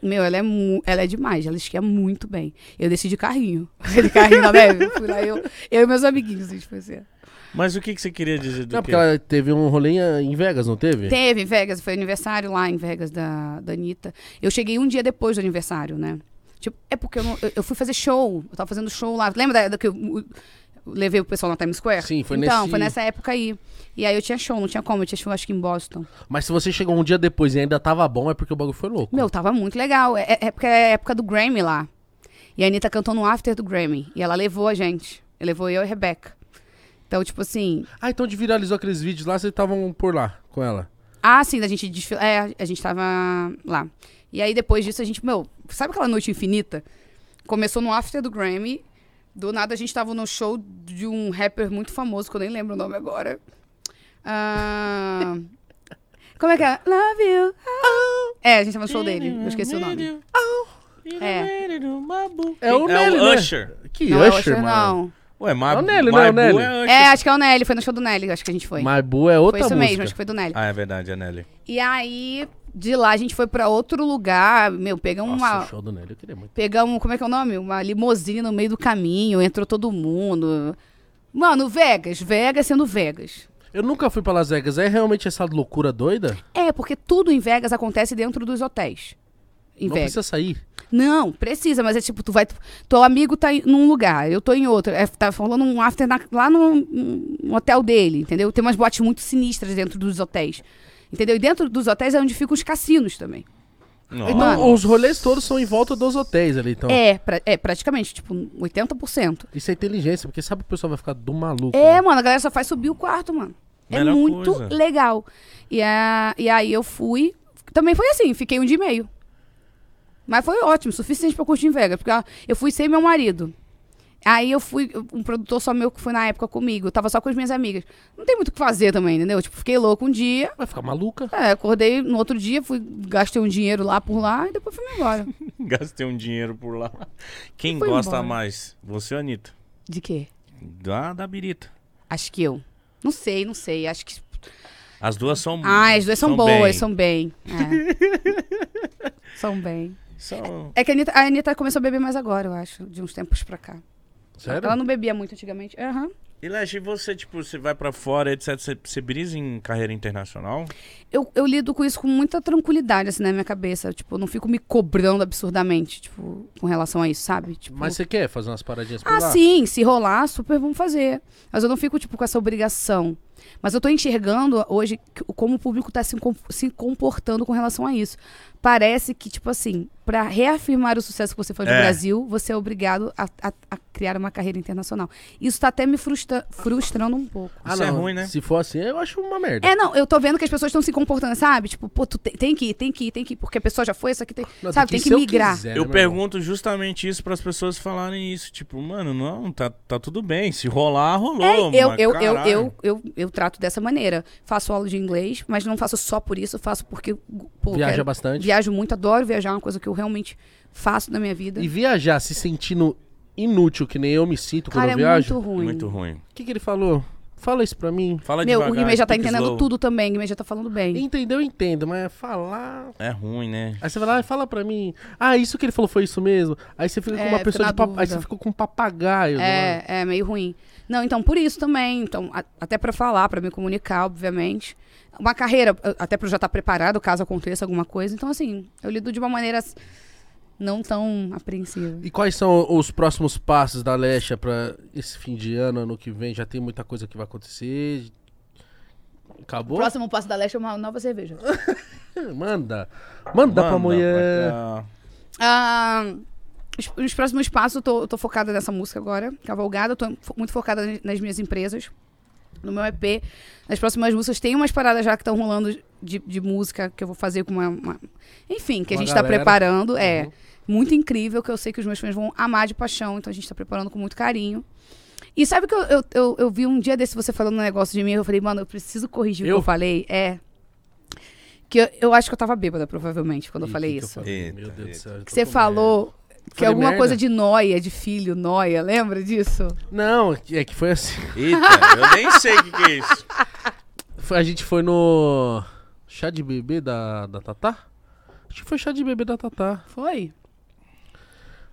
Meu, ela é, mu- ela é demais. Ela esquia muito bem. Eu desci de carrinho. Aquele carrinho da bebe. Fui lá, eu, eu e meus amiguinhos. Tipo assim.
Mas o que, que você queria dizer do
Não,
quê?
porque ela teve um rolê em em Vegas, não teve?
Teve em Vegas, foi aniversário lá em Vegas da, da Anitta. Eu cheguei um dia depois do aniversário, né? Tipo, é porque eu, não- eu- eu fui fazer show, eu tava fazendo show lá. Lembra da, da que eu eu levei o pessoal na Times Square?
Sim, foi
então,
nesse-
foi nessa época aí. E aí eu tinha show, não tinha como, eu tinha show acho que em Boston.
Mas se você chegou um dia depois e ainda tava bom, é porque o bagulho foi louco.
Meu, tava muito legal. É, é- é porque é a época do Grammy lá. E a Anitta cantou no after do Grammy. E ela levou a gente. Ela Levou eu e a Rebeca. Então, tipo assim,
Ah, então de viralizou aqueles vídeos lá, vocês estavam por lá com ela.
Ah, sim, da gente desfilar. É, a gente tava lá. E aí depois disso a gente, meu, sabe aquela noite infinita? Começou no after do Grammy. Do nada a gente tava no show de um rapper muito famoso, que eu nem lembro o nome agora. Ah, como é que é? Love you. ah. É, a gente tava no show dele. Eu esqueci o nome. É.
É o
É
Nelly,
o
né?
Usher.
Que
Não, é o
Usher,
Usher,
mano?
não.
Ué, Mabu.
É o Nelly, não é o Nelly?
Usher.
É, acho que é o Nelly. Foi no show do Nelly, acho que a gente foi.
Maibu é outra
foi isso
música.
mesmo, acho que foi do Nelly.
Ah, é verdade, é Nelly.
E aí, de lá a gente foi pra outro lugar. Meu, pegamos
Nossa,
uma,
o show do Nelly, eu queria muito.
Pegamos, como é que é o nome? Uma limusine no meio do caminho, entrou todo mundo. Mano, Vegas, Vegas sendo Vegas.
Eu nunca fui pra Las Vegas, é realmente essa loucura doida?
É, porque tudo em Vegas acontece dentro dos hotéis. Em
não
Vegas.
precisa sair.
Não, precisa, mas é tipo, tu vai. Teu amigo tá em num lugar, eu tô em outro. É, tá falando um after na- lá no um hotel dele, entendeu? Tem umas botes muito sinistras dentro dos hotéis. Entendeu? E dentro dos hotéis é onde ficam os cassinos também.
Nossa.
Mano.
Então, Os rolês todos são em volta dos hotéis ali, então.
É, pra- é, praticamente, tipo, 80%.
Isso é inteligência, porque sabe que o pessoal vai ficar do maluco.
É,
né?
mano, a galera só faz subir o quarto, mano. é
Melhor
muito
coisa.
legal. E, a, e aí eu fui. Também foi assim, fiquei um dia e meio. Mas foi ótimo, suficiente pra curtir em Vegas. Porque ó, eu fui sem meu marido. Aí eu fui, um produtor só meu que foi na época comigo. Eu tava só com as minhas amigas. Não tem muito o que fazer também, entendeu? Tipo, fiquei louco um dia.
Vai ficar maluca.
É, acordei no outro dia, fui, gastei um dinheiro lá por lá e depois fui embora.
Gastei um dinheiro por lá. Quem
Foi
gosta
embora.
mais? Você ou a Anitta?
De quê?
Da, da birita.
A Acho que eu. Não sei, não sei. Acho que.
As duas Hum. são
Ah, as duas são, boas,
bem.
são bem. É. são bem.
São-
É que a Anitta, a Anitta começou a beber mais agora, eu acho, de uns tempos pra cá.
Sério?
Ela não bebia muito antigamente. Aham.
E Leste, e você, tipo, você vai pra fora, etc. Você, você brisa em carreira internacional?
eu, eu lido com isso com muita tranquilidade, assim, na minha cabeça. Tipo, eu não fico me cobrando absurdamente, tipo, com relação a isso, sabe? Tipo,
Mas você quer fazer umas paradinhas por
ah,
Tipo, lá?
sim, se rolar, super vamos fazer. Mas eu não fico, tipo, com essa obrigação. Mas eu tô enxergando hoje que- como o público tá se, com- se comportando com relação a isso. Parece que, tipo assim, pra reafirmar o sucesso que você faz no
É.
Brasil, você é obrigado a, a- a criar uma carreira internacional. Isso tá até me frustra- frustrando um pouco.
Ah,
Isso é ruim, né?
Se for assim, eu acho uma merda.
É, não, eu tô vendo que as pessoas estão se comportando, sabe? Tipo, pô, tu te- tem que ir, tem que ir, tem que ir, porque a pessoa já foi, isso aqui tem.
Não,
sabe, tem
ir
que
se eu
migrar.
quiser, né,
Eu
meu
pergunto justamente isso pras pessoas falarem isso. Tipo, mano, não, tá, tá tudo bem. Se rolar, rolou.
É, eu,
mas
eu, eu,
caralho.
eu, eu, eu trato dessa maneira. Faço aula de inglês, mas não faço só por isso, eu faço porque. Pô,
irmão? Viaja
quero-
bastante.
Viajo muito, adoro viajar, é uma coisa que eu realmente faço na minha vida.
E viajar se sentindo inútil, que nem eu me sinto quando
Cara, é
eu viajo.
muito ruim.
Muito ruim.
O que, que ele falou? Fala isso pra mim.
Fala
Meu,
devagar.
o Guimê já tá
speak
entendendo
slow.
tudo também, o Guimê já tá falando bem.
Entendeu, entendo, mas falar.
É ruim, né?
Aí você vai lá e fala pra mim. Ah, isso que ele falou foi isso mesmo. Aí você fica
É,
com uma
fica
pessoa
na
de pap... Aí
dúvida.
você ficou com um papagaio. né?
É, é meio ruim. Não, então por isso também, então a- até pra falar, pra me comunicar, obviamente. Uma carreira, a- até pra eu já estar preparado caso aconteça alguma coisa. Então assim, eu lido de uma maneira s- não tão apreensiva.
E quais são os próximos passos da Lesha pra esse fim de ano, ano que vem? Já tem muita coisa que vai acontecer. Acabou?
Próximo passo da Leste é uma nova cerveja.
Manda. Manda pra mulher.
pra cá.
Ah, os, os próximos passos, eu tô, eu tô focada nessa música agora, Cavalgada. Eu tô fo- muito focada nas- nas minhas empresas, no meu EP. Nas próximas músicas, tem umas paradas já que estão rolando de, de música que eu vou fazer com uma. uma- Enfim, que a
Uma
gente tá
galera.
preparando.
Uhum.
É muito incrível, que eu sei que os meus fãs vão amar de paixão, então a gente tá preparando com muito carinho. E sabe que eu, eu, eu, eu vi um dia desse você falando um negócio de mim, eu falei, mano, eu preciso corrigir o
Eu?
que eu falei. É. Que eu, eu acho que eu tava bêbada, provavelmente, quando eu
Ih,
falei
que que eu
isso.
falei?
Eita,
Meu Deus do
eita.
céu. eu tô
Que você
com
falou que
Falei
alguma
merda?
coisa de noia, de filho, noia, lembra disso?
merda. Não, é que foi assim.
Eita, eu nem sei o que, que é isso.
Foi- A gente foi no chá de bebê da, da Tatá? Acho que foi chá de bebê da Tatá.
Foi?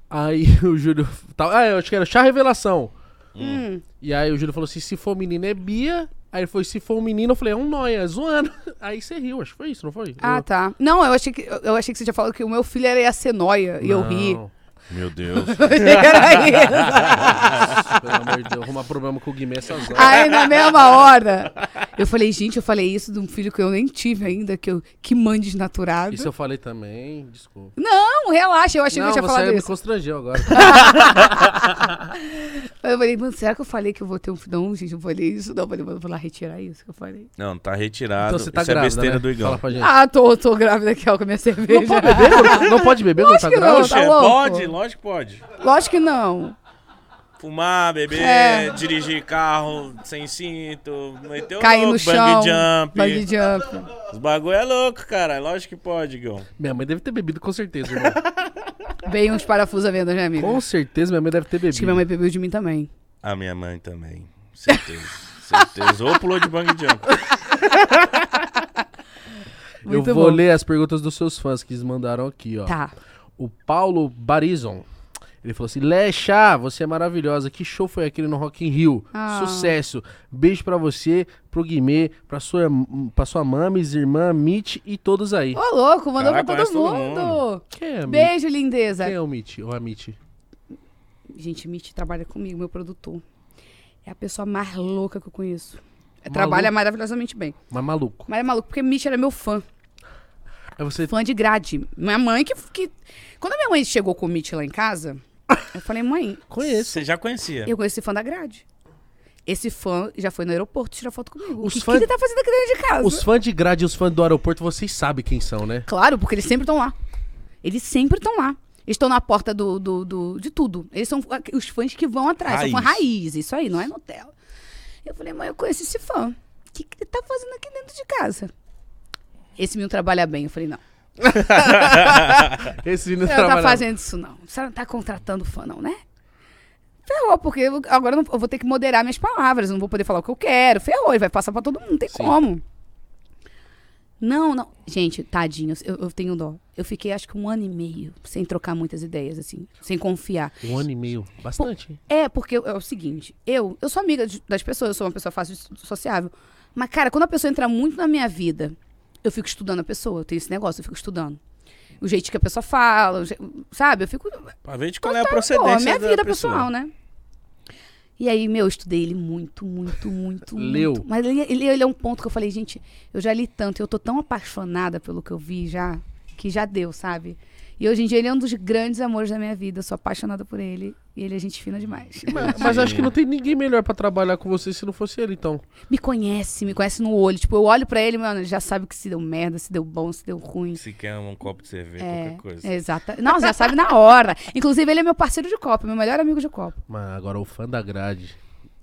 Aí o Júlio. Tá, ah, eu acho que era chá revelação.
Hum.
E aí o Júlio falou assim: se for menina é Bia. Aí ele foi: se for um menino, eu falei: é um nóia, zoando. Aí você riu, acho que foi isso, não foi?
Ah,
Eu-
tá. Não, eu achei que eu- eu achei que você tinha falado que o meu filho era ia ser noia e eu
Não,
ri.
Meu Deus.
era isso.
Pelo amor de Deus, arrumar problema com o Guimê essas horas.
Aí na mesma hora, eu falei, gente, eu falei isso de um filho que eu nem tive ainda, que eu que mãe desnaturada.
Isso eu falei também, desculpa.
Não, relaxa, eu achei
não,
que eu tinha
você é
falado
me
isso.
constrangeu agora.
Aí eu falei, mano, será que eu falei que eu vou ter um filho? Não, gente, eu falei isso. Não, eu falei, mano, eu vou lá retirar isso que eu falei.
Não, tá retirado.
então você tá
isso é
grávida,
besteira
né?
do Igão.
Fala pra gente.
Ah, tô, tô grávida aqui, ó, com a minha cerveja.
não pode beber? quando- Não pode beber quando tá
que não.
grávida?
Poxa,
tá louco?
pode, lógico que pode.
Lógico que não.
Fumar, beber,
É.
dirigir carro sem cinto, meter o
Cair no
louco,
chão.
bungee jump.
Bungee jump.
Os bagulho é louco, cara. Lógico que pode, Igão.
Minha mãe deve ter bebido, com certeza, irmão.
Bem uns parafusos à venda, né, amigo?
Tá. Com certeza minha mãe deve ter bebido.
Acho que minha mãe bebeu de mim também.
A minha mãe também. Certeza. Certeza. Ou pulou de bungee jump.
Eu
Muito
vou
bom.
ler as perguntas dos seus fãs que eles mandaram aqui, ó.
Tá.
O Paulo Barizon. Ele falou assim: Lecha, você é maravilhosa. Que show foi aquele no Rock in Rio?
Ah.
Sucesso. Beijo pra você, pro Guimê, pra sua, pra sua mames, irmã, Mitch e todos aí.
Ô, louco, mandou
Caraca,
pra todo
conhece todo
mundo.
mundo.
Quem é, a Mi-
Beijo, lindeza.
Quem é o Mitch? Ou a Mitch?
Gente, Mitch trabalha comigo, meu produtor. É a pessoa mais louca que eu conheço. É, Trabalha maravilhosamente bem.
Mas maluco.
Mas é maluco, porque Mitch era meu fã.
Aí você.
Fã de grade. Minha mãe que... que... Quando a minha mãe chegou com o Mitch lá em casa, eu falei, mãe,
Conheço.
Você já conhecia.
É.
eu conheço esse fã da grade. Esse fã já foi no aeroporto tirar foto comigo.
Os
o que,
fã-
que ele tá fazendo aqui dentro de casa?
Os fãs de grade e os fãs do aeroporto, vocês sabem quem são, né?
Claro, porque eles sempre estão lá. Eles sempre estão lá. Eles estão na porta do, do- do- de tudo. Eles são aqu- os fãs que vão atrás. São fãs
Raiz.
raiz, isso aí, não é Nutella. Eu falei, mãe, eu conheço esse fã. O que, que ele tá fazendo aqui dentro de casa? Esse menino trabalha bem. Eu falei, não.
Esse
Ela
menino
não tá
trabalhava.
fazendo isso, não. A senhora não tá contratando fã, não, né? Ferrou, porque eu- agora eu, não- eu vou ter que moderar minhas palavras, eu não vou poder falar o que eu quero. Ferrou, ele vai passar pra todo mundo, não tem
Sim.
como. Não, não. Gente, tadinho, eu, eu tenho dó. Eu fiquei acho que um ano e meio sem trocar muitas ideias, assim, sem confiar.
Um ano e meio. Bastante.
É, porque eu- é o seguinte, eu, eu sou amiga de- das pessoas, eu sou uma pessoa fácil de sociável. Mas, cara, quando a pessoa entra muito na minha vida, eu fico estudando a pessoa, eu tenho esse negócio, eu fico estudando. O jeito que a pessoa fala, o je- sabe? Eu fico
Pra ver de qual é a
Total,
procedência
Pô, minha
da
vida
pessoa.
pessoal, né? E aí, meu, eu estudei ele muito, muito, muito,
Leu.
muito. Mas ele, ele, ele é um ponto que eu falei, gente, eu já li tanto, eu tô tão apaixonada pelo que eu vi já, que já deu, sabe? E hoje em dia ele é um dos grandes amores da minha vida, eu sou apaixonada por ele. E ele é gente fina demais.
Mas, é, mas acho que não tem ninguém melhor pra trabalhar com você se não fosse ele, então.
Me conhece, me conhece no olho. Tipo, eu olho pra ele, mano, ele já sabe que se deu merda, se deu bom, se deu ruim.
Se quer um copo de cerveja,
né? É,
qualquer coisa.
exata. Nossa, já sabe na hora. Inclusive, ele é meu parceiro de copo, meu melhor amigo de copo.
Mas agora, o fã da grade,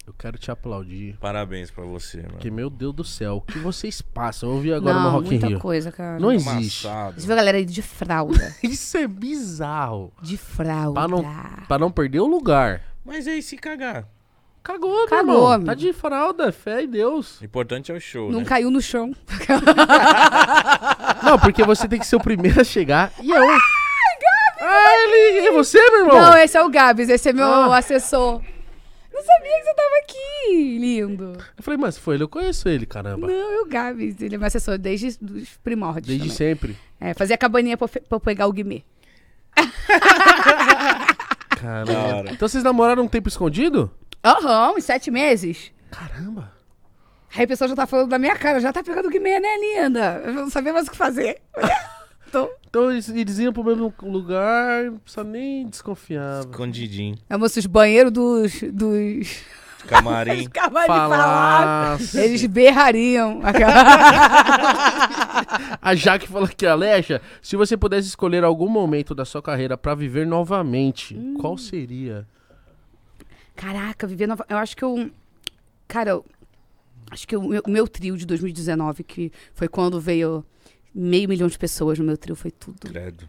eu quero te aplaudir.
Parabéns pra você, mano.
Porque, meu Deus do céu, o que vocês passam? Eu ouvi agora
não,
no Rock in
muita
Rio.
coisa, né? cara.
Não existe.
Tá Amassado.
Você viu a galera indo de fralda?
Isso é bizarro.
De fralda.
Pra não, pra não perder o lugar.
Mas aí, se cagar.
Cagou, meu
Cagou,
irmão.
amigo.
Tá de fralda, fé em Deus.
O importante é o show,
Não
né?
caiu no chão.
Não, porque você tem que ser o primeiro a chegar e é o... Ah, ele... É você, meu irmão?
Não, esse é o Gabs, esse é meu
Ah.
assessor. Não sabia que você tava aqui, lindo.
Eu falei, mas foi ele, eu conheço ele, caramba.
Não, é o Gabs, ele é meu assessor desde os primórdios
Desde
também.
sempre.
É, fazia cabaninha pra, fe- pra eu pegar o Guimê.
Da
Caramba.
hora.
Então vocês namoraram um tempo escondido?
Aham, em sete meses.
Caramba.
Aí o pessoal já tá falando da minha cara, já tá pegando o Guimê, né, linda? Eu não sabia mais o que fazer. Tô...
Então eles, eles iam pro mesmo lugar, não precisa nem desconfiar.
Escondidinho.
É, moço, os banheiros dos... dos...
Camarim.
Acabar de falar.
Falasse.
Eles berrariam.
A Jaque falou aqui, Alexa, se você pudesse escolher algum momento da sua carreira pra viver novamente,
Hum.
qual seria?
Caraca, viver nova. Eu acho que eu. Cara, eu... acho que o meu, o meu trio de 2019, que foi quando veio meio milhão de pessoas no meu trio, foi tudo.
Credo.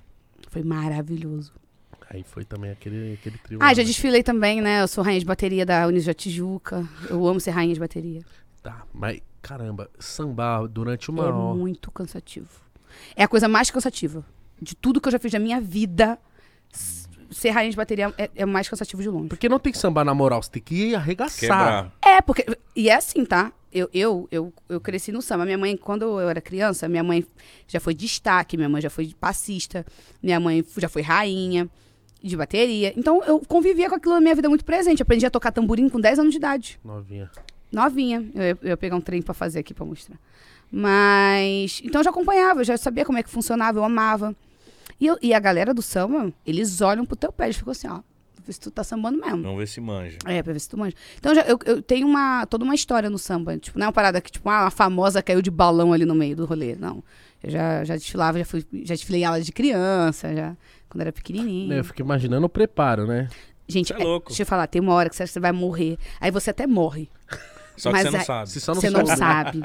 Foi maravilhoso.
Aí foi também aquele, aquele trio.
Ah,
lá,
já
né?
desfilei também, né? Eu sou rainha de bateria da Unisa Tijuca. Eu amo ser rainha de bateria.
Tá, mas caramba, sambar durante uma
é
hora.
muito cansativo. É a coisa mais cansativa. De tudo que eu já fiz na minha vida, s- ser rainha de bateria é, é o mais cansativo de longe.
Porque não tem que sambar na moral, você tem que ir arregaçar.
Quebrar.
É, porque. E é assim, tá? Eu, eu, eu, eu cresci no samba. Minha mãe, quando eu era criança, minha mãe já foi destaque, minha mãe já foi passista, minha mãe fu- já foi rainha de bateria. Então eu convivia com aquilo na minha vida muito presente. Aprendi a tocar tamborim com 10 anos de idade.
Novinha.
Novinha. Eu ia, eu ia pegar um trem pra fazer aqui pra mostrar. Mas. Então eu já acompanhava, eu já sabia como é que funcionava, eu amava. E, eu- e a galera do samba, eles olham pro teu pé, eles ficam assim, ó. Vê se tu tá sambando mesmo.
Vamos ver se manja.
É, pra ver se tu manja. Então, já, eu, eu tenho uma, toda uma história no samba. Tipo, não é uma parada que, tipo, ah, uma famosa caiu de balão ali no meio do rolê. Não. Eu já, já desfilava, já, fui, já desfilei em aula de criança, já quando era pequenininha.
Né, Eu fico imaginando o preparo, né?
Gente,
Você é louco.
deixa eu falar, tem uma hora que você acha que você vai morrer. Aí você até morre.
Só
Mas é-
que você não
aí-
sabe.
Se só não
você não
soube, né?
sabe.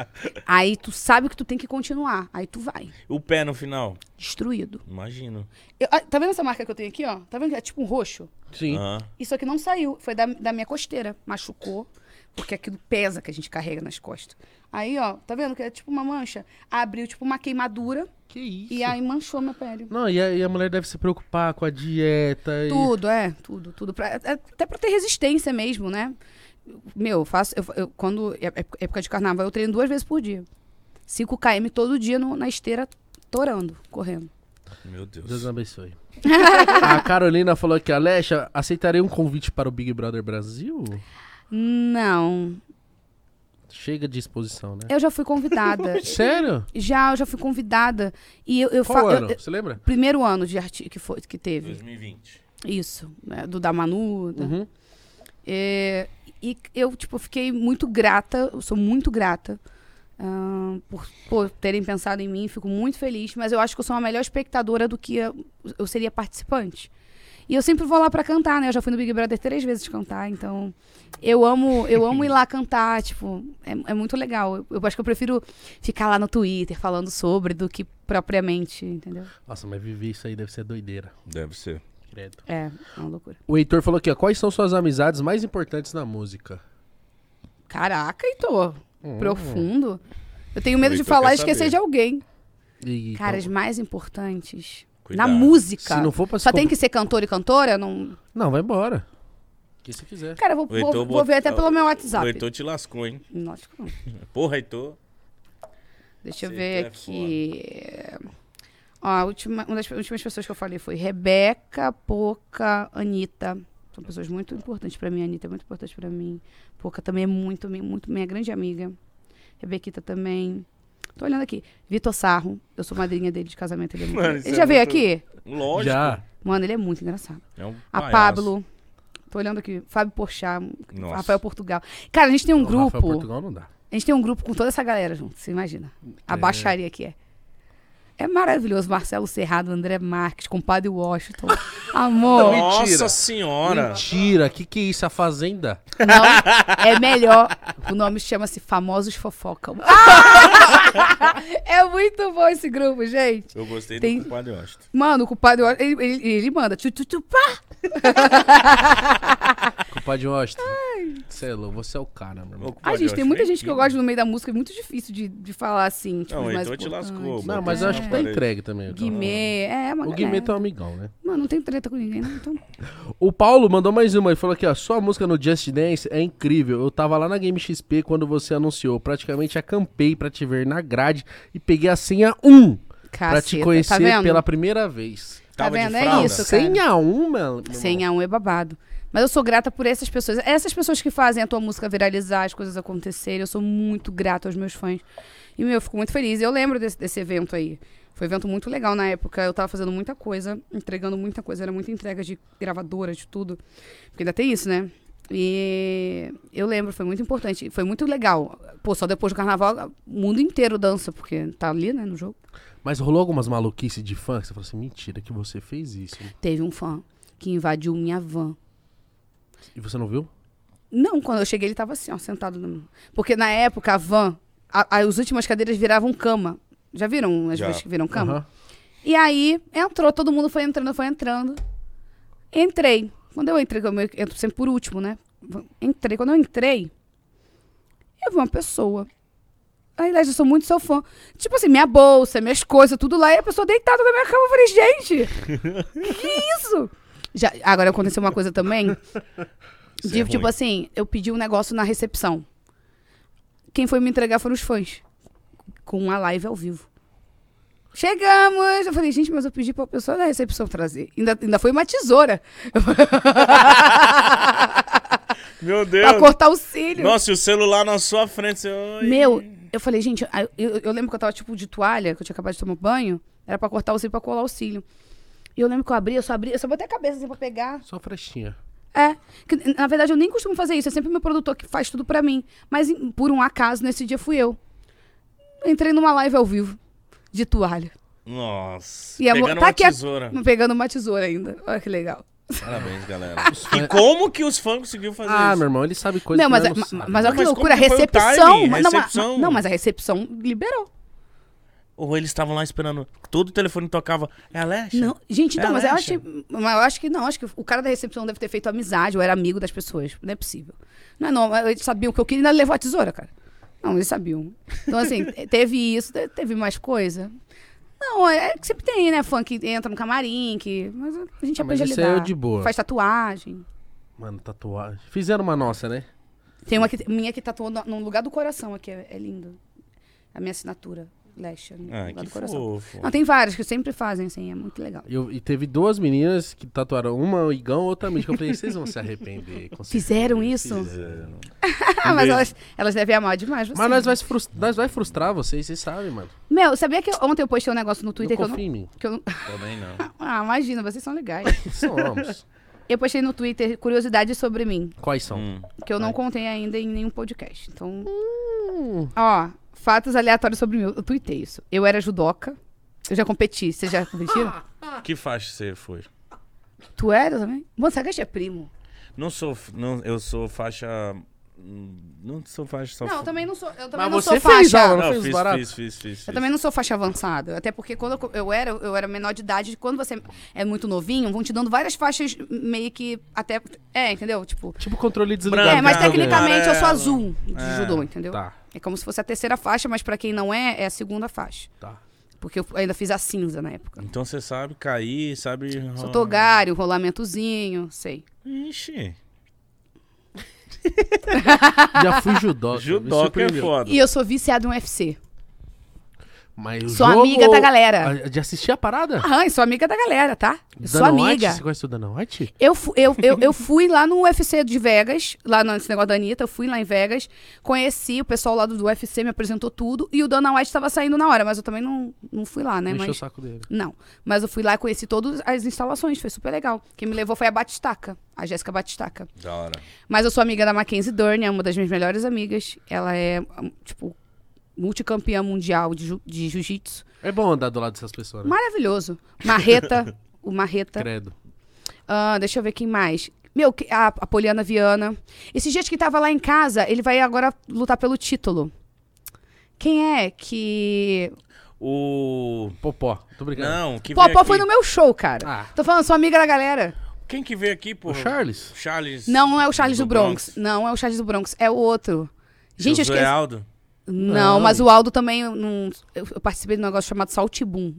Aí tu sabe que tu tem que continuar. Aí tu vai.
O pé no final.
Destruído.
Imagino.
Eu- ah, tá vendo essa marca que eu tenho aqui, ó? Tá vendo que é tipo um roxo?
Sim.
Ah,
Isso aqui não saiu, foi da, da minha costeira. Machucou, porque aquilo pesa que a gente carrega nas costas. Aí, ó, tá vendo que é tipo uma mancha? Abriu tipo uma queimadura
Que isso?
e aí manchou minha pele.
Não, e a, e a mulher deve se preocupar com a dieta. e-
Tudo, é, tudo, tudo. Pra, é- até pra ter resistência mesmo, né? Meu, eu faço. Eu, eu- quando. É é época de carnaval, eu treino duas vezes por dia. 5 km todo dia no- na esteira, torando, correndo.
meu Deus.
Deus abençoe. a Carolina falou aqui, Alexa, aceitarei um convite para o Big Brother Brasil?
Não.
Chega de exposição, né?
Eu já fui convidada.
Sério?
já, eu já fui convidada. E eu, eu
Qual
fa- eu-
ano?
eu-
Você lembra?
Primeiro ano de arti que, foi, que teve.
2020.
Isso, né, do da Manu. da-
Uhum.
É, e eu, tipo, fiquei muito grata, eu sou muito grata ah, por, por terem pensado em mim, fico muito feliz, mas eu acho que eu sou uma melhor espectadora do que eu, eu seria participante. E eu sempre vou lá pra cantar, né? Eu já fui no Big Brother três vezes cantar, então eu amo, eu amo ir lá cantar, tipo, é, é muito legal. Eu, eu acho que eu prefiro ficar lá no Twitter falando sobre do que propriamente, entendeu?
Nossa, mas viver isso aí deve ser doideira.
Deve ser.
Porque Credo.
É, é uma loucura.
O Heitor falou aqui, ó. Quais são suas amizades mais importantes na música? Uhum.
Caraca, Heitor.
Uhum.
Profundo. Eu tenho medo de falar e esquecer de alguém.
E,
Cara, as mais importantes.
Cuidado.
Na música.
então, Se não for pra se
Só tem
compre-
que ser cantor e cantora? Não...
Não, vai embora. O que você quiser.
Cara, eu vou,
O Heitor
vou, vou
bota-
ver até pelo meu
O
WhatsApp.
Heitor te lascou, hein?
Não, acho que não.
Porra, Heitor.
Deixa eu
Esse
ver
Heitor é
aqui. Ó, a última, uma das últimas pessoas que eu falei foi Rebeca, Poca, Anitta. São pessoas muito importantes pra mim. A Anitta é muito importante pra mim. Poca também é muito, mi- muito minha grande amiga. Rebequita também. Tô olhando aqui. Vitor Sarro. Eu sou madrinha dele de casamento. Ele, é muito-
Mano,
ele
isso é
já veio
muito-
aqui?
Lógico.
Já.
Mano, ele é muito engraçado.
É um
A
palhaço.
Pablo. Tô olhando aqui. Fábio Porchat.
Nossa.
Rafael Portugal. Cara, a gente tem um
O Rafael
grupo.
Portugal não dá.
A gente tem um grupo com toda essa galera junto, você imagina. A
É.
baixaria que é. É maravilhoso. Marcelo Serrado, André Marques, compadre Washington. Amor, não,
Nossa
Mentira.
senhora.
Mentira, que que é isso? A Fazenda?
é melhor. O nome chama-se Famosos Fofocam. é muito bom esse grupo, gente.
Eu gostei
Tem-
do compadre Austin.
Mano, o compadre Washington, ele, ele, ele manda. Tu, tu, tu, pá.
Culpa de Austin. Celo, você é o cara, meu
Ô,
irmão.
compadre
Ai, gente,
Austin,
tem muita
vem
gente que eu
aqui.
gosto no meio da música. É muito difícil de, de falar assim. Tipo,
Não,
os mais
então te
importantes.
lascou.
Não, mas eu acho que tá
parede.
entregue também. cara.
Guimê, é, uma
O Guimê
galera.
tá um amigão, né?
Mano, não tem treta com ninguém, não. Então...
O Paulo mandou mais uma. Ele falou aqui, ó. Sua música no Just Dance é incrível. Eu tava lá na Game XP quando você anunciou. Praticamente acampei pra te ver na grade e peguei a senha 1 pra te
Caceta,
conhecer
tá vendo?
pela primeira vez.
Tá
Tava de
vendo? É
fralda.
isso. cara.
senha 1, mano. meu irmão.
Sem a um é babado. Mas eu sou grata por essas pessoas. Essas pessoas que fazem a tua música viralizar, as coisas acontecerem. Eu sou muito grata aos meus fãs. E, meu, eu fico muito feliz. Eu lembro desse, desse evento aí. Foi um evento muito legal na época. Eu tava fazendo muita coisa, entregando muita coisa. Era muita entrega de gravadora, de tudo. Porque ainda tem isso, né? E eu lembro, foi muito importante. Foi muito legal. Pô, só depois do carnaval, o mundo inteiro dança, porque tá ali, né, no jogo.
Mas rolou algumas maluquices de fã que você falou assim, mentira que você fez isso.
Teve um fã que invadiu minha van.
E você não viu?
Não, quando eu cheguei ele tava assim, ó, sentado. No... Porque na época a van, a- as últimas cadeiras viravam cama. Já viram as
Já.
vezes que viram cama?
Aham.
E aí entrou, todo mundo foi entrando, foi entrando. Entrei. Quando eu entrei, que eu meio que entro sempre por último, né? Entrei. Quando eu entrei, eu vi uma pessoa. Ai, Légia, eu sou muito seu fã. Tipo assim, minha bolsa, minhas coisas, tudo lá. E a pessoa deitada na minha cama. Eu falei, gente, que isso? Já, agora aconteceu uma coisa também.
Isso
de,
é
tipo
ruim.
assim, eu pedi um negócio na recepção. Quem foi me entregar foram os fãs. Com uma live ao vivo. Chegamos! Eu falei, gente, mas eu pedi pra pessoa da recepção trazer. Ainda, ainda foi uma tesoura.
Meu
pra
Deus.
cortar o cílio.
Nossa, e o celular na sua frente. Você... Oi.
Meu, eu falei, gente, aí eu, eu lembro que eu tava tipo de toalha, que eu tinha acabado de tomar banho, era pra cortar o cílio, pra colar o cílio. E eu lembro que eu abri, eu só abri, eu só botei a cabeça assim pra pegar.
Só frestinha.
É, que, na verdade eu nem costumo fazer isso, é sempre meu produtor que faz tudo pra mim. Mas em- por um acaso, nesse dia fui eu. Entrei numa live ao vivo, de toalha.
Nossa.
E a mo-
Pegando
tá
uma
aqui a-
tesoura.
Pegando uma tesoura ainda, olha que legal.
Parabéns, galera.
fãs-
e como que os fãs conseguiu fazer
Ah,
isso?
meu irmão, ele sabe coisa
não, mas,
que nós
mas, mas, é
não
olha
Mas
que
como
loucura, a
que foi o
recepção.
timing?
mas não, mas-
Recepção.
não, mas a recepção liberou.
Ou eles estavam lá esperando. Todo o telefone tocava. É a Leste?
Não, gente, então,
Ela
mas eu,
acha?
acho, mas eu acho que não. Acho que o cara da recepção deve ter feito amizade ou era amigo das pessoas. Não é possível. Não é não, mas ele sabia o que eu queria e ainda levou a tesoura, cara. Não, eles sabiam. Então, assim, eh, teve isso, te- teve mais coisa. Não, é que sempre tem, né? Fã que entra no camarim, que. Mas a gente
Ah, mas
aprende a
isso
lidar.
aí é de boa.
Faz tatuagem.
Mano, tatuagem. Fizeram uma nossa, né?
Tem uma que, minha que tatuou no, no lugar do coração aqui, é, é lindo. É A minha assinatura, Lesha, no
Ah,
lugar
que
do coração.
fofo.
Não, tem várias que sempre fazem, assim, é muito legal.
Eu- e teve duas meninas que tatuaram uma o Igão, outra a Mítica. Eu falei, vocês vão se arrepender. com certeza."
Fizeram isso?
Fizeram.
Ah, mas elas, elas devem amar demais você.
Mas nós vai, se frus- nós vai frustrar vocês, vocês sabem, mano.
Meu, sabia que eu- ontem eu postei um negócio no
Não
Twitter que eu
confia
não,
em mim.
que eu não-
Também não.
Ah, imagina, vocês são legais.
Somos.
Eu postei no Twitter curiosidades sobre mim,
Quais são?
Hum.
que eu não contei ainda em nenhum podcast. Então,
Hum,
ó, fatos aleatórios sobre mim. Eu tuitei isso. Eu era judoca. Eu já competi. Vocês já competiram?
Que faixa você foi?
tu era também? Mano, sabe que a gente é primo?
Não sou. f- Não, eu sou faixa Hum, Não sou faixa. Só
Não, eu também não sou, eu também
Então Mas
não
você
sou
fez
faixa.
aula, né?
não,
fez
fiz,
barato.
fiz, fiz, fiz,
Eu
fiz.
também não sou faixa avançada. Até porque quando eu- eu era, eu era menor de idade, quando você é muito novinho, vão te dando várias faixas meio que até. É, entendeu? Tipo.
Tipo controle desligado.
Branca,
É, mas
Amarelo.
tecnicamente eu sou azul de
É.
judô, entendeu?
Tá,
É como se fosse a terceira faixa, mas pra quem não é, é a segunda faixa.
tá.
Porque eu ainda fiz a cinza na época.
Então você sabe cair, sabe.
Sou togário, rolamentozinho, sei.
Ixi.
Já fui judoca. me
Judô que é
surpreendeu.
foda.
E eu sou viciado em UFC.
Mas o
Sou
jogo-
amiga da galera.
Ah, De assistir a parada?
Aham, eu sou amiga da galera, tá? Eu sou
Dana White?
amiga.
Você conhece o Dana White?
Eu, fu- eu, eu, eu fui lá no UFC de Vegas, lá no- nesse negócio da Anitta, eu fui lá em Vegas, conheci o pessoal lá do do UFC, me apresentou tudo, e o Dana White estava saindo na hora, mas eu também não, não fui lá, né?
Encheu o
Mas,
saco dele.
não. Mas eu fui lá e conheci todas as instalações, foi super legal. Quem me levou foi a Batistaca, a Jéssica Batistaca.
Da hora.
Mas eu sou amiga da Mackenzie Dern, é uma das minhas melhores amigas. Ela é, um, tipo, multicampeã mundial de, ju- de jiu-jitsu.
É bom andar do lado dessas pessoas, né?
Maravilhoso. Marreta, o Marreta.
Credo.
Ah, deixa eu ver quem mais. Meu, que- a, a Poliana Viana. Esses dias que tava lá em casa, ele vai agora lutar pelo título. Quem é que.
O.
Popó. Muito obrigado.
Não, que veio
Popó
aqui.
foi no meu show, cara.
Ah.
Tô falando, sou amiga da galera.
Quem que veio aqui, pô?
O Charles?
Charles.
Não, não é o Charles do, Bronx. Não é o Charles do Bronx, é o outro. Gente, eu
Josué
esqueci.
Aldo.
Não,
Não.
mas o Aldo também. eu não- eu, eu participei de um negócio chamado Saltibum.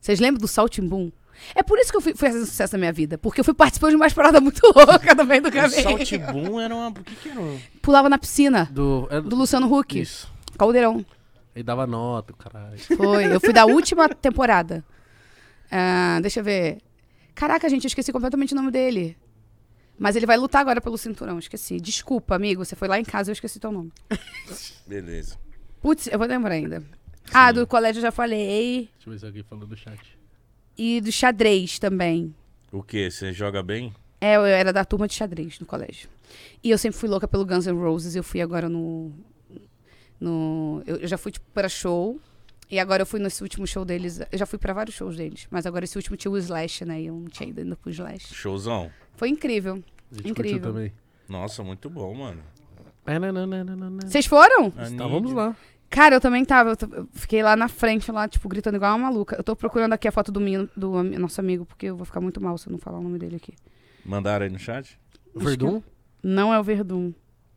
Vocês lembram do Saltibum? É por isso que eu fui, fui fazendo sucesso na minha vida. Porque eu fui participando de umas paradas muito loucas também do
O
caminho.
Saltibum era uma. O que que era? um-
Pulava na piscina
Do, é,
do Luciano Huck.
Isso.
Caldeirão.
Ele dava nota, caralho.
Foi. Eu fui da última temporada. Ah, deixa eu ver. Caraca, gente, eu esqueci completamente o nome dele. Mas ele vai lutar agora pelo cinturão, esqueci. Desculpa, amigo, você foi lá em casa e eu esqueci teu nome.
Beleza.
Putz, eu vou lembrar ainda. Ah, do colégio eu já falei.
Deixa eu ver se alguém falou do chat.
E do xadrez também.
O que? Você joga bem?
É, eu era da turma de xadrez no colégio. E eu sempre fui louca pelo Guns N' Roses. Eu fui agora no. no eu, eu já fui tipo, pra show. E agora eu fui nesse último show deles. Eu já fui pra vários shows deles. Mas agora esse último tinha o Slash, né? E eu não tinha ido ainda pro Slash.
Showzão.
Foi incrível.
A gente
Incrível. né,
curtiu também.
Nossa, muito bom, mano.
É, não, não, não, não, não, não.
Vocês foram?
É.
Tá, vamos lá.
Cara, eu também tava. Eu, t- eu fiquei lá na frente, lá, tipo, gritando igual uma maluca. Eu tô procurando aqui a foto do, menino, do ami- nosso amigo, porque eu vou ficar muito mal se eu não falar o nome dele aqui.
Mandaram aí no chat?
Verdun?
Não é o Verdun.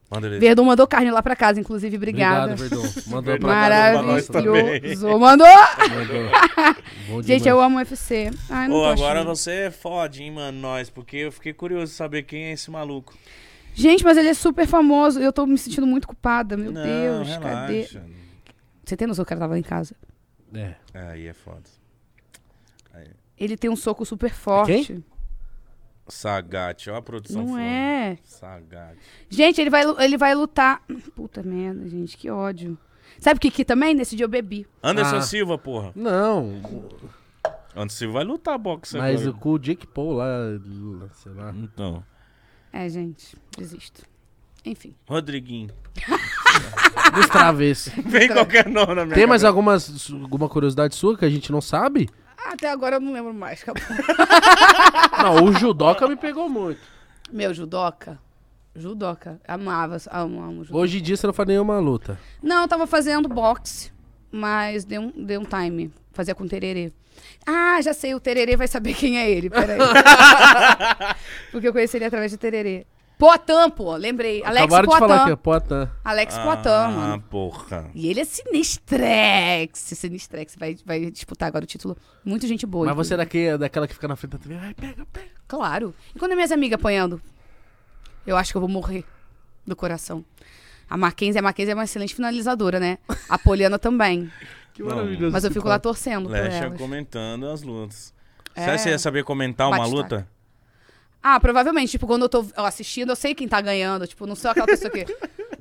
Manda ele.
Verdun mandou carne lá pra casa, inclusive. Obrigada.
Obrigado, Verdun. Mandou pra casa,
nós
nossa,
Maravilhoso.
também.
Mandou!
Mandou. Bom
Gente,
demais.
eu amo UFC. Ai, não
Ô,
tô
agora
achando.
você é foda, hein, mano, nós. Porque eu fiquei curioso de saber quem é esse maluco.
Gente, mas ele é super famoso. Eu tô me sentindo muito culpada. Meu
Não,
Deus, cadê?
relaxa.
Você tem noção que o cara tava lá em casa?
É.
Aí é foda.
Ele tem um soco super forte.
Sagate, ó a produção
Não
falando.
é.
Sagate.
Gente, ele vai, lu- ele vai lutar. Puta merda, gente, que ódio. Sabe o que, que também? Nesse dia eu bebi.
Anderson
Ah.
Silva, porra.
Não,
Anderson Silva vai lutar boxe
mas
agora.
com o Jake Paul lá, lá, sei lá.
Então,
É, gente, desisto. Enfim.
Rodriguinho.
Dos travessos.
Vem qualquer nome na minha
Tem mais
cabeça.
algumas, alguma curiosidade sua que a gente não sabe?
Ah, Até agora eu não lembro mais. acabou.
Não, o judoca me pegou muito.
Meu, judoca. Judoca. Amava, amo, amo judoca.
Hoje em dia você não faz nenhuma luta.
Não, eu tava fazendo boxe, mas deu um, deu um time. Fazia com tererê. Ah, já sei, o tererê vai saber quem é ele, peraí. Porque eu conheci ele através de tererê. Poitin, pô, lembrei. Alex
Acabaram de falar que é
Poitin.
Poitin.
Alex
ah,
Poitin, mano.
porra.
E ele é Sinistrex. Sinistrex vai, vai disputar agora o título. Muito gente boa.
Mas você é
inclusive.
daquele- daquela que fica na frente da TV. Ai, pega, pega.
Claro. E quando é minhas amigas apanhando? Eu acho que eu vou morrer do coração. A Mackenzie, a Mackenzie é uma excelente finalizadora, né? A Poliana também.
Que
Não,
maravilhoso.
Mas eu fico lá torcendo pra
Lesha
elas.
é comentando as lutas.
É.
Será que você ia saber comentar uma
Bate-taca.
luta?
Ah, provavelmente. Tipo, quando eu tô ó, assistindo, eu sei quem tá ganhando. Tipo, não sou aquela pessoa que...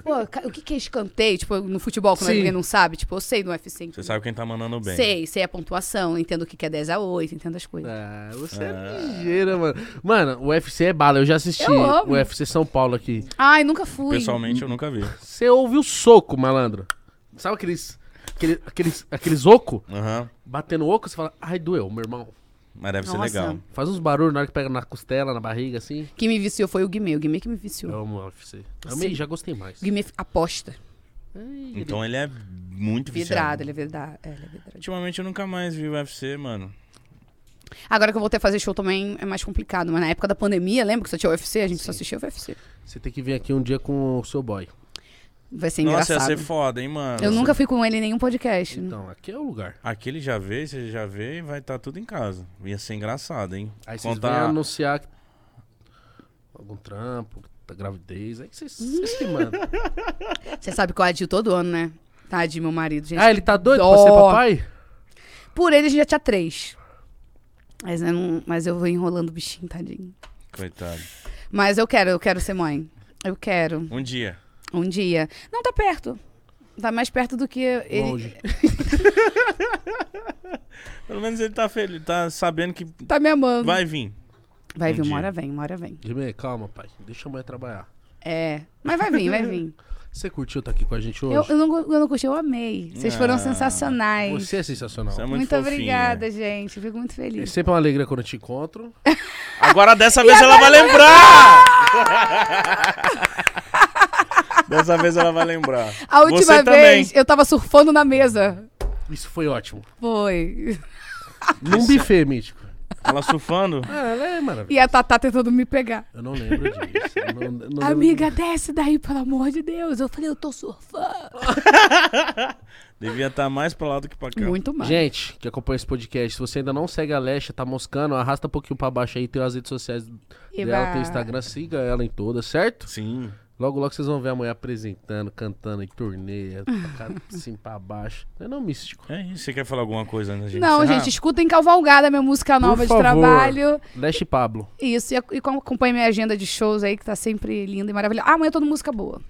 Pô, ca- o que que é escanteio? Tipo, no futebol, quando
Sim.
ninguém não sabe. Tipo, eu sei no UFC.
Você
entendeu?
sabe quem tá mandando bem.
Sei, sei a pontuação. Entendo o que que é 10 a 8, entendo as coisas.
Ah, você é ligeira, mano. Mano, o UFC é bala. Eu já assisti
Eu amo.
o UFC São Paulo aqui.
Ai, nunca fui.
Pessoalmente, eu nunca vi.
Você ouve o soco, malandro. Sabe aqueles... Aquele, aqueles, aqueles oco?
Aham.
Batendo oco, você fala... Ai, doeu, meu irmão.
Mas deve ser
Nossa.
legal.
Faz uns barulhos na hora que pega na costela, na barriga, assim.
Quem me viciou foi o Guimê. O Guimê que me
Eu
viciou.
amo UFC.
Sim.
Amei, já gostei mais.
O Guimê aposta.
Ai,
Então ele é muito viciado.
Vidrado, ele é vidrado. É, ele é vidrado.
Ultimamente eu nunca mais vi o UFC, mano.
Agora que eu voltei a fazer show também é mais complicado. Mas na época da pandemia, lembra que só tinha UFC? A gente só assistia UFC.
Você tem que vir aqui um dia com o seu boy.
Vai ser
Nossa, ia
É engraçado.
ser foda, hein, mano.
Eu nunca fui com ele em nenhum podcast.
Então, aqui é o lugar.
Aqui ele já vê, você já vê e vai estar tudo em casa. Ia ser engraçado, hein?
Aí vocês vêm
Contar...
anunciar que- algum trampo, da gravidez. Aí vocês vocês se mandam.
Você sabe que eu adio todo ano, né? Tadinho, meu marido, gente.
Ah, ele tá doido pra
Dó.
ser papai?
Por ele, a gente já tinha três. Mas eu, não- mas eu vou enrolando o bichinho, tadinho.
Coitado.
Mas eu quero, eu quero ser mãe. Eu quero.
Um dia.
Um dia. Não, tá perto. Tá mais perto do que ele.
Longe.
Pelo menos ele tá feliz, tá sabendo que
Tá me amando.
vai
Vai,
vir.
vir,
um
uma hora
dia.
vem, uma hora vem.
Jimmy, calma, pai. Deixa a mãe trabalhar.
É. Mas vai vir, vai vir.
Você curtiu estar aqui com a gente
Eu,
hoje?
eu não, go- eu não curti, eu amei. Vocês foram
Ah,
sensacionais.
Você é sensacional.
Você é muito,
Muito
fofinha.
obrigada, gente. Eu Fico muito
É
feliz.
sempre uma alegria quando eu te encontro.
Agora dessa vez ela vai lembrar! dessa vez ela vai lembrar.
A última
Você
vez
também.
eu tava surfando na mesa.
Isso foi ótimo.
Foi.
Num buffet mítico.
Ela surfando?
Ah, ela é maravilhosa.
E a Tatá tentando me pegar.
Eu não lembro disso. Eu não- eu não lembro
Amiga, é desce daí, pelo amor de Deus. Eu falei, eu tô surfando.
Devia estar mais pra lá do que pra cá.
Muito mal.
Gente, que acompanha esse podcast, se você ainda não segue a Lesha, tá moscando, arrasta um pouquinho pra baixo aí, tem as redes sociais dela,
é
Eba.
tem o Instagram, siga ela em todas, certo?
Sim.
Logo, logo vocês vão ver a mulher apresentando, cantando em turnê, pra cá, assim pra baixo. É não místico.
É isso. Você quer falar alguma coisa antes da gente
Não,
encerrar? Ah,
gente, escutem Cavalgada, minha música nova de
favor.
trabalho.
Leste e Pablo.
Isso, e, ac- e acompanhe minha agenda de shows aí, que tá sempre linda e maravilhosa. Ah, amanhã eu tô no Música Boa,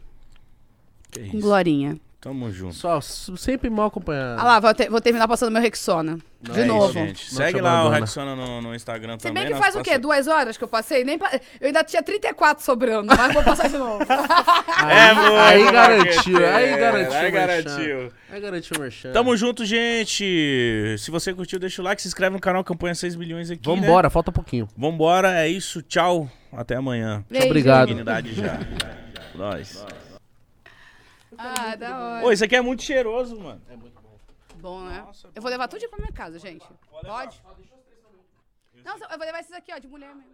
Que
com
isso.
Glorinha.
Tamo junto.
Só, s- sempre mal acompanhado.
Ah lá, vou, ter- vou terminar passando meu Rexona. de
É isso,
novo.
gente.
Não
Segue
te
lá o
abandona.
Rexona no, no Instagram
Se
também.
bem que
nós tá
faz o quê?
passa-
Duas horas que eu passei? Nem pa- Eu ainda tinha 34 sobrando, mas vou passar de novo.
É, boa,
Aí
boa,
garantiu,
marqueteiro,
aí garantiu.
Aí
o merchan.
garantiu.
Aí garantiu o merchan.
Tamo junto, gente. Se você curtiu, deixa o like, se inscreve no canal Campanha 6 milhões aqui. né?
Vambora, falta um pouquinho.
Vambora, é isso. Tchau. Até amanhã.
Beijo.
Obrigado.
Dignidade já. Nós.
Ah, da hora.
Ô, isso aqui é muito cheiroso, mano.
Bom, né? eu vou levar tudo de pra minha casa, gente. Pode? Não, só- eu vou levar esses aqui, ó, de mulher mesmo.